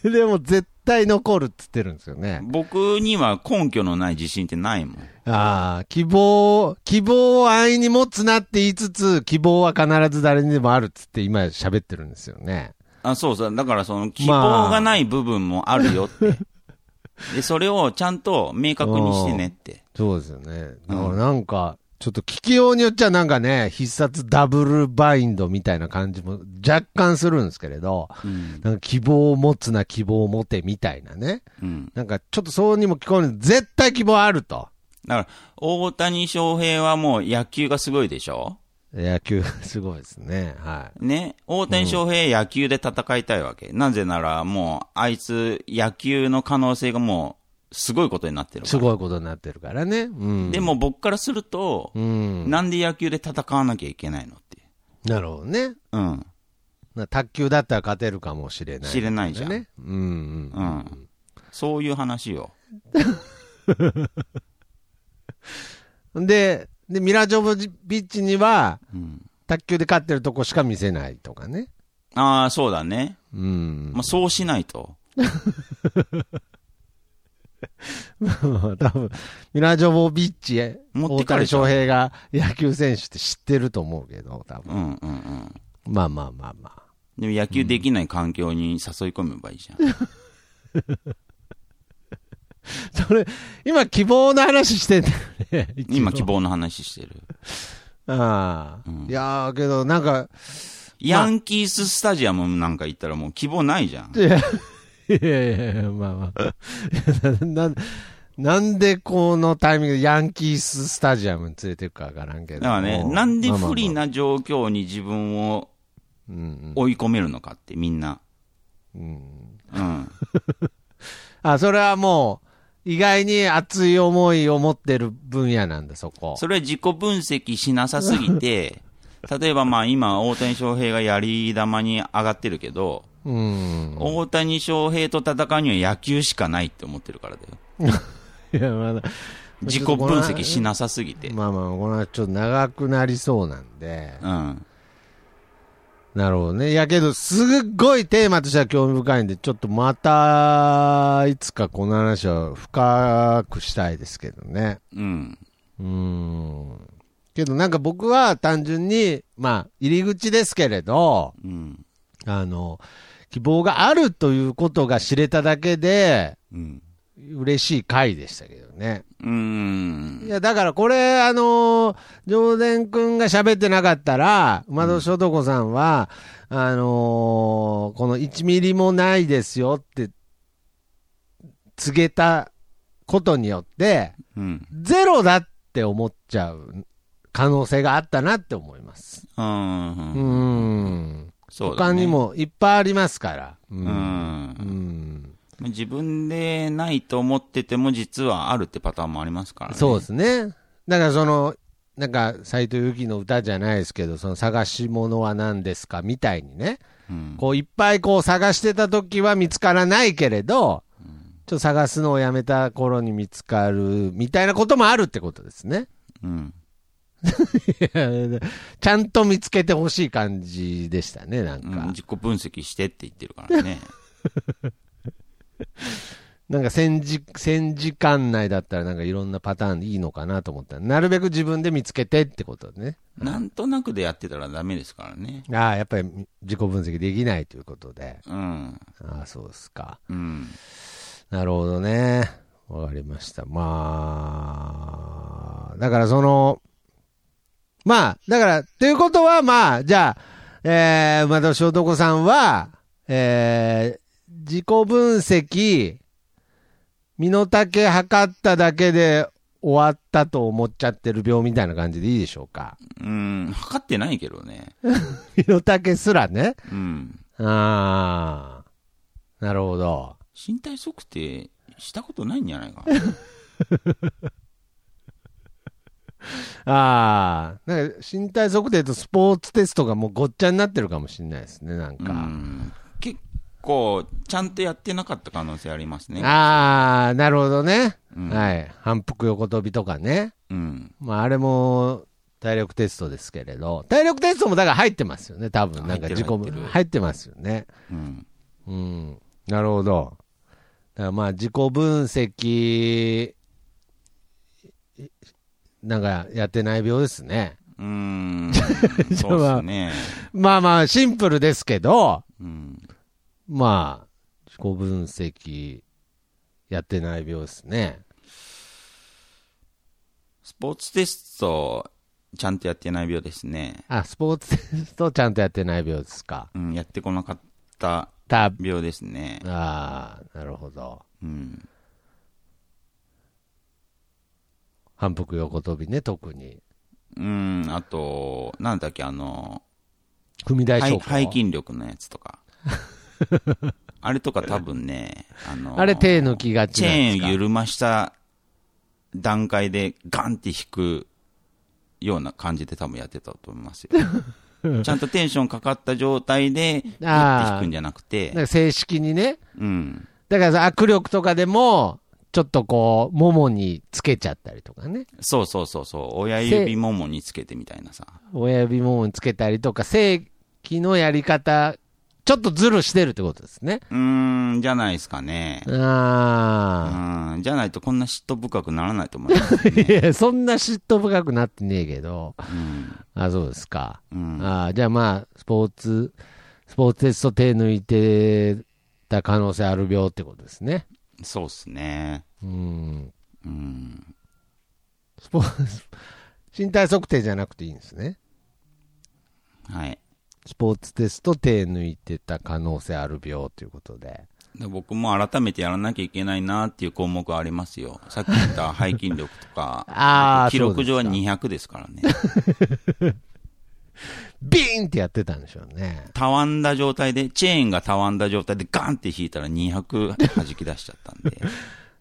[SPEAKER 1] でも、絶対残るっつってるんですよね。
[SPEAKER 2] 僕には根拠のない自信ってないもん。
[SPEAKER 1] ああ、希望を、希望を安易に持つなって言いつつ、希望は必ず誰にでもあるっつって今喋ってるんですよね。
[SPEAKER 2] あ、そうそう。だからその希望がない部分もあるよって。 で、それをちゃんと明確にしてねって。
[SPEAKER 1] そうですよね。だから
[SPEAKER 2] うん
[SPEAKER 1] なんか、ちょっと聞きようによっちゃなんかね、必殺ダブルバインドみたいな感じも若干するんですけれど、
[SPEAKER 2] うん。
[SPEAKER 1] なんか希望を持つな、希望を持てみたいなね。
[SPEAKER 2] うん。
[SPEAKER 1] なんかちょっとそうにも聞こえるんです絶対希望あると。
[SPEAKER 2] だから、大谷翔平はもう野球がすごいでしょ
[SPEAKER 1] 野球すごいですね。は
[SPEAKER 2] ね。大谷翔平野球で戦いたいわけ。なぜならもう、あいつ野球の可能性がもう、すごいことになっ
[SPEAKER 1] い。
[SPEAKER 2] てるから。
[SPEAKER 1] すごいことになってるからね。うん。
[SPEAKER 2] で、も僕からすると、
[SPEAKER 1] うん。な
[SPEAKER 2] なんで野球で戦わなきゃいけないのって。
[SPEAKER 1] るほどね。
[SPEAKER 2] うん。
[SPEAKER 1] な卓球だったら勝てるかもしれない、
[SPEAKER 2] 知れないじゃん
[SPEAKER 1] ね。うん、
[SPEAKER 2] う
[SPEAKER 1] うん。
[SPEAKER 2] ん。そういう話を。
[SPEAKER 1] で、で、ミラジョボビッチには、
[SPEAKER 2] うん。
[SPEAKER 1] 卓球で勝ってるとこしか見せないとかね。
[SPEAKER 2] ああ、そうだね。
[SPEAKER 1] うん。
[SPEAKER 2] まあ、そうしないと。
[SPEAKER 1] 多分、ミラジョボビッチ、
[SPEAKER 2] 持っ
[SPEAKER 1] 大
[SPEAKER 2] てか
[SPEAKER 1] 谷
[SPEAKER 2] れちゃう
[SPEAKER 1] 翔平が野球選手って知ってると思うけど、多
[SPEAKER 2] う
[SPEAKER 1] 分。
[SPEAKER 2] んうんうん。
[SPEAKER 1] まあまあまあまあ。
[SPEAKER 2] でも野球できない環境に誘い込めばいいじゃん。
[SPEAKER 1] それ、今希望の話してんだよね。一応
[SPEAKER 2] 今、希。望の話してる。
[SPEAKER 1] ああ、
[SPEAKER 2] うん
[SPEAKER 1] いやーけど、なんか、
[SPEAKER 2] ヤンキーススタジアムなんか行ったらもう希望ないじゃん。
[SPEAKER 1] いやいやいやいや、まあまあ。いやなななんでこのタイミングでヤンキーススタジアムに連れてくかわからんけ
[SPEAKER 2] だ
[SPEAKER 1] ど。
[SPEAKER 2] からね、なんで不利
[SPEAKER 1] な、
[SPEAKER 2] な状況に自分を
[SPEAKER 1] うん
[SPEAKER 2] 追い込めるのかって、みんな。
[SPEAKER 1] うんうん、
[SPEAKER 2] うん。
[SPEAKER 1] あ、それはもう、意外に熱い思いを持ってる分野なんだ、そこ。
[SPEAKER 2] それは自己分析しなさすぎて、 例えばまあ今、大谷翔平がやり玉に上がってるけど、
[SPEAKER 1] うん。
[SPEAKER 2] 大谷翔平と戦うには野球しかないって思ってるからだよ。
[SPEAKER 1] いや、まだ。
[SPEAKER 2] 自己分析しなさすぎて。
[SPEAKER 1] まあまあ、この話ちょっと長くなりそうなんで。
[SPEAKER 2] うん。
[SPEAKER 1] なるほどね。いやけど、すっごいテーマとしては興味深いんで、ちょっとまた、いつかこの話を深くしたいですけどね。
[SPEAKER 2] うん。
[SPEAKER 1] うーん。けどなんか僕は単純に、まあ、入り口ですけれど、
[SPEAKER 2] うん。
[SPEAKER 1] あの、希望があるということが知れただけで、
[SPEAKER 2] うん。
[SPEAKER 1] 嬉しい回でしたけどね。
[SPEAKER 2] うー
[SPEAKER 1] い
[SPEAKER 2] ん。
[SPEAKER 1] や、だからこれ、あのー、上田くんが喋ってなかったら、馬戸書子さんは、あのーこの1ミリもないですよって、告げたことによって、
[SPEAKER 2] うん。
[SPEAKER 1] ゼロだって思っちゃう可能性があったなって思います。
[SPEAKER 2] うん
[SPEAKER 1] うーん。
[SPEAKER 2] そうだ
[SPEAKER 1] 他
[SPEAKER 2] ね
[SPEAKER 1] に。もいっぱいありますから。う。
[SPEAKER 2] うん。
[SPEAKER 1] うんん。
[SPEAKER 2] 自分でないと思ってても実はあるってパターンもありますからね。
[SPEAKER 1] そうですね。だからその、なんか、斎藤由貴の歌じゃないですけど、その探し物は何ですかみたいにね、
[SPEAKER 2] うん。
[SPEAKER 1] こういっぱいこう探してた時は見つからないけれど、ちょっと探すのをやめた頃に見つかるみたいなこともあるってことですね。
[SPEAKER 2] うん。
[SPEAKER 1] いやちゃんと見つけてほしい感じでしたね、なん
[SPEAKER 2] うん
[SPEAKER 1] か。
[SPEAKER 2] 自己分析してって言ってるからね。
[SPEAKER 1] なんか1000時、1000時間内だったらなんかいろんなパターンでいいのかなと思ったらなるべく自分で見つけてってことだね。
[SPEAKER 2] なんとなくでやってたらダメですからね。
[SPEAKER 1] ああ、やっぱり自己分析できないということで。
[SPEAKER 2] うん。
[SPEAKER 1] ああ、そうですか。
[SPEAKER 2] うん。
[SPEAKER 1] なるほどね。わかりました。まあ、だからその、まあ、だから、ということは、まあ、じゃあ、えー、またし男さんは、えー、自己分析、身の丈測っただけで終わったと思っちゃってる病みたいな感じでいいでしょうか。
[SPEAKER 2] うん。測ってないけどね。
[SPEAKER 1] 身の丈すらね。
[SPEAKER 2] うん。
[SPEAKER 1] ああ、なるほど。
[SPEAKER 2] 身体測定したことないんじゃないか
[SPEAKER 1] ああ、なんか身体測定とスポーツテストがもうごっちゃになってるかもしれないですね、なんか。
[SPEAKER 2] な。うん。結構、ちゃんとやってなかった可能性ありますね。
[SPEAKER 1] ああ、なるほどね、
[SPEAKER 2] うん
[SPEAKER 1] はい。反復横跳びとかね。
[SPEAKER 2] うん。
[SPEAKER 1] まあ、あれも体力テストですけれど、体力テストもだから入ってますよね、多分。なんか自己
[SPEAKER 2] 入ってる入ってる
[SPEAKER 1] 入ってますよね。
[SPEAKER 2] うん。
[SPEAKER 1] うん。なるほど。だからまあ、自己分析、なんかやってない病ですね。
[SPEAKER 2] うん。
[SPEAKER 1] じゃあ
[SPEAKER 2] そうですね。
[SPEAKER 1] まあまあ、シンプルですけど、
[SPEAKER 2] うん。
[SPEAKER 1] まあ、自己分析やってない病ですね。
[SPEAKER 2] スポーツテスト、ちゃんとやってない病ですね。
[SPEAKER 1] あ、スポーツテストちゃんとやってない病ですか。
[SPEAKER 2] うん。やってこなかった
[SPEAKER 1] た、
[SPEAKER 2] 病ですね。
[SPEAKER 1] ああ、なるほど。
[SPEAKER 2] うん。
[SPEAKER 1] 反復横跳びね、特に。
[SPEAKER 2] うん。あと、なんだっけ、あの、
[SPEAKER 1] 踏み台
[SPEAKER 2] はい
[SPEAKER 1] 昇降。
[SPEAKER 2] 背筋力のやつ とか。あれとか多分ね、あの、
[SPEAKER 1] あれ手抜きがち
[SPEAKER 2] チ
[SPEAKER 1] なんで
[SPEAKER 2] ェ
[SPEAKER 1] す
[SPEAKER 2] ー
[SPEAKER 1] か
[SPEAKER 2] ンを緩ました段階でガンって引くような感じで多分やってたと思 いますよ。ちゃんとテンションかかった状態で、ガンって引くんじゃなく
[SPEAKER 1] な
[SPEAKER 2] て、
[SPEAKER 1] んか正式にね。
[SPEAKER 2] うん。
[SPEAKER 1] だからさ握力とかでも、ちょっとこう、ももにつけちゃったりとかね。
[SPEAKER 2] そうそうそうそう、親指ももにつけてみたいなさ。
[SPEAKER 1] 親指ももにつけたりとか、正規のやり方、ちょっとズルしてるってことですね。
[SPEAKER 2] うーん、じゃないですかね。う
[SPEAKER 1] ああ。
[SPEAKER 2] ん、じゃないとこんな嫉妬深くならないと思いま す。
[SPEAKER 1] いや、そんな嫉妬深くなってねえけど。
[SPEAKER 2] うん。
[SPEAKER 1] あ、そうですか。
[SPEAKER 2] うん。
[SPEAKER 1] あじゃあまあ、スポーツ、スポーツテスト手抜いてた可能性ある病ってことですね。
[SPEAKER 2] そうっすね。
[SPEAKER 1] うん。
[SPEAKER 2] うん。
[SPEAKER 1] スポーツ、身体測定じゃなくていいんですね。
[SPEAKER 2] はい。
[SPEAKER 1] スポーツテスト手抜いてた可能性ある病ということで。
[SPEAKER 2] で僕も改めてやらなきゃいけないなっていう項目はありますよ。さっき言った背筋力と
[SPEAKER 1] あ
[SPEAKER 2] か
[SPEAKER 1] ー、
[SPEAKER 2] 記録上は
[SPEAKER 1] そうで
[SPEAKER 2] 200ですからね。
[SPEAKER 1] ビーンってやってたんでしょうね。
[SPEAKER 2] たわんだ状態で、チェーンがたわんだ状態でガンって引いたら200弾き出しちゃったん で、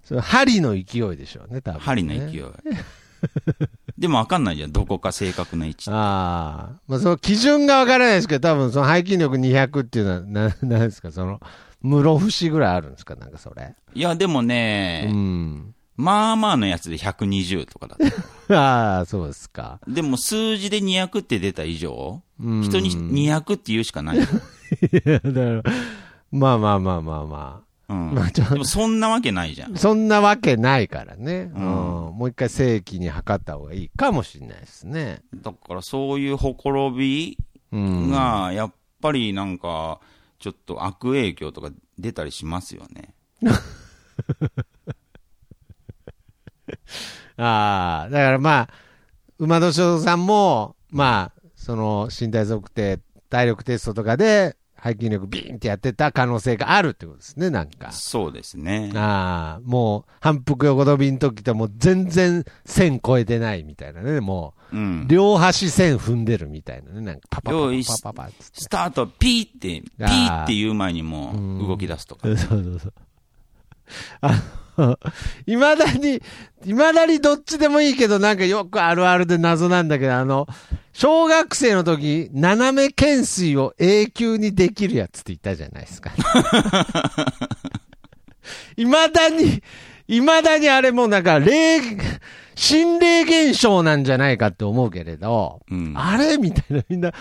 [SPEAKER 1] その針の勢いでしょうね、多分、ね。
[SPEAKER 2] 針の勢い。 でもわかんないじゃん、どこか正確な位置。
[SPEAKER 1] ああ、まあ、その基準がわからないですけど、多分その背筋力200っていうのは、な、なんですか、その、室伏ぐらいあるんですか、なんかそれ。
[SPEAKER 2] いや、でもね、
[SPEAKER 1] うん。
[SPEAKER 2] まあまあのやつで120とかだ った。
[SPEAKER 1] ああ、そうですか。
[SPEAKER 2] でも数字で200って出た以上、
[SPEAKER 1] うん
[SPEAKER 2] 人に200って言うしかない。
[SPEAKER 1] いや、だから、まあまあまあまあま
[SPEAKER 2] うん
[SPEAKER 1] あ。。 まあ、ちょ
[SPEAKER 2] でもそんなわけないじゃん。
[SPEAKER 1] そんなわけないからね。うんん。もう一回正規に測った方がいいかもしれないですね。
[SPEAKER 2] だからそういうほころび
[SPEAKER 1] うん。
[SPEAKER 2] が、やっぱりなんか、ちょっと悪影響とか出たりしますよね。
[SPEAKER 1] ああ、だからまあ、馬年男さんも、まあ、その身体測定、体力テストとかで、背筋力ビーンってやってた可能性があるってことですね、なんか。
[SPEAKER 2] そうですね。
[SPEAKER 1] ああ、もう反復横跳びの時ともう全然線超えてないみたいなね、も
[SPEAKER 2] う。
[SPEAKER 1] うん両端線踏んでるみたいなね、なんかパパパパ
[SPEAKER 2] よいし
[SPEAKER 1] パパパっつ
[SPEAKER 2] スタート、ピーって、ピ
[SPEAKER 1] あー
[SPEAKER 2] ーって言う前にもう動き出すとか。
[SPEAKER 1] って。そうそうそう。あの、いまだに、いまだにどっちでもいいけど、なんかよくあるあるで謎なんだけど、あの、小学生の時、斜め懸垂を永久にできるやつって言ったじゃないですか。いまだに、いまだにあれもうなんか、霊、心霊現象なんじゃないかって思うけれど、
[SPEAKER 2] うん。
[SPEAKER 1] あれみたいな、みんな、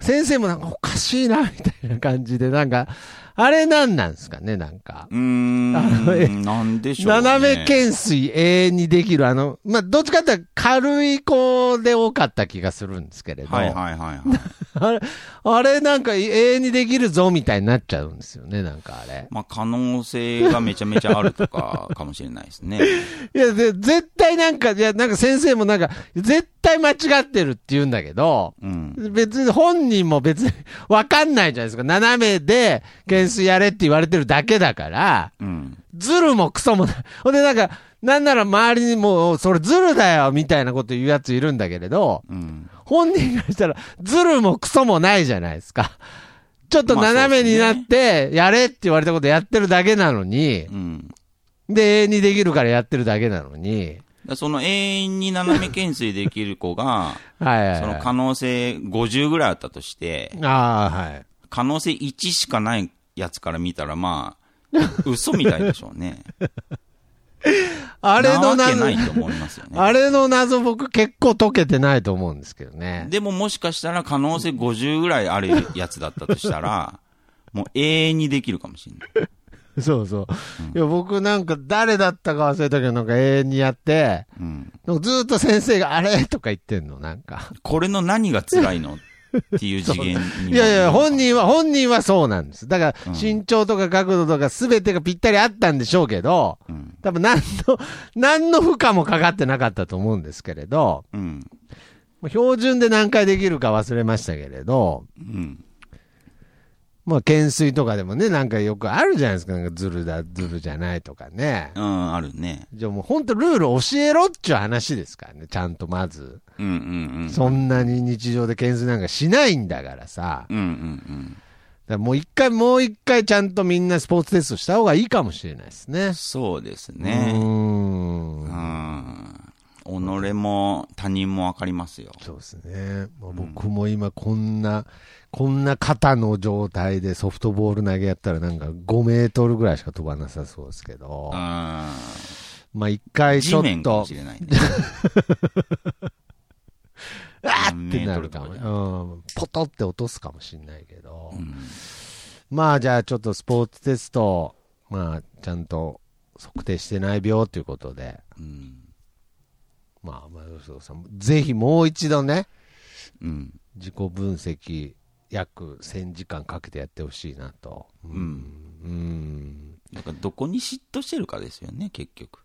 [SPEAKER 1] 先生もなんかおかしいな、みたいな感じで、なんか、あれなんなんですかね、なんか。
[SPEAKER 2] うーん
[SPEAKER 1] のえ。
[SPEAKER 2] なんでしょう、ね。
[SPEAKER 1] 斜め懸垂永遠にできる、あの、まあ、どっちかっていうと軽い子で多かった気がするんですけれど、
[SPEAKER 2] はいはいはいはい。
[SPEAKER 1] あれ、あれなんか永遠にできるぞみたいになっちゃうんですよね、なんかあれ。
[SPEAKER 2] まあ、可能性がめちゃめちゃあるとか、かもしれないですね。
[SPEAKER 1] いや、で、絶対なんか、いや、なんか先生もなんか、絶対間違ってるって言うんだけど、
[SPEAKER 2] うん。
[SPEAKER 1] 別に本人も別にわかんないじゃないですか。斜めで懸垂やれって言われてるだけだから、
[SPEAKER 2] うん。
[SPEAKER 1] ズルもクソもない。 ほんでなんか、なんなら周りにもう、それズルだよみたいなこと言うやついるんだけれど、
[SPEAKER 2] うん。
[SPEAKER 1] 本人がしたら、ズルもクソもないじゃないですか。 ちょっと斜めになって、やれって言われたことやってるだけなのに、
[SPEAKER 2] うん。
[SPEAKER 1] で、永遠にできるからやってるだけなのに、
[SPEAKER 2] だその永遠に斜め懸垂できる子が、
[SPEAKER 1] はいはい、はい。
[SPEAKER 2] その可能性50ぐらいあったとして、
[SPEAKER 1] ああ、はい。
[SPEAKER 2] 可能性1しかないやつから見たら、まあ、 嘘みたいでしょうね。
[SPEAKER 1] あれの
[SPEAKER 2] なわ
[SPEAKER 1] 謎、
[SPEAKER 2] けないと思いますよね。
[SPEAKER 1] あれの謎僕結構解けてないと思うんですけどね。
[SPEAKER 2] でももしかしたら可能性50ぐらいあるやつだったとし たら、もう永遠にできるかもしれない。
[SPEAKER 1] そうそう。いや、僕なんか誰だったか忘れたけど、なんか永遠にやって、
[SPEAKER 2] うん。
[SPEAKER 1] なんかずーっと先生があれとか言ってんの、なんか。
[SPEAKER 2] これの何が辛いのっていう次元に。
[SPEAKER 1] いやいや、本。人は、本人はそうなんです。だから、身長とか角度とか全てがぴったりあったんでしょうけど、
[SPEAKER 2] うん。
[SPEAKER 1] 多分何の、 何の負荷もかかってなかったと思うんですけれど、
[SPEAKER 2] うん。
[SPEAKER 1] まあ標準で何回できるか忘れましたけれど、
[SPEAKER 2] うん。
[SPEAKER 1] まあ、懸垂とかでもね、なんかよくあるじゃないですか。なんかずるだ、ずるじゃないとかね。
[SPEAKER 2] うん、あるね。
[SPEAKER 1] じゃあもう本当ルール教えろっちゅう話ですからね、ちゃんとまず。
[SPEAKER 2] うんうん
[SPEAKER 1] そんなに日常で懸垂なんかしないんだからさ。
[SPEAKER 2] うん。うんうん
[SPEAKER 1] だからもう一回、もう一回ちゃんとみんなスポーツテストした方がいいかもしれないですね
[SPEAKER 2] うん。。そうです
[SPEAKER 1] う
[SPEAKER 2] ね。
[SPEAKER 1] ー。
[SPEAKER 2] うんん。己も他人もわかりますよ。
[SPEAKER 1] そうですね。まあ、僕も今こんな、こんな肩の状態でソフトボール投げやったらなんか5メートルぐらいしか飛ばなさそうですけど
[SPEAKER 2] う。ん。
[SPEAKER 1] まあ一回ちょ
[SPEAKER 2] 地
[SPEAKER 1] っ
[SPEAKER 2] 面か
[SPEAKER 1] と
[SPEAKER 2] もし。れないね。
[SPEAKER 1] あ
[SPEAKER 2] 何
[SPEAKER 1] っ
[SPEAKER 2] メ
[SPEAKER 1] て
[SPEAKER 2] ー
[SPEAKER 1] な
[SPEAKER 2] ト
[SPEAKER 1] る
[SPEAKER 2] ル
[SPEAKER 1] か
[SPEAKER 2] と
[SPEAKER 1] も
[SPEAKER 2] か
[SPEAKER 1] ね、
[SPEAKER 2] じゃ
[SPEAKER 1] うん、ポトって落とすかもしれないけど、
[SPEAKER 2] うん
[SPEAKER 1] まあじゃあちょっとスポーツテスト、まあちゃんと測定してない病ということで、
[SPEAKER 2] うん。
[SPEAKER 1] まあ、まあ、吉田さん、ぜひもう一度ね、
[SPEAKER 2] うん。
[SPEAKER 1] 自己分析、約1000時間かけてやってほしいなと。うんうん
[SPEAKER 2] だからどこに嫉妬してるかですよね、結局。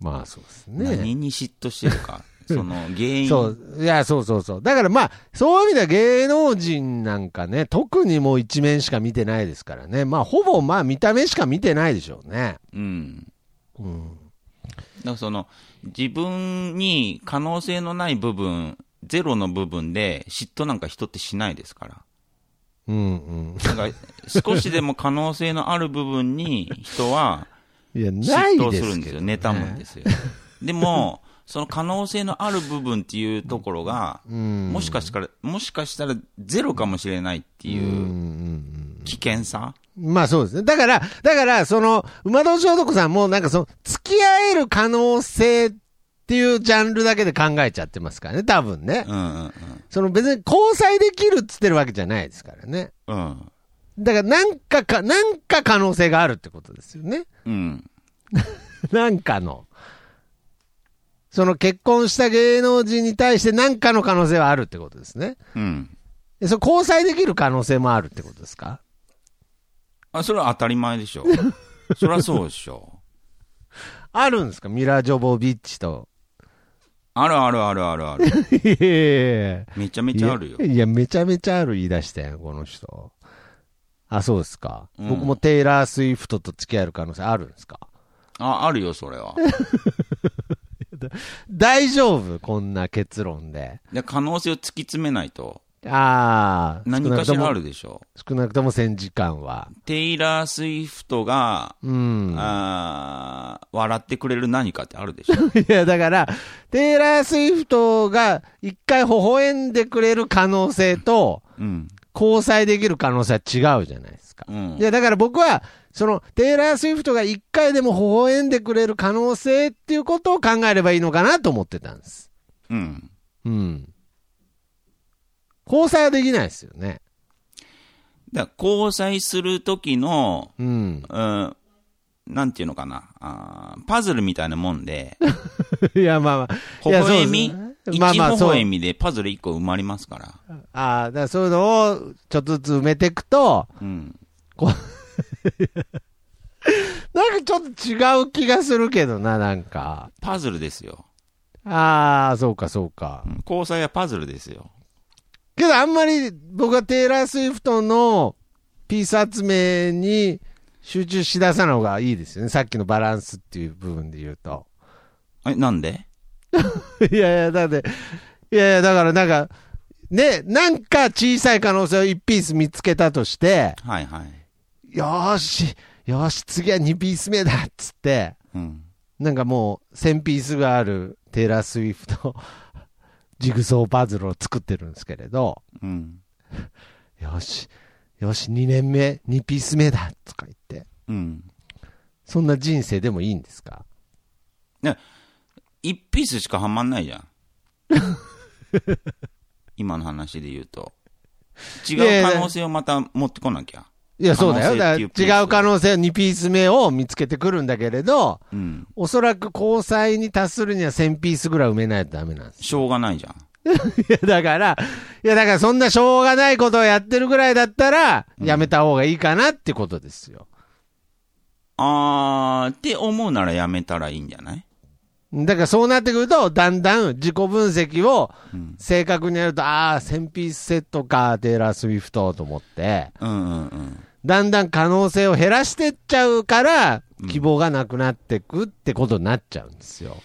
[SPEAKER 1] まあそうですね。
[SPEAKER 2] 何に嫉妬してる か。その原因。
[SPEAKER 1] そう、いや、そうそうそう。だからまあ、そういう意味では芸能人なんかね、特にもう一面しか見てないですからね。まあ、ほぼまあ、見た目しか見てないでしょうね。
[SPEAKER 2] うん。
[SPEAKER 1] うん。
[SPEAKER 2] だからその、自分に可能性のない部分、ゼロの部分で嫉妬なんか人ってしないですから。
[SPEAKER 1] うんうん。
[SPEAKER 2] だから少しでも可能性のある部分に人はい
[SPEAKER 1] や、ない
[SPEAKER 2] 嫉妬
[SPEAKER 1] ですす
[SPEAKER 2] るんで
[SPEAKER 1] け
[SPEAKER 2] す
[SPEAKER 1] ど、
[SPEAKER 2] よ。
[SPEAKER 1] ね。
[SPEAKER 2] 妬むん ですよ。でも、その可能性のある部分っていうところが、
[SPEAKER 1] うん。
[SPEAKER 2] もしかしたら、もしかしたらゼロかもしれないって
[SPEAKER 1] うんうんう
[SPEAKER 2] いうん危険さ。
[SPEAKER 1] まあそうですね。だから、だから、その、馬年男さんもなんかその、付き合える可能性っていうジャンルだけで考えちゃってますからね、多分ね。
[SPEAKER 2] うんうんうん。
[SPEAKER 1] その別に交際できるっつってるわけじゃないですからね。
[SPEAKER 2] うん。
[SPEAKER 1] だから、なんかか、なんか可能性があるってことですよね。
[SPEAKER 2] うん。
[SPEAKER 1] なんかの。その結婚した芸能人に対して何かの可能性はあるってことですね。
[SPEAKER 2] うん。
[SPEAKER 1] でその交際できる可能性もあるってことですか
[SPEAKER 2] あ、それは当たり前 でしょ。そりゃそうでしょ。
[SPEAKER 1] あるんですかミラ・ジョボビッチと。
[SPEAKER 2] あるあるあるあるある。
[SPEAKER 1] いやいやいや
[SPEAKER 2] めちゃめちゃあるよ
[SPEAKER 1] い。やいや、めちゃめちゃある言い出したよ、この人。あ、そうですか。
[SPEAKER 2] うん
[SPEAKER 1] 僕もテイラー・スウィフトと付き合える可能性あるんですか
[SPEAKER 2] あ、あるよ、それは。
[SPEAKER 1] 大丈夫こんな結論で。
[SPEAKER 2] で可能性を突き詰めないと、
[SPEAKER 1] ああ、
[SPEAKER 2] 何か
[SPEAKER 1] 少なく
[SPEAKER 2] し
[SPEAKER 1] と
[SPEAKER 2] ら
[SPEAKER 1] も
[SPEAKER 2] あるでしょ
[SPEAKER 1] 少なくとも1000時間は。
[SPEAKER 2] う。テイラー・スウィフトが、
[SPEAKER 1] うん。
[SPEAKER 2] あー笑ってくれる何かってあるでしょ。
[SPEAKER 1] いや、だから、テイラー・スウィフトが一回微笑んでくれる可能性と、
[SPEAKER 2] うん。
[SPEAKER 1] 交際できる可能性は違うじゃないですか。
[SPEAKER 2] うん
[SPEAKER 1] い。や、だから僕は、その、テイラー・スウィフトが一回でも微笑んでくれる可能性っていうことを考えればいいのかなと思ってたんです。
[SPEAKER 2] うん。
[SPEAKER 1] うん。交際はできないですよね。
[SPEAKER 2] だから交際する時の、
[SPEAKER 1] うん。
[SPEAKER 2] うん、なんていうのかなあー、パズルみたいなもんで、
[SPEAKER 1] いや、まあまあ。
[SPEAKER 2] 微
[SPEAKER 1] いや
[SPEAKER 2] 笑み、
[SPEAKER 1] そうです
[SPEAKER 2] 一
[SPEAKER 1] まあまあ、
[SPEAKER 2] 微
[SPEAKER 1] そう。
[SPEAKER 2] 笑みでパズル一個埋まりますから。
[SPEAKER 1] ああ、だからそういうのをちょっとずつ埋めていくと、
[SPEAKER 2] うん。
[SPEAKER 1] なんかちょっと違う気がするけどな、なんか。
[SPEAKER 2] パズルですよ。
[SPEAKER 1] ああ、そうか、そうか
[SPEAKER 2] う。ん交際はパズルですよ。
[SPEAKER 1] けどあんまり僕はテイラー・スウィフトのピース集めに集中しださない方がいいですよね。さっきのバランスっていう部分で言うと。
[SPEAKER 2] え、なんで
[SPEAKER 1] いやいや、だって、いやいや、だからなんか、ね、なんか小さい可能性を1ピース見つけたとして、
[SPEAKER 2] はいはい。
[SPEAKER 1] よーし、よーし、次は2ピース目だっつって、
[SPEAKER 2] うん。
[SPEAKER 1] なんかもう1000ピースがあるテイラー・スウィフト、 ジグソーパズルを作ってるんですけれど、
[SPEAKER 2] うん。
[SPEAKER 1] よし、よし、2年目、2ピース目だとか言って、
[SPEAKER 2] うん。
[SPEAKER 1] そんな人生でもいいんですか
[SPEAKER 2] 一ピースしかはまんない じゃん。今の話で言うと。違
[SPEAKER 1] いやいうや
[SPEAKER 2] 可能性をまた持ってこなきゃ。
[SPEAKER 1] いや、そうだよ。
[SPEAKER 2] 可能性
[SPEAKER 1] だ
[SPEAKER 2] っていう
[SPEAKER 1] か
[SPEAKER 2] ピー
[SPEAKER 1] ら
[SPEAKER 2] ス
[SPEAKER 1] 違う可能性、2ピース目を見つけてくるんだけれど、
[SPEAKER 2] うん。
[SPEAKER 1] おそらく交際に達するには1000ピースぐらい埋めないとダメなんです。
[SPEAKER 2] しょうがないじゃん。
[SPEAKER 1] いや、だから、いや、だからそんなしょうがないことをやってるぐらいだったら、やめた方がいいかなってことですよ。
[SPEAKER 2] あーって思うならやめたらいいんじゃない
[SPEAKER 1] だからそうなってくると、だんだん自己分析を
[SPEAKER 2] うん
[SPEAKER 1] 正確にやると、ああ、1000ピースセットか、テイラー・スウィフトと思って、
[SPEAKER 2] うんうんうん。
[SPEAKER 1] だんだん可能性を減らしてっちゃうから、希望がなくなってくってことになっちゃうんですよ。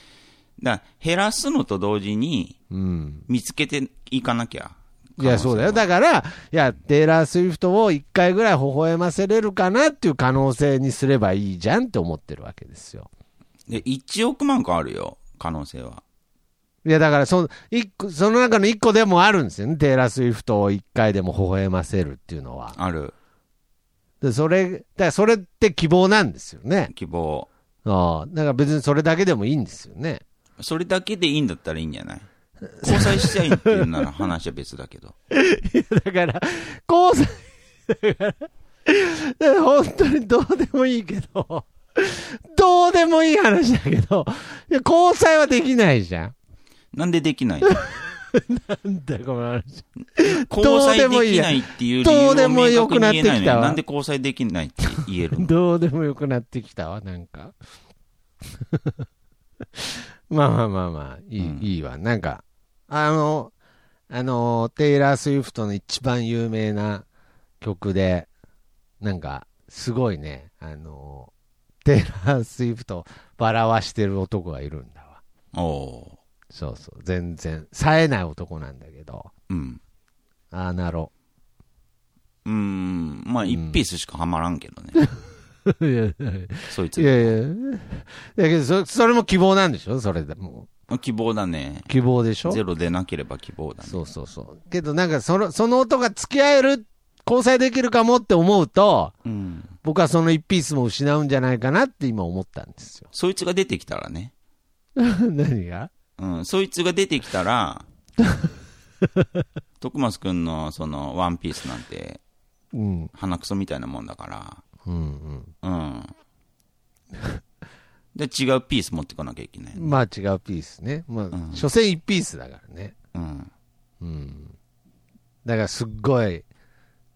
[SPEAKER 2] だから減らすのと同時に
[SPEAKER 1] うん。
[SPEAKER 2] 見つけていかなきゃ。
[SPEAKER 1] いや、そうだよ。だから、いや、テイラー・スウィフトを一回ぐらい微笑ませれるかなっていう可能性にすればいいじゃんって思ってるわけですよ。
[SPEAKER 2] で、1億万個あるよ、可能性は。
[SPEAKER 1] いや、だからその、一個、その中の一個でもあるんですよね。テイラー・スウィフトを一回でも微笑ませるっていうのは。
[SPEAKER 2] ある。
[SPEAKER 1] で、それ、だからそれって希望なんですよね。
[SPEAKER 2] 希望。
[SPEAKER 1] ああ、だから別にそれだけでもいいんですよね。
[SPEAKER 2] それだけでいいんだったらいいんじゃない交際しちゃいっていうなら話は別だけど。
[SPEAKER 1] だから、交際、だから、本当にどうでもいいけど、どうでもいい話だけど、いや交際はできないじゃん。
[SPEAKER 2] なんでできないの
[SPEAKER 1] なんだよこの話。
[SPEAKER 2] 交際
[SPEAKER 1] どうでも
[SPEAKER 2] で
[SPEAKER 1] いい
[SPEAKER 2] き
[SPEAKER 1] や
[SPEAKER 2] ないっていう理由を
[SPEAKER 1] どうでも
[SPEAKER 2] 明
[SPEAKER 1] よく
[SPEAKER 2] 確
[SPEAKER 1] なって
[SPEAKER 2] に言
[SPEAKER 1] きたわ
[SPEAKER 2] えないのよ。なんで交際できないって言える の
[SPEAKER 1] どうでもよくなってきたわ、なんか。 まあまあまあまあ、いい,、
[SPEAKER 2] うん
[SPEAKER 1] いいわ。なんか、あの、あの、テイラー・スウィフトの一番有名な曲で、なんか、すごいね、あの、テイラー・スウィフトを笑わしてる男がいるんだわ。
[SPEAKER 2] お
[SPEAKER 1] そうそう、全然、冴えない男なんだけど、
[SPEAKER 2] ーうん。
[SPEAKER 1] ああなろ。
[SPEAKER 2] うーん。まあ、一ピースしかはまらんけどね。
[SPEAKER 1] いやい
[SPEAKER 2] そいつ。
[SPEAKER 1] やいや、だけどそ、それも希望なんでしょそれでも。
[SPEAKER 2] 希望だね。
[SPEAKER 1] 希望でしょ
[SPEAKER 2] ゼロでなければ希望だね。
[SPEAKER 1] そうそうそう。けどなんかその、その音が付き合える、交際できるかもって思うと、
[SPEAKER 2] うん。。
[SPEAKER 1] 僕はその一ピースも失うんじゃないかなって今思ったんですよ
[SPEAKER 2] そいつが出てきたらね。
[SPEAKER 1] 何が
[SPEAKER 2] うん。そいつが出てき たら、徳松くんのそのワンピースなんて
[SPEAKER 1] うん。
[SPEAKER 2] 鼻くそみたいなもんだか
[SPEAKER 1] うんうん。
[SPEAKER 2] ら、うん。で、違うピース持ってこなきゃいけない。
[SPEAKER 1] まあ違うピースね。まあ、
[SPEAKER 2] ん
[SPEAKER 1] 所詮一ピースだからね。
[SPEAKER 2] うん。
[SPEAKER 1] うん。だからすっごい、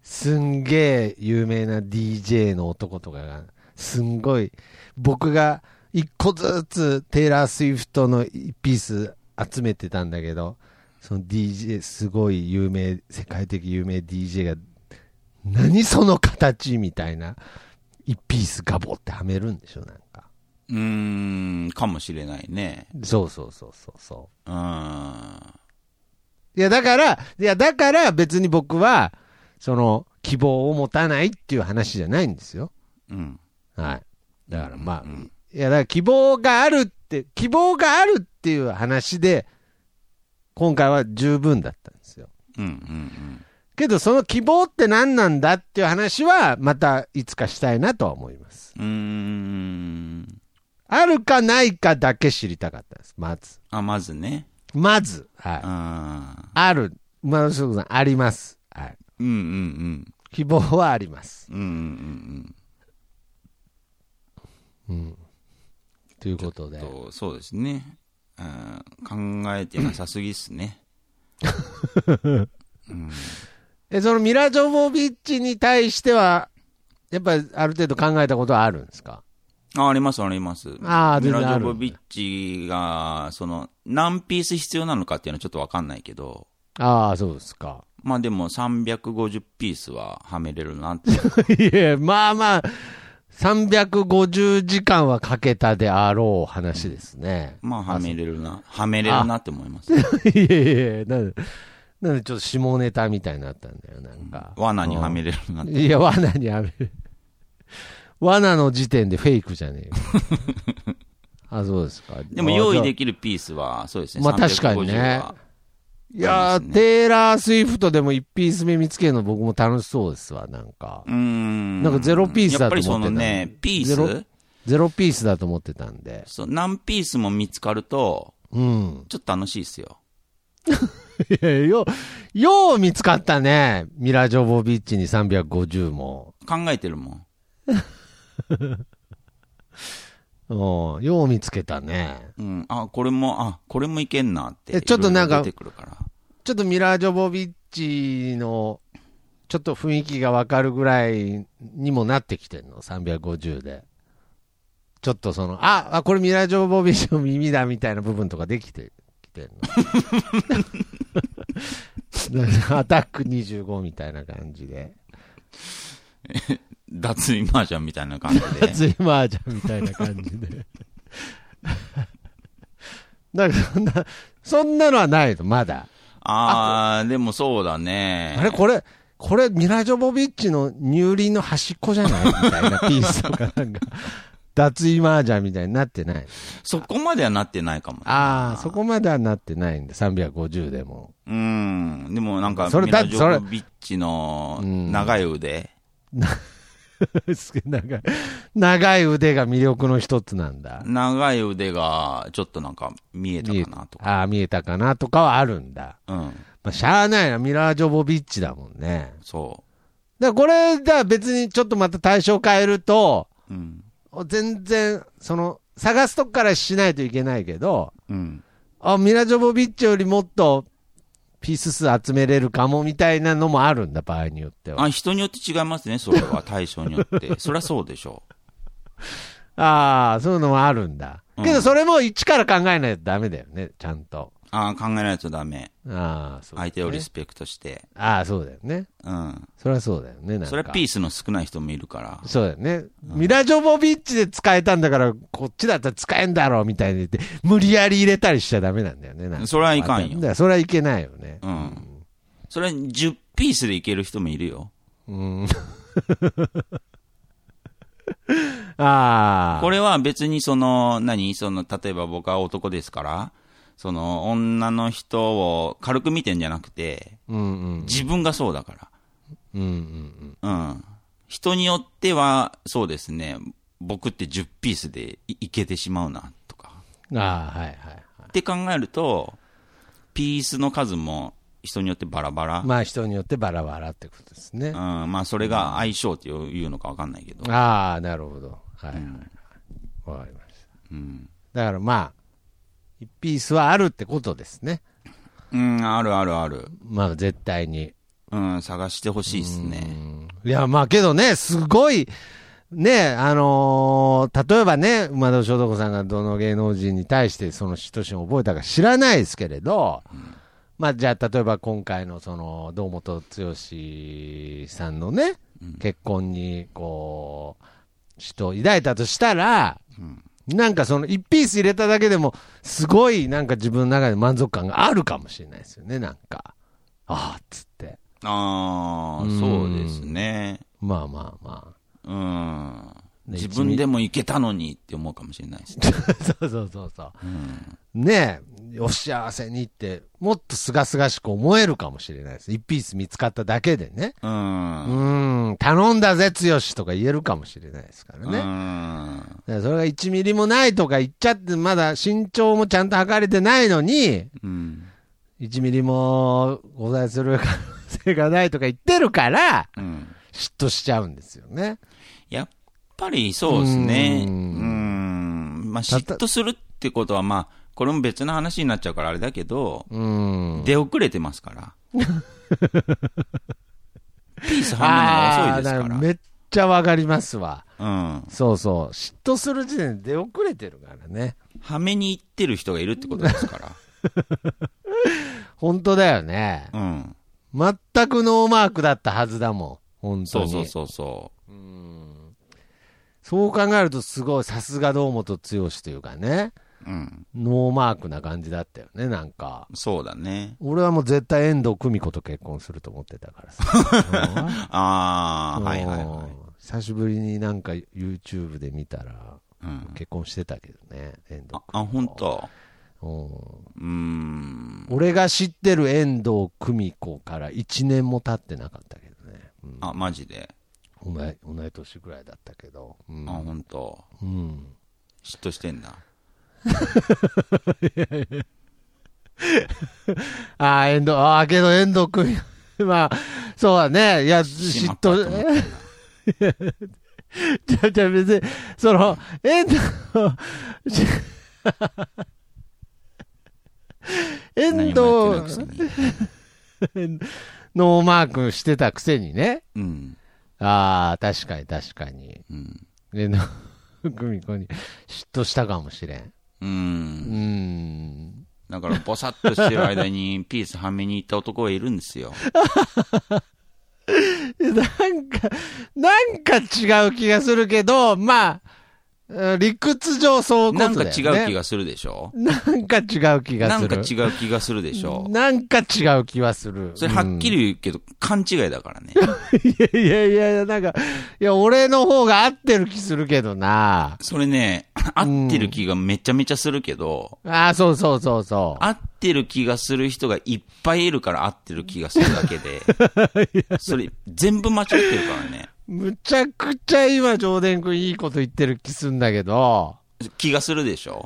[SPEAKER 1] すんげえ有名な DJ の男とかが、すんごい、僕が一個ずつテイラー・スウィフトの一ピース集めてたんだけど、その DJ、すごい有名、世界的有名 DJ が、何その形みたいな、一ピースガボってはめるんでしょ、なんか。
[SPEAKER 2] うーん、かもしれないね。
[SPEAKER 1] そうそうそうそうそう。
[SPEAKER 2] うん。
[SPEAKER 1] いや、だから、いや、だから別に僕は、その、希望を持たないっていう話じゃないんですよ。
[SPEAKER 2] うん。
[SPEAKER 1] はい。だからまあ、
[SPEAKER 2] うん
[SPEAKER 1] いや、だから希望があるって、希望があるっていう話で、今回は十分だったんですよ。
[SPEAKER 2] うん、うん、うん。
[SPEAKER 1] けど、その希望って何なんだっていう話は、またいつかしたいなとは思います。
[SPEAKER 2] うーん。
[SPEAKER 1] あるかないかだけ知りたかったです。まず。
[SPEAKER 2] あ、まずね。
[SPEAKER 1] まず、はい。
[SPEAKER 2] あ
[SPEAKER 1] ある。馬の食さん、あります。はい。
[SPEAKER 2] うんうん
[SPEAKER 1] 希望はあります。
[SPEAKER 2] うん。うんうんうん
[SPEAKER 1] ということで
[SPEAKER 2] うん。。と、そうですね。うん、考えてなさすぎっすね。
[SPEAKER 1] え、そのミラ・ジョボビッチに対しては、やっぱりある程度考えたことはあるんですか
[SPEAKER 2] あ、あります、あります。
[SPEAKER 1] あー
[SPEAKER 2] ミ
[SPEAKER 1] 全然ある
[SPEAKER 2] ラ・ジョボビッチが、その、何ピース必要なのかっていうのはちょっとわかんないけど、
[SPEAKER 1] ああ、そうですか。
[SPEAKER 2] まあでも350ピースははめれる なって。
[SPEAKER 1] いや、まあまあ、350時間はかけたであろう話ですね。
[SPEAKER 2] まあはめれるな。はめれるなって思います。
[SPEAKER 1] いやいやいや、なんで、なんでちょっと下ネタみたいになったんだよ、なんか。
[SPEAKER 2] 罠にはめれるなって。
[SPEAKER 1] いや、罠にはめる。罠の時点でフェイクじゃねえよ。 あ、そうですか。
[SPEAKER 2] でも用意できるピースは、そうですね。
[SPEAKER 1] まあ確かにね
[SPEAKER 2] 350は。
[SPEAKER 1] いやー、テイラー・スウィフトでも1ピース目見つけるの僕も楽しそうですわ、なんか
[SPEAKER 2] う。ーん。
[SPEAKER 1] なんかゼロピース
[SPEAKER 2] や
[SPEAKER 1] だ
[SPEAKER 2] っ
[SPEAKER 1] と
[SPEAKER 2] ぱ
[SPEAKER 1] 思
[SPEAKER 2] り
[SPEAKER 1] ってた
[SPEAKER 2] そのね、ピー
[SPEAKER 1] ゼロ
[SPEAKER 2] ス
[SPEAKER 1] ゼロピースだと思ってたんで。
[SPEAKER 2] そう何ピースも見つかると、
[SPEAKER 1] うん。
[SPEAKER 2] ちょっと楽しいですよ。
[SPEAKER 1] いやよ、よう見つかったね。ミラ・ジョボビッチに350も。
[SPEAKER 2] 考えてるもん。
[SPEAKER 1] うん、よう見つけたね。
[SPEAKER 2] うん。あ、これも、あ、これもいけんなって。
[SPEAKER 1] えちょっとなんか
[SPEAKER 2] いろいろ出てくるから。
[SPEAKER 1] ちょっとミラー・ジョボビッチの、ちょっと雰囲気がわかるぐらいにもなってきてんの、350で。ちょっとその、あ、あこれミラー・ジョボビッチの耳だみたいな部分とかできてきてん の。アタック25みたいな感じで。
[SPEAKER 2] 脱衣マージャンみたいな感じで。
[SPEAKER 1] 熱いマージャンみたいな感じで。 なんかそんな、そんなのはないの、まだ。
[SPEAKER 2] あー、でもそうだね。
[SPEAKER 1] あれこれ、これ、ミラ・ジョボビッチの乳輪の端っこじゃないみ たいなピースとか、なんか、脱衣マージャンみたいになってない。
[SPEAKER 2] そこまではなってないかも。
[SPEAKER 1] ああ、そこまではなってないんで、350で も。
[SPEAKER 2] うん。でもなんか、
[SPEAKER 1] それ
[SPEAKER 2] ミラ・
[SPEAKER 1] だ
[SPEAKER 2] ジ
[SPEAKER 1] それ
[SPEAKER 2] ョブビッチの長い腕。
[SPEAKER 1] 長い長い腕が魅力の一つなんだ。
[SPEAKER 2] 長い腕が、ちょっとなんか見えたかなとか。
[SPEAKER 1] ああ、見えたかなとかはあるんだ。
[SPEAKER 2] うん。
[SPEAKER 1] まあ、しゃあないな、ミラ・ジョボビッチだもんね。
[SPEAKER 2] そ
[SPEAKER 1] だからこれ、だ別にちょっとまた対象変えると、
[SPEAKER 2] う。うん。
[SPEAKER 1] 全然、その、探すとこからしないといけないけど、
[SPEAKER 2] うん。
[SPEAKER 1] あ、ミラ・ジョボビッチよりもっとピース数集めれるかもみたいなのもあるんだ、場合によっては。
[SPEAKER 2] あ、人によって違いますね、それ は。対象によって。そりゃそうでしょ
[SPEAKER 1] ああ、そういうのもあるんだ。
[SPEAKER 2] うん
[SPEAKER 1] けど、それも一から考えないとダメだよね、ちゃんと。
[SPEAKER 2] う。あ考えないとダメ。
[SPEAKER 1] ああ、そうだね
[SPEAKER 2] 相手をリスペクトして。
[SPEAKER 1] ああ、そうだよね。
[SPEAKER 2] うん。
[SPEAKER 1] それはそうだよね、なんか。
[SPEAKER 2] それはピースの少ない人もいるから。
[SPEAKER 1] そうだよね。ミラ・ジョボビッチで使えたんだから、こっちだったら使えんだろうみたいに言って、無理やり入れたりしちゃダメなんだよね。なんか
[SPEAKER 2] それはいかんよ
[SPEAKER 1] だからそれはいけないよね。
[SPEAKER 2] うん。それ10ピースでいける人もいるよ。
[SPEAKER 1] うん。 ああ。
[SPEAKER 2] これは別にその、何その、例えば僕は男ですから、その、女の人を軽く見てんじゃなくて、
[SPEAKER 1] うんうん。
[SPEAKER 2] 自分がそうだか
[SPEAKER 1] うんうんうん。
[SPEAKER 2] ら。うん。人によっては、そうですね、僕って10ピースでいいけてしまうな、とか。
[SPEAKER 1] ああ、はいはいは
[SPEAKER 2] って考えると、ピースの数も人によってバラバラ。
[SPEAKER 1] い。まあ人によってバラバラってことですね。
[SPEAKER 2] うん、まあそれが相性っていういうのかわかんないけど。
[SPEAKER 1] ああ、なるほど。はいはいはい。わ、かりました。
[SPEAKER 2] うん。
[SPEAKER 1] だからまあ、一ピースはあるってことですね。
[SPEAKER 2] うん、あるあるある。
[SPEAKER 1] まあ絶対に。
[SPEAKER 2] うん、探してほしいですね。
[SPEAKER 1] いや、まあけどね、すごい、ね、あのー例えばね、馬戸正子さんがどの芸能人に対してその嫉妬心を覚えたか知らないですけれど、まあじゃあ例えば今回のその、堂本剛さんのね、結婚にこう、嫉妬を抱いたとしたら、なんかその1ピース入れただけでも、すごいなんか自分の中で満足感があるかもしれないですよね、なんか。ああ、つって。
[SPEAKER 2] あ
[SPEAKER 1] う
[SPEAKER 2] あ、
[SPEAKER 1] ん
[SPEAKER 2] そうですね。
[SPEAKER 1] まあまあまあ。
[SPEAKER 2] うん。
[SPEAKER 1] ね
[SPEAKER 2] 自分でもいけたのにって思うかもしれない ですね。
[SPEAKER 1] そうそうそうそう。ねえ、お幸せにって、もっと清々しく思えるかもしれないです。一ピース見つかっただけでね。
[SPEAKER 2] う。
[SPEAKER 1] うんん、頼んだぜ、剛とか言えるかもしれないですから
[SPEAKER 2] う
[SPEAKER 1] ね。
[SPEAKER 2] ん。
[SPEAKER 1] だからそれが1ミリもないとか言っちゃって、まだ身長もちゃんと測れてないのに、
[SPEAKER 2] うん。
[SPEAKER 1] 1ミリもございする可能性がないとか言ってるから、
[SPEAKER 2] うん。
[SPEAKER 1] 嫉妬しちゃうんですよね。
[SPEAKER 2] やっぱりそうですね。
[SPEAKER 1] う
[SPEAKER 2] うんん。まあ、
[SPEAKER 1] た
[SPEAKER 2] 嫉
[SPEAKER 1] た
[SPEAKER 2] 妬するってことは、まあ、これも別の話になっちゃうからあれだけど、
[SPEAKER 1] うん。
[SPEAKER 2] 出遅れてます から。ピース反応が遅いで
[SPEAKER 1] あーだ
[SPEAKER 2] すからら。
[SPEAKER 1] めっちゃわかりますわ。
[SPEAKER 2] うん。
[SPEAKER 1] そうそう。嫉妬する時点で出遅れてるからね。
[SPEAKER 2] はめに行ってる人がいるってことですから。
[SPEAKER 1] 本当だよね。
[SPEAKER 2] うん。
[SPEAKER 1] 全くノーマークだったはずだもん。本当
[SPEAKER 2] そ
[SPEAKER 1] に。
[SPEAKER 2] うそうそうそう。
[SPEAKER 1] そう考えるとすごい、さすが堂本剛というかね、
[SPEAKER 2] うん。
[SPEAKER 1] ノーマークな感じだったよね、なんか。
[SPEAKER 2] そうだね。
[SPEAKER 1] 俺はもう絶対遠藤久美子と結婚すると思ってたからさ。
[SPEAKER 2] あ
[SPEAKER 1] う
[SPEAKER 2] あ、
[SPEAKER 1] ん
[SPEAKER 2] はいはいはい。
[SPEAKER 1] 久しぶりになんか YouTube で見たら、
[SPEAKER 2] うん、
[SPEAKER 1] 結婚してたけどね、遠藤
[SPEAKER 2] あ、あ本当。
[SPEAKER 1] 久美子。うん
[SPEAKER 2] うーん。
[SPEAKER 1] 俺が知ってる遠藤久美子から1年も経ってなかったけどね。うん
[SPEAKER 2] あ、マジで。
[SPEAKER 1] 同い同い年ぐらいだったけど。う
[SPEAKER 2] あ、
[SPEAKER 1] ん
[SPEAKER 2] 本当。
[SPEAKER 1] うん
[SPEAKER 2] 嫉妬してんだ。
[SPEAKER 1] ああ、遠藤、ああ、けど遠藤君、 まあ、そうだね。いや、嫉
[SPEAKER 2] しまったと思
[SPEAKER 1] 妬、
[SPEAKER 2] っ
[SPEAKER 1] じゃじゃ別に、その、遠藤、 し遠藤
[SPEAKER 2] た何もやってないくせに。
[SPEAKER 1] ノーマークしてたくせにね。
[SPEAKER 2] うん。
[SPEAKER 1] ああ、確かに確かに。
[SPEAKER 2] うん。
[SPEAKER 1] 遠藤久美子に嫉妬したかもしれん。
[SPEAKER 2] う。
[SPEAKER 1] うんーん。
[SPEAKER 2] だから、ぼさっとしてる間に、ピースはめに行った男がいるんで すよ。
[SPEAKER 1] なんか、なんか違う気がするけど、まあうん、理屈上そういうこ
[SPEAKER 2] な
[SPEAKER 1] と
[SPEAKER 2] ん
[SPEAKER 1] だ
[SPEAKER 2] か
[SPEAKER 1] よね。
[SPEAKER 2] 違う気がするでしょ
[SPEAKER 1] なんか違う気が
[SPEAKER 2] な
[SPEAKER 1] す
[SPEAKER 2] ん
[SPEAKER 1] る。
[SPEAKER 2] か違う気がするでしょ
[SPEAKER 1] なんか違う気はする。
[SPEAKER 2] それはっきり言うけど、勘違いだからね。
[SPEAKER 1] うん。いや いやいやいや、なんか、いや、俺の方が合ってる気するけどな。
[SPEAKER 2] それね、合ってる気がめちゃめちゃするけど、
[SPEAKER 1] ああ、そうそうそうそう。
[SPEAKER 2] 合ってる気がする人がいっぱいいるから合ってる気がするだけ で、それ全部間違ってるからね。
[SPEAKER 1] むちゃくちゃ今、上田君いいこと言ってる気すんだけど。
[SPEAKER 2] 気がするでしょ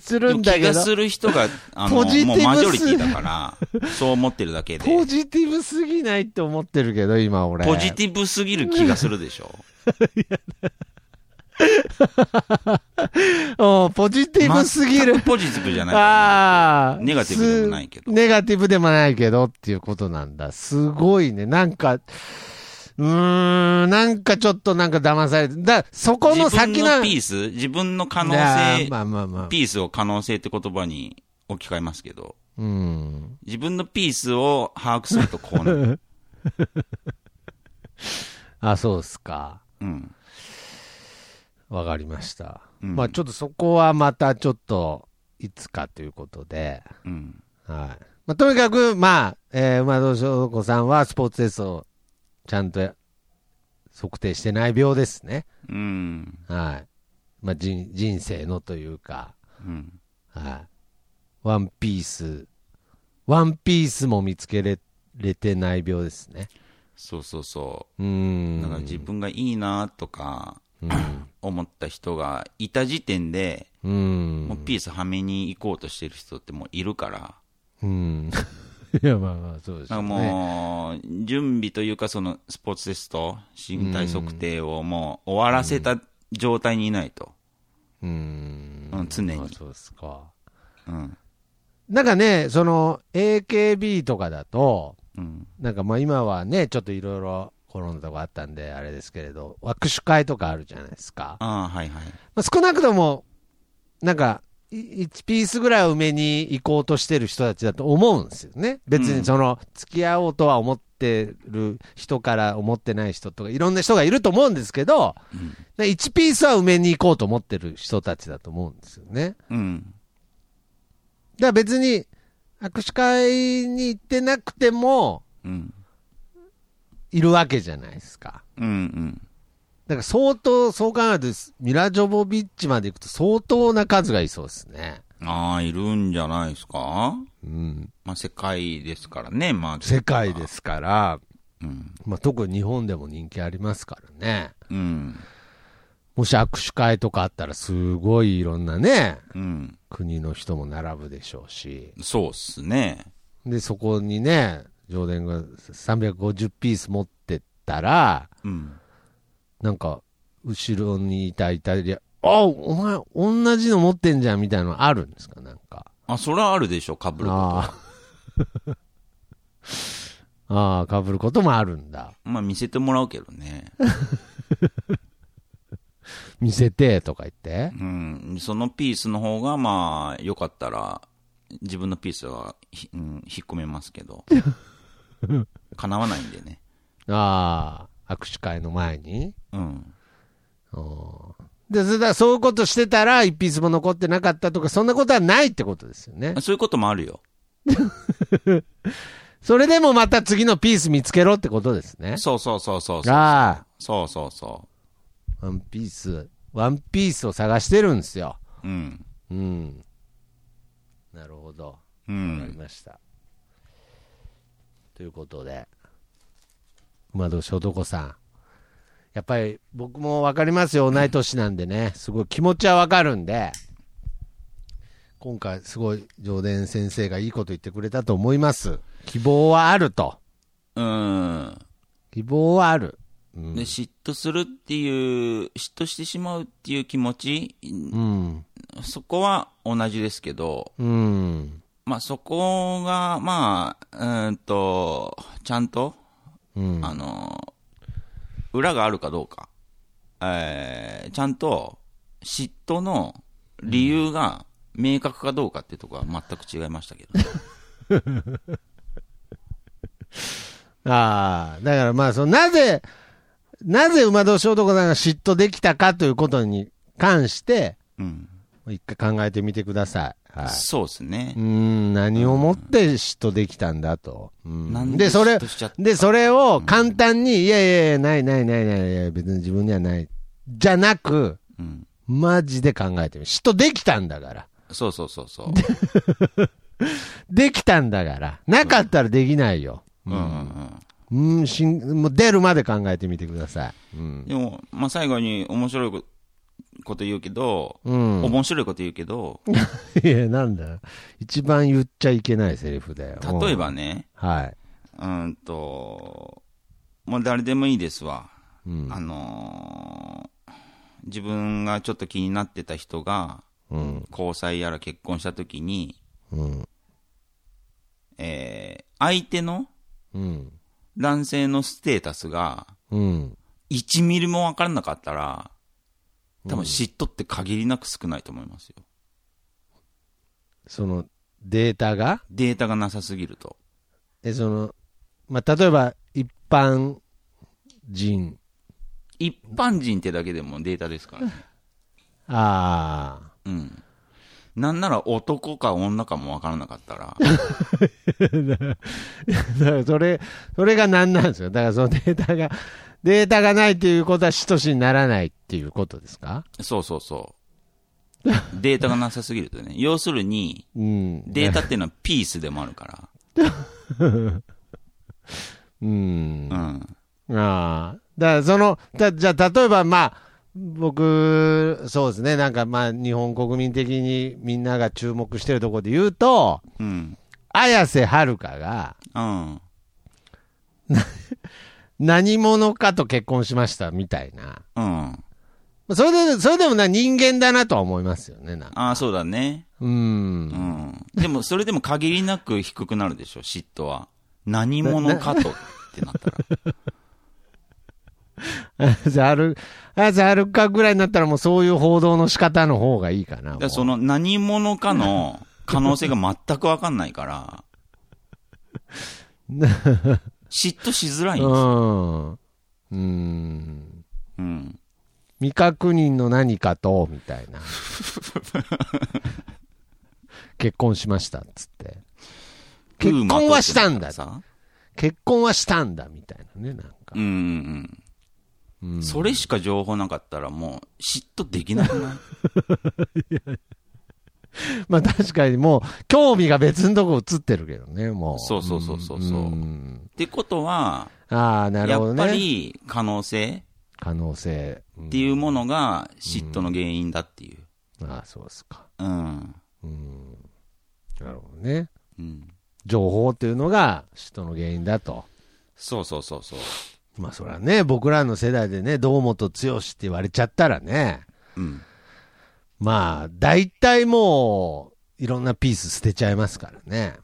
[SPEAKER 1] するんだ
[SPEAKER 2] 気
[SPEAKER 1] け
[SPEAKER 2] が
[SPEAKER 1] ど。
[SPEAKER 2] する人が、あ
[SPEAKER 1] ポ
[SPEAKER 2] の、
[SPEAKER 1] ジティ
[SPEAKER 2] も
[SPEAKER 1] ブ
[SPEAKER 2] う
[SPEAKER 1] す
[SPEAKER 2] マジョリティだから、そう思ってるだけで、
[SPEAKER 1] ポジティブすぎないって思ってるけど、今俺。
[SPEAKER 2] ポジティブすぎる気がするでしょ
[SPEAKER 1] うんポジティブすぎる
[SPEAKER 2] 全。くポジティブじゃないから
[SPEAKER 1] ああ。
[SPEAKER 2] ネガティブでもないけど
[SPEAKER 1] すネガティブでもないけどっていうことなんだ。すごいね。なんか、うーん、なんかちょっとなんか騙されて。だ、そこ
[SPEAKER 2] ね。
[SPEAKER 1] の
[SPEAKER 2] 自
[SPEAKER 1] 先
[SPEAKER 2] 分
[SPEAKER 1] な
[SPEAKER 2] のピース、自分の可能
[SPEAKER 1] い
[SPEAKER 2] 性
[SPEAKER 1] や、まあまあまあ。
[SPEAKER 2] ピースを可能性って言葉に置き換えますけど、
[SPEAKER 1] うん。
[SPEAKER 2] 自分のピースを把握するとこうなる。
[SPEAKER 1] あ、そうっすか。
[SPEAKER 2] うん。
[SPEAKER 1] わかりました。
[SPEAKER 2] うん
[SPEAKER 1] まあちょっとそこはまたちょっと、いつかということで。
[SPEAKER 2] うん。
[SPEAKER 1] はい。まあ、とにかく、まあ、えー、馬戸翔子さんはスポーツテストをちゃんと測定してない病ですね。
[SPEAKER 2] うん。
[SPEAKER 1] はい。まあ、人人生のというか、
[SPEAKER 2] うん。
[SPEAKER 1] はい。ワンピース、ワンピースも見つけれれてない病ですね。
[SPEAKER 2] そうそうそう
[SPEAKER 1] ー
[SPEAKER 2] う。
[SPEAKER 1] ん。
[SPEAKER 2] だから自分がいいなとか、
[SPEAKER 1] うん。
[SPEAKER 2] 思った人がいた時点で、
[SPEAKER 1] うん。
[SPEAKER 2] もうピースはめに行こうとしてる人ってもういるから、
[SPEAKER 1] うん。 いや、まあまあ、そうです
[SPEAKER 2] なん
[SPEAKER 1] ね。
[SPEAKER 2] かもう、準備というか、そのスポーツテスト、身体測定をもう終わらせた状態にいないと。
[SPEAKER 1] う、ん。
[SPEAKER 2] うん常に
[SPEAKER 1] まあそうですか。
[SPEAKER 2] うん。
[SPEAKER 1] なんかね、その、AKB とかだと、
[SPEAKER 2] うん。
[SPEAKER 1] なんかまあ今はね、ちょっといろいろコロナとかあったんで、あれですけれど、握手会とかあるじゃないですか。
[SPEAKER 2] ああ、はいは
[SPEAKER 1] ま
[SPEAKER 2] い。
[SPEAKER 1] あ、少なくとも、なんか、い1ピースぐらいは埋めに行こうとしてる人たちだと思うんですよね。別にその、付き合おうとは思ってる人から思ってない人とか、いろんな人がいると思うんですけど、
[SPEAKER 2] うん。
[SPEAKER 1] 1ピースは埋めに行こうと思ってる人たちだと思うんですよね。
[SPEAKER 2] うん。
[SPEAKER 1] だから別に、握手会に行ってなくても、
[SPEAKER 2] うん。
[SPEAKER 1] いるわけじゃないですか。
[SPEAKER 2] うん。うん。
[SPEAKER 1] だから相当、そう考えると、ミラ・ジョボビッチまで行くと相当な数がいそうですね。
[SPEAKER 2] ああ、いるんじゃないですか
[SPEAKER 1] うん。
[SPEAKER 2] まあ、世界ですからね、まあ。
[SPEAKER 1] 世界で。すから、
[SPEAKER 2] うん。
[SPEAKER 1] まあ、特に日本でも人気ありますからね。
[SPEAKER 2] うん。
[SPEAKER 1] もし握手会とかあったら、すごいいろんなね、
[SPEAKER 2] うん。
[SPEAKER 1] 国の人も並ぶでしょうし、
[SPEAKER 2] そうっすね。
[SPEAKER 1] で、そこにね、上田が350ピース持ってったら、
[SPEAKER 2] うん。
[SPEAKER 1] なんか、後ろにいたイタリア、あお前、同じの持ってんじゃんみたいなのあるんですか、なんか。
[SPEAKER 2] あ、それはあるでしょ、かぶることは。
[SPEAKER 1] ああ。 ああ、かぶることもあるんだ。
[SPEAKER 2] まあ、見せてもらうけどね。
[SPEAKER 1] 見せてとか言って。
[SPEAKER 2] うん。そのピースの方が、まあ、よかったら、自分のピースはひ、うん、引っ込めますけど。叶わないんでね。
[SPEAKER 1] ああ、握手会の前に。
[SPEAKER 2] うん。
[SPEAKER 1] で、それだからそういうことしてたら、一ピースも残ってなかったとか、そんなことはないってことですよね。
[SPEAKER 2] そういうこともあるよ。
[SPEAKER 1] それでもまた次のピース見つけろってことですね。
[SPEAKER 2] そうそうそうそうそう。
[SPEAKER 1] あ
[SPEAKER 2] そうそうそ
[SPEAKER 1] あ、ワンピース、ワンピースを探してるんですよ。
[SPEAKER 2] う。うん。
[SPEAKER 1] うん。なるほど。
[SPEAKER 2] う
[SPEAKER 1] わかり
[SPEAKER 2] ん。
[SPEAKER 1] ました。ということで、馬年男さん。やっぱり僕も分かりますよ、同い年なんでね、すごい気持ちは分かるんで、今回、すごい上田先生がいいこと言ってくれたと思います。希望はあると。
[SPEAKER 2] うん。
[SPEAKER 1] 希望はある。うん
[SPEAKER 2] で、嫉妬するっていう、嫉妬してしまうっていう気持ち、
[SPEAKER 1] うん。
[SPEAKER 2] そこは同じですけど、
[SPEAKER 1] うん。
[SPEAKER 2] まあ、そこが、まあ、うーんと、ちゃんと、
[SPEAKER 1] うん。
[SPEAKER 2] あの、裏があるかどうか、えーちゃんと嫉妬の理由が明確かどうかっていうところは全く違いましたけ どね、
[SPEAKER 1] ああ、だからまあその、なぜ、なぜ馬年男さんが嫉妬できたかということに関して、
[SPEAKER 2] うん、
[SPEAKER 1] 一回考えてみてください。はい。
[SPEAKER 2] そうですね
[SPEAKER 1] うー。ん、何をもって嫉妬できたんだと。うん
[SPEAKER 2] なんで
[SPEAKER 1] で、それ
[SPEAKER 2] 嫉妬しちゃっ、た
[SPEAKER 1] で、それを簡単に、いやいやいや、ないないないない、いや別に自分にはない。じゃなく、
[SPEAKER 2] うん、
[SPEAKER 1] マジで考えてみる。嫉妬できたんだから。
[SPEAKER 2] そうそうそ うそう。
[SPEAKER 1] できたんだから。なかったらできないよ。
[SPEAKER 2] うんうん
[SPEAKER 1] うん、しん、もう出るまで考えてみてください。う
[SPEAKER 2] うん
[SPEAKER 1] ん。
[SPEAKER 2] でも、まあ、最後に面白いここと言うけど、
[SPEAKER 1] うん。
[SPEAKER 2] 面白いこと言うけど、
[SPEAKER 1] いや、なんだ一番言っちゃいけないセリフだよ。
[SPEAKER 2] 例えば
[SPEAKER 1] うん。
[SPEAKER 2] ね、
[SPEAKER 1] はい。
[SPEAKER 2] うんと、もう誰でもいいですわ。
[SPEAKER 1] うん
[SPEAKER 2] あのー自分がちょっと気になってた人が、
[SPEAKER 1] うん。
[SPEAKER 2] 交際やら結婚したときに、
[SPEAKER 1] うん。
[SPEAKER 2] えー相手の
[SPEAKER 1] うん。
[SPEAKER 2] 男性のステータスが
[SPEAKER 1] うん。
[SPEAKER 2] 1ミリも分からなかったら、多分嫉妬って限りなく少ないと思いますよ。
[SPEAKER 1] その、データが
[SPEAKER 2] データがなさすぎると。
[SPEAKER 1] え、その、まあ、例えば、一般人。
[SPEAKER 2] 一般人ってだけでもデータですか らね。
[SPEAKER 1] あ
[SPEAKER 2] うん。なんなら男か女かも分からなかった ら、
[SPEAKER 1] あ。だから、それ、それが何なんですよ。だから、そのデータが、データがないということは、等しにならないっていうことですか
[SPEAKER 2] そうそうそう。データがなさすぎると ね。要するに、
[SPEAKER 1] うん。
[SPEAKER 2] データっていうのはピースでもあるか
[SPEAKER 1] うん。
[SPEAKER 2] ら。うん。
[SPEAKER 1] ああ。だから、その、だじゃあ、例えば、まあ、僕、そうですね、なんか、まあ、日本国民的にみんなが注目してるところで言うと、
[SPEAKER 2] うん。
[SPEAKER 1] 綾瀬はるかが、
[SPEAKER 2] うん。
[SPEAKER 1] 何者かと結婚しましたみたいな。
[SPEAKER 2] うん。
[SPEAKER 1] それで、それでもな、人間だなとは思いますよね、なんか。
[SPEAKER 2] ああ、そうだね。
[SPEAKER 1] う。
[SPEAKER 2] うんん。でも、それでも限りなく低くなるでしょ、嫉妬は。何者かとって なったら。
[SPEAKER 1] 綾瀬はる、綾瀬はるかぐらいになったらもうそういう報道の仕方の方がいいかな。
[SPEAKER 2] だ
[SPEAKER 1] も
[SPEAKER 2] か
[SPEAKER 1] う
[SPEAKER 2] らその何者かの可能性が全くわかんな いから、嫉妬しづらいんですよ。
[SPEAKER 1] うん。うん。
[SPEAKER 2] うん。
[SPEAKER 1] 未確認の何かと、みたい な。結婚しました、っつって。結婚はしたんだ
[SPEAKER 2] ウーマとってなっらさ。
[SPEAKER 1] 結婚はしたんだ、みたいなね、なんか
[SPEAKER 2] うん。うん
[SPEAKER 1] う
[SPEAKER 2] うんん。それしか情報なかったらもう嫉妬できなくない
[SPEAKER 1] まあ確かにもう、興味が別のとこ映ってるけどね、もう。
[SPEAKER 2] そうそうそうそうそうんってことは、
[SPEAKER 1] ああ、なる
[SPEAKER 2] や
[SPEAKER 1] ほど
[SPEAKER 2] っ
[SPEAKER 1] ね。
[SPEAKER 2] ぱり可能性、
[SPEAKER 1] 可能性。うん
[SPEAKER 2] っていうものが嫉妬の原因だっていう。
[SPEAKER 1] ああ、そうですか。
[SPEAKER 2] うん。
[SPEAKER 1] うん。なるほどね。
[SPEAKER 2] うん。
[SPEAKER 1] 情報っていうのが嫉妬の原因だと。
[SPEAKER 2] そうそうそうそう。
[SPEAKER 1] まあそらね、僕らの世代でね、堂本剛って言われちゃったらね、
[SPEAKER 2] うん。
[SPEAKER 1] まあ大体もう、いろんなピース捨てちゃいますからね。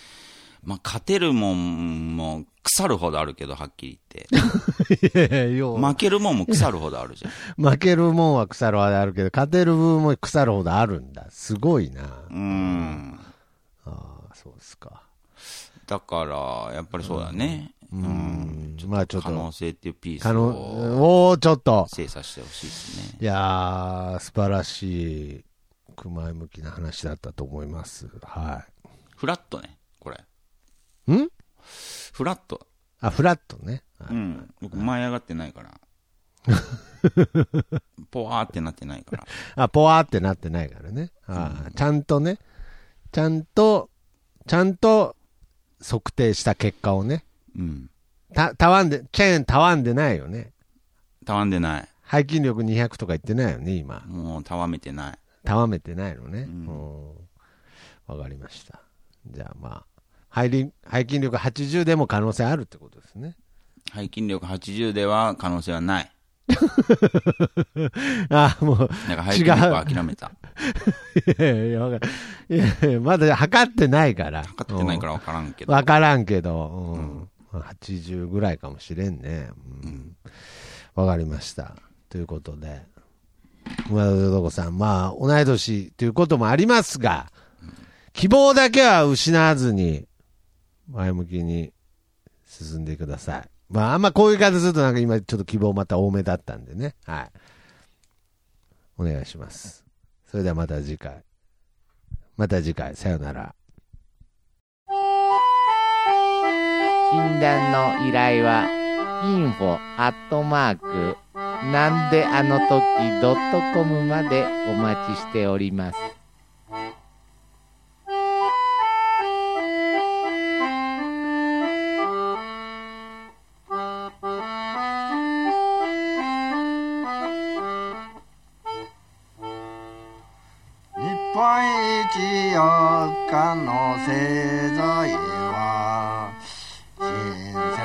[SPEAKER 2] まあ、勝てるもんも腐るほどあるけど、はっきり言って。
[SPEAKER 1] いやいやよう
[SPEAKER 2] 負けるもんも腐るほどあるじゃん。
[SPEAKER 1] 負けるもんは腐るほどあるけど、勝てる分も腐るほどあるんだ。すごいな。
[SPEAKER 2] うん。
[SPEAKER 1] ああ、そうですか。
[SPEAKER 2] だから、やっぱりそうだね。
[SPEAKER 1] うん。まあちょっ
[SPEAKER 2] 可
[SPEAKER 1] と、
[SPEAKER 2] 能性っていうピース
[SPEAKER 1] 可
[SPEAKER 2] を
[SPEAKER 1] 能、おーちょっと。
[SPEAKER 2] 精査してほしいですね。
[SPEAKER 1] いやー、素晴らしい、前向きな話だったと思います。は
[SPEAKER 2] フラットね、これ。
[SPEAKER 1] い。ん
[SPEAKER 2] フラット。
[SPEAKER 1] あ、フラットね。は
[SPEAKER 2] う
[SPEAKER 1] い
[SPEAKER 2] ん。僕、舞い上がってないから。ポワーってなってないから。
[SPEAKER 1] あ、ポワーってなってないからね。あーちゃんとね、ちゃんと、ちゃんと測定した結果をね、
[SPEAKER 2] うん。
[SPEAKER 1] た、たわんで、チェーンたわんでないよね。
[SPEAKER 2] たわんでない。
[SPEAKER 1] 背筋力200とか言ってないよね、今。
[SPEAKER 2] もう、たわめてない。
[SPEAKER 1] たわめてないのね。う
[SPEAKER 2] うん
[SPEAKER 1] ん。わかりました。じゃあまあ、背筋背筋力80でも可能性あるってことですね。
[SPEAKER 2] 背筋力80では可能性はない。
[SPEAKER 1] あーもう、
[SPEAKER 2] なんか背筋力は諦めた。
[SPEAKER 1] いやいやわかいやいや、まだ測ってないから。
[SPEAKER 2] 測ってないから分からんけ
[SPEAKER 1] うん。
[SPEAKER 2] ど。
[SPEAKER 1] わからんけど、うん。80ぐらいかもしれんね。うん。わかりました。ということで、村田どこさん、まあ、同い年ということもありますが、希望だけは失わずに、前向きに進んでください。まあ、あんまこういう形するとなんか今ちょっと希望また多めだったんでね。はい。お願いします。それではまた次回。また次回、さよなら。
[SPEAKER 3] 診断の依頼は info アットマークなんであの時ドットコムまでお待ちしております。
[SPEAKER 4] 日本一四日の製材は親切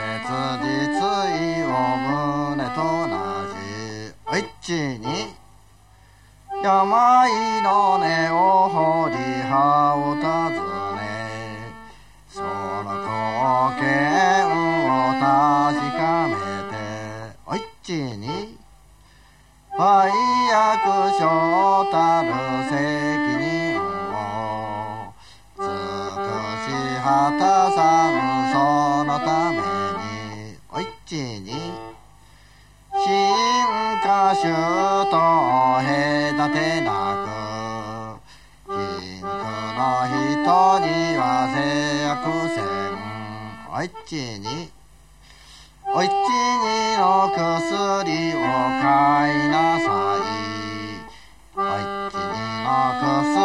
[SPEAKER 4] 実意を胸と同じ一致に病の根を掘り葉を尋ねその貢献を確かめて一致に愛役所たる責任を尽くし果たさぬそのためにおいちに進化種と隔てなく貧苦の人には制約せんおいちにおいちにの薬を買いなさい。おいちにの薬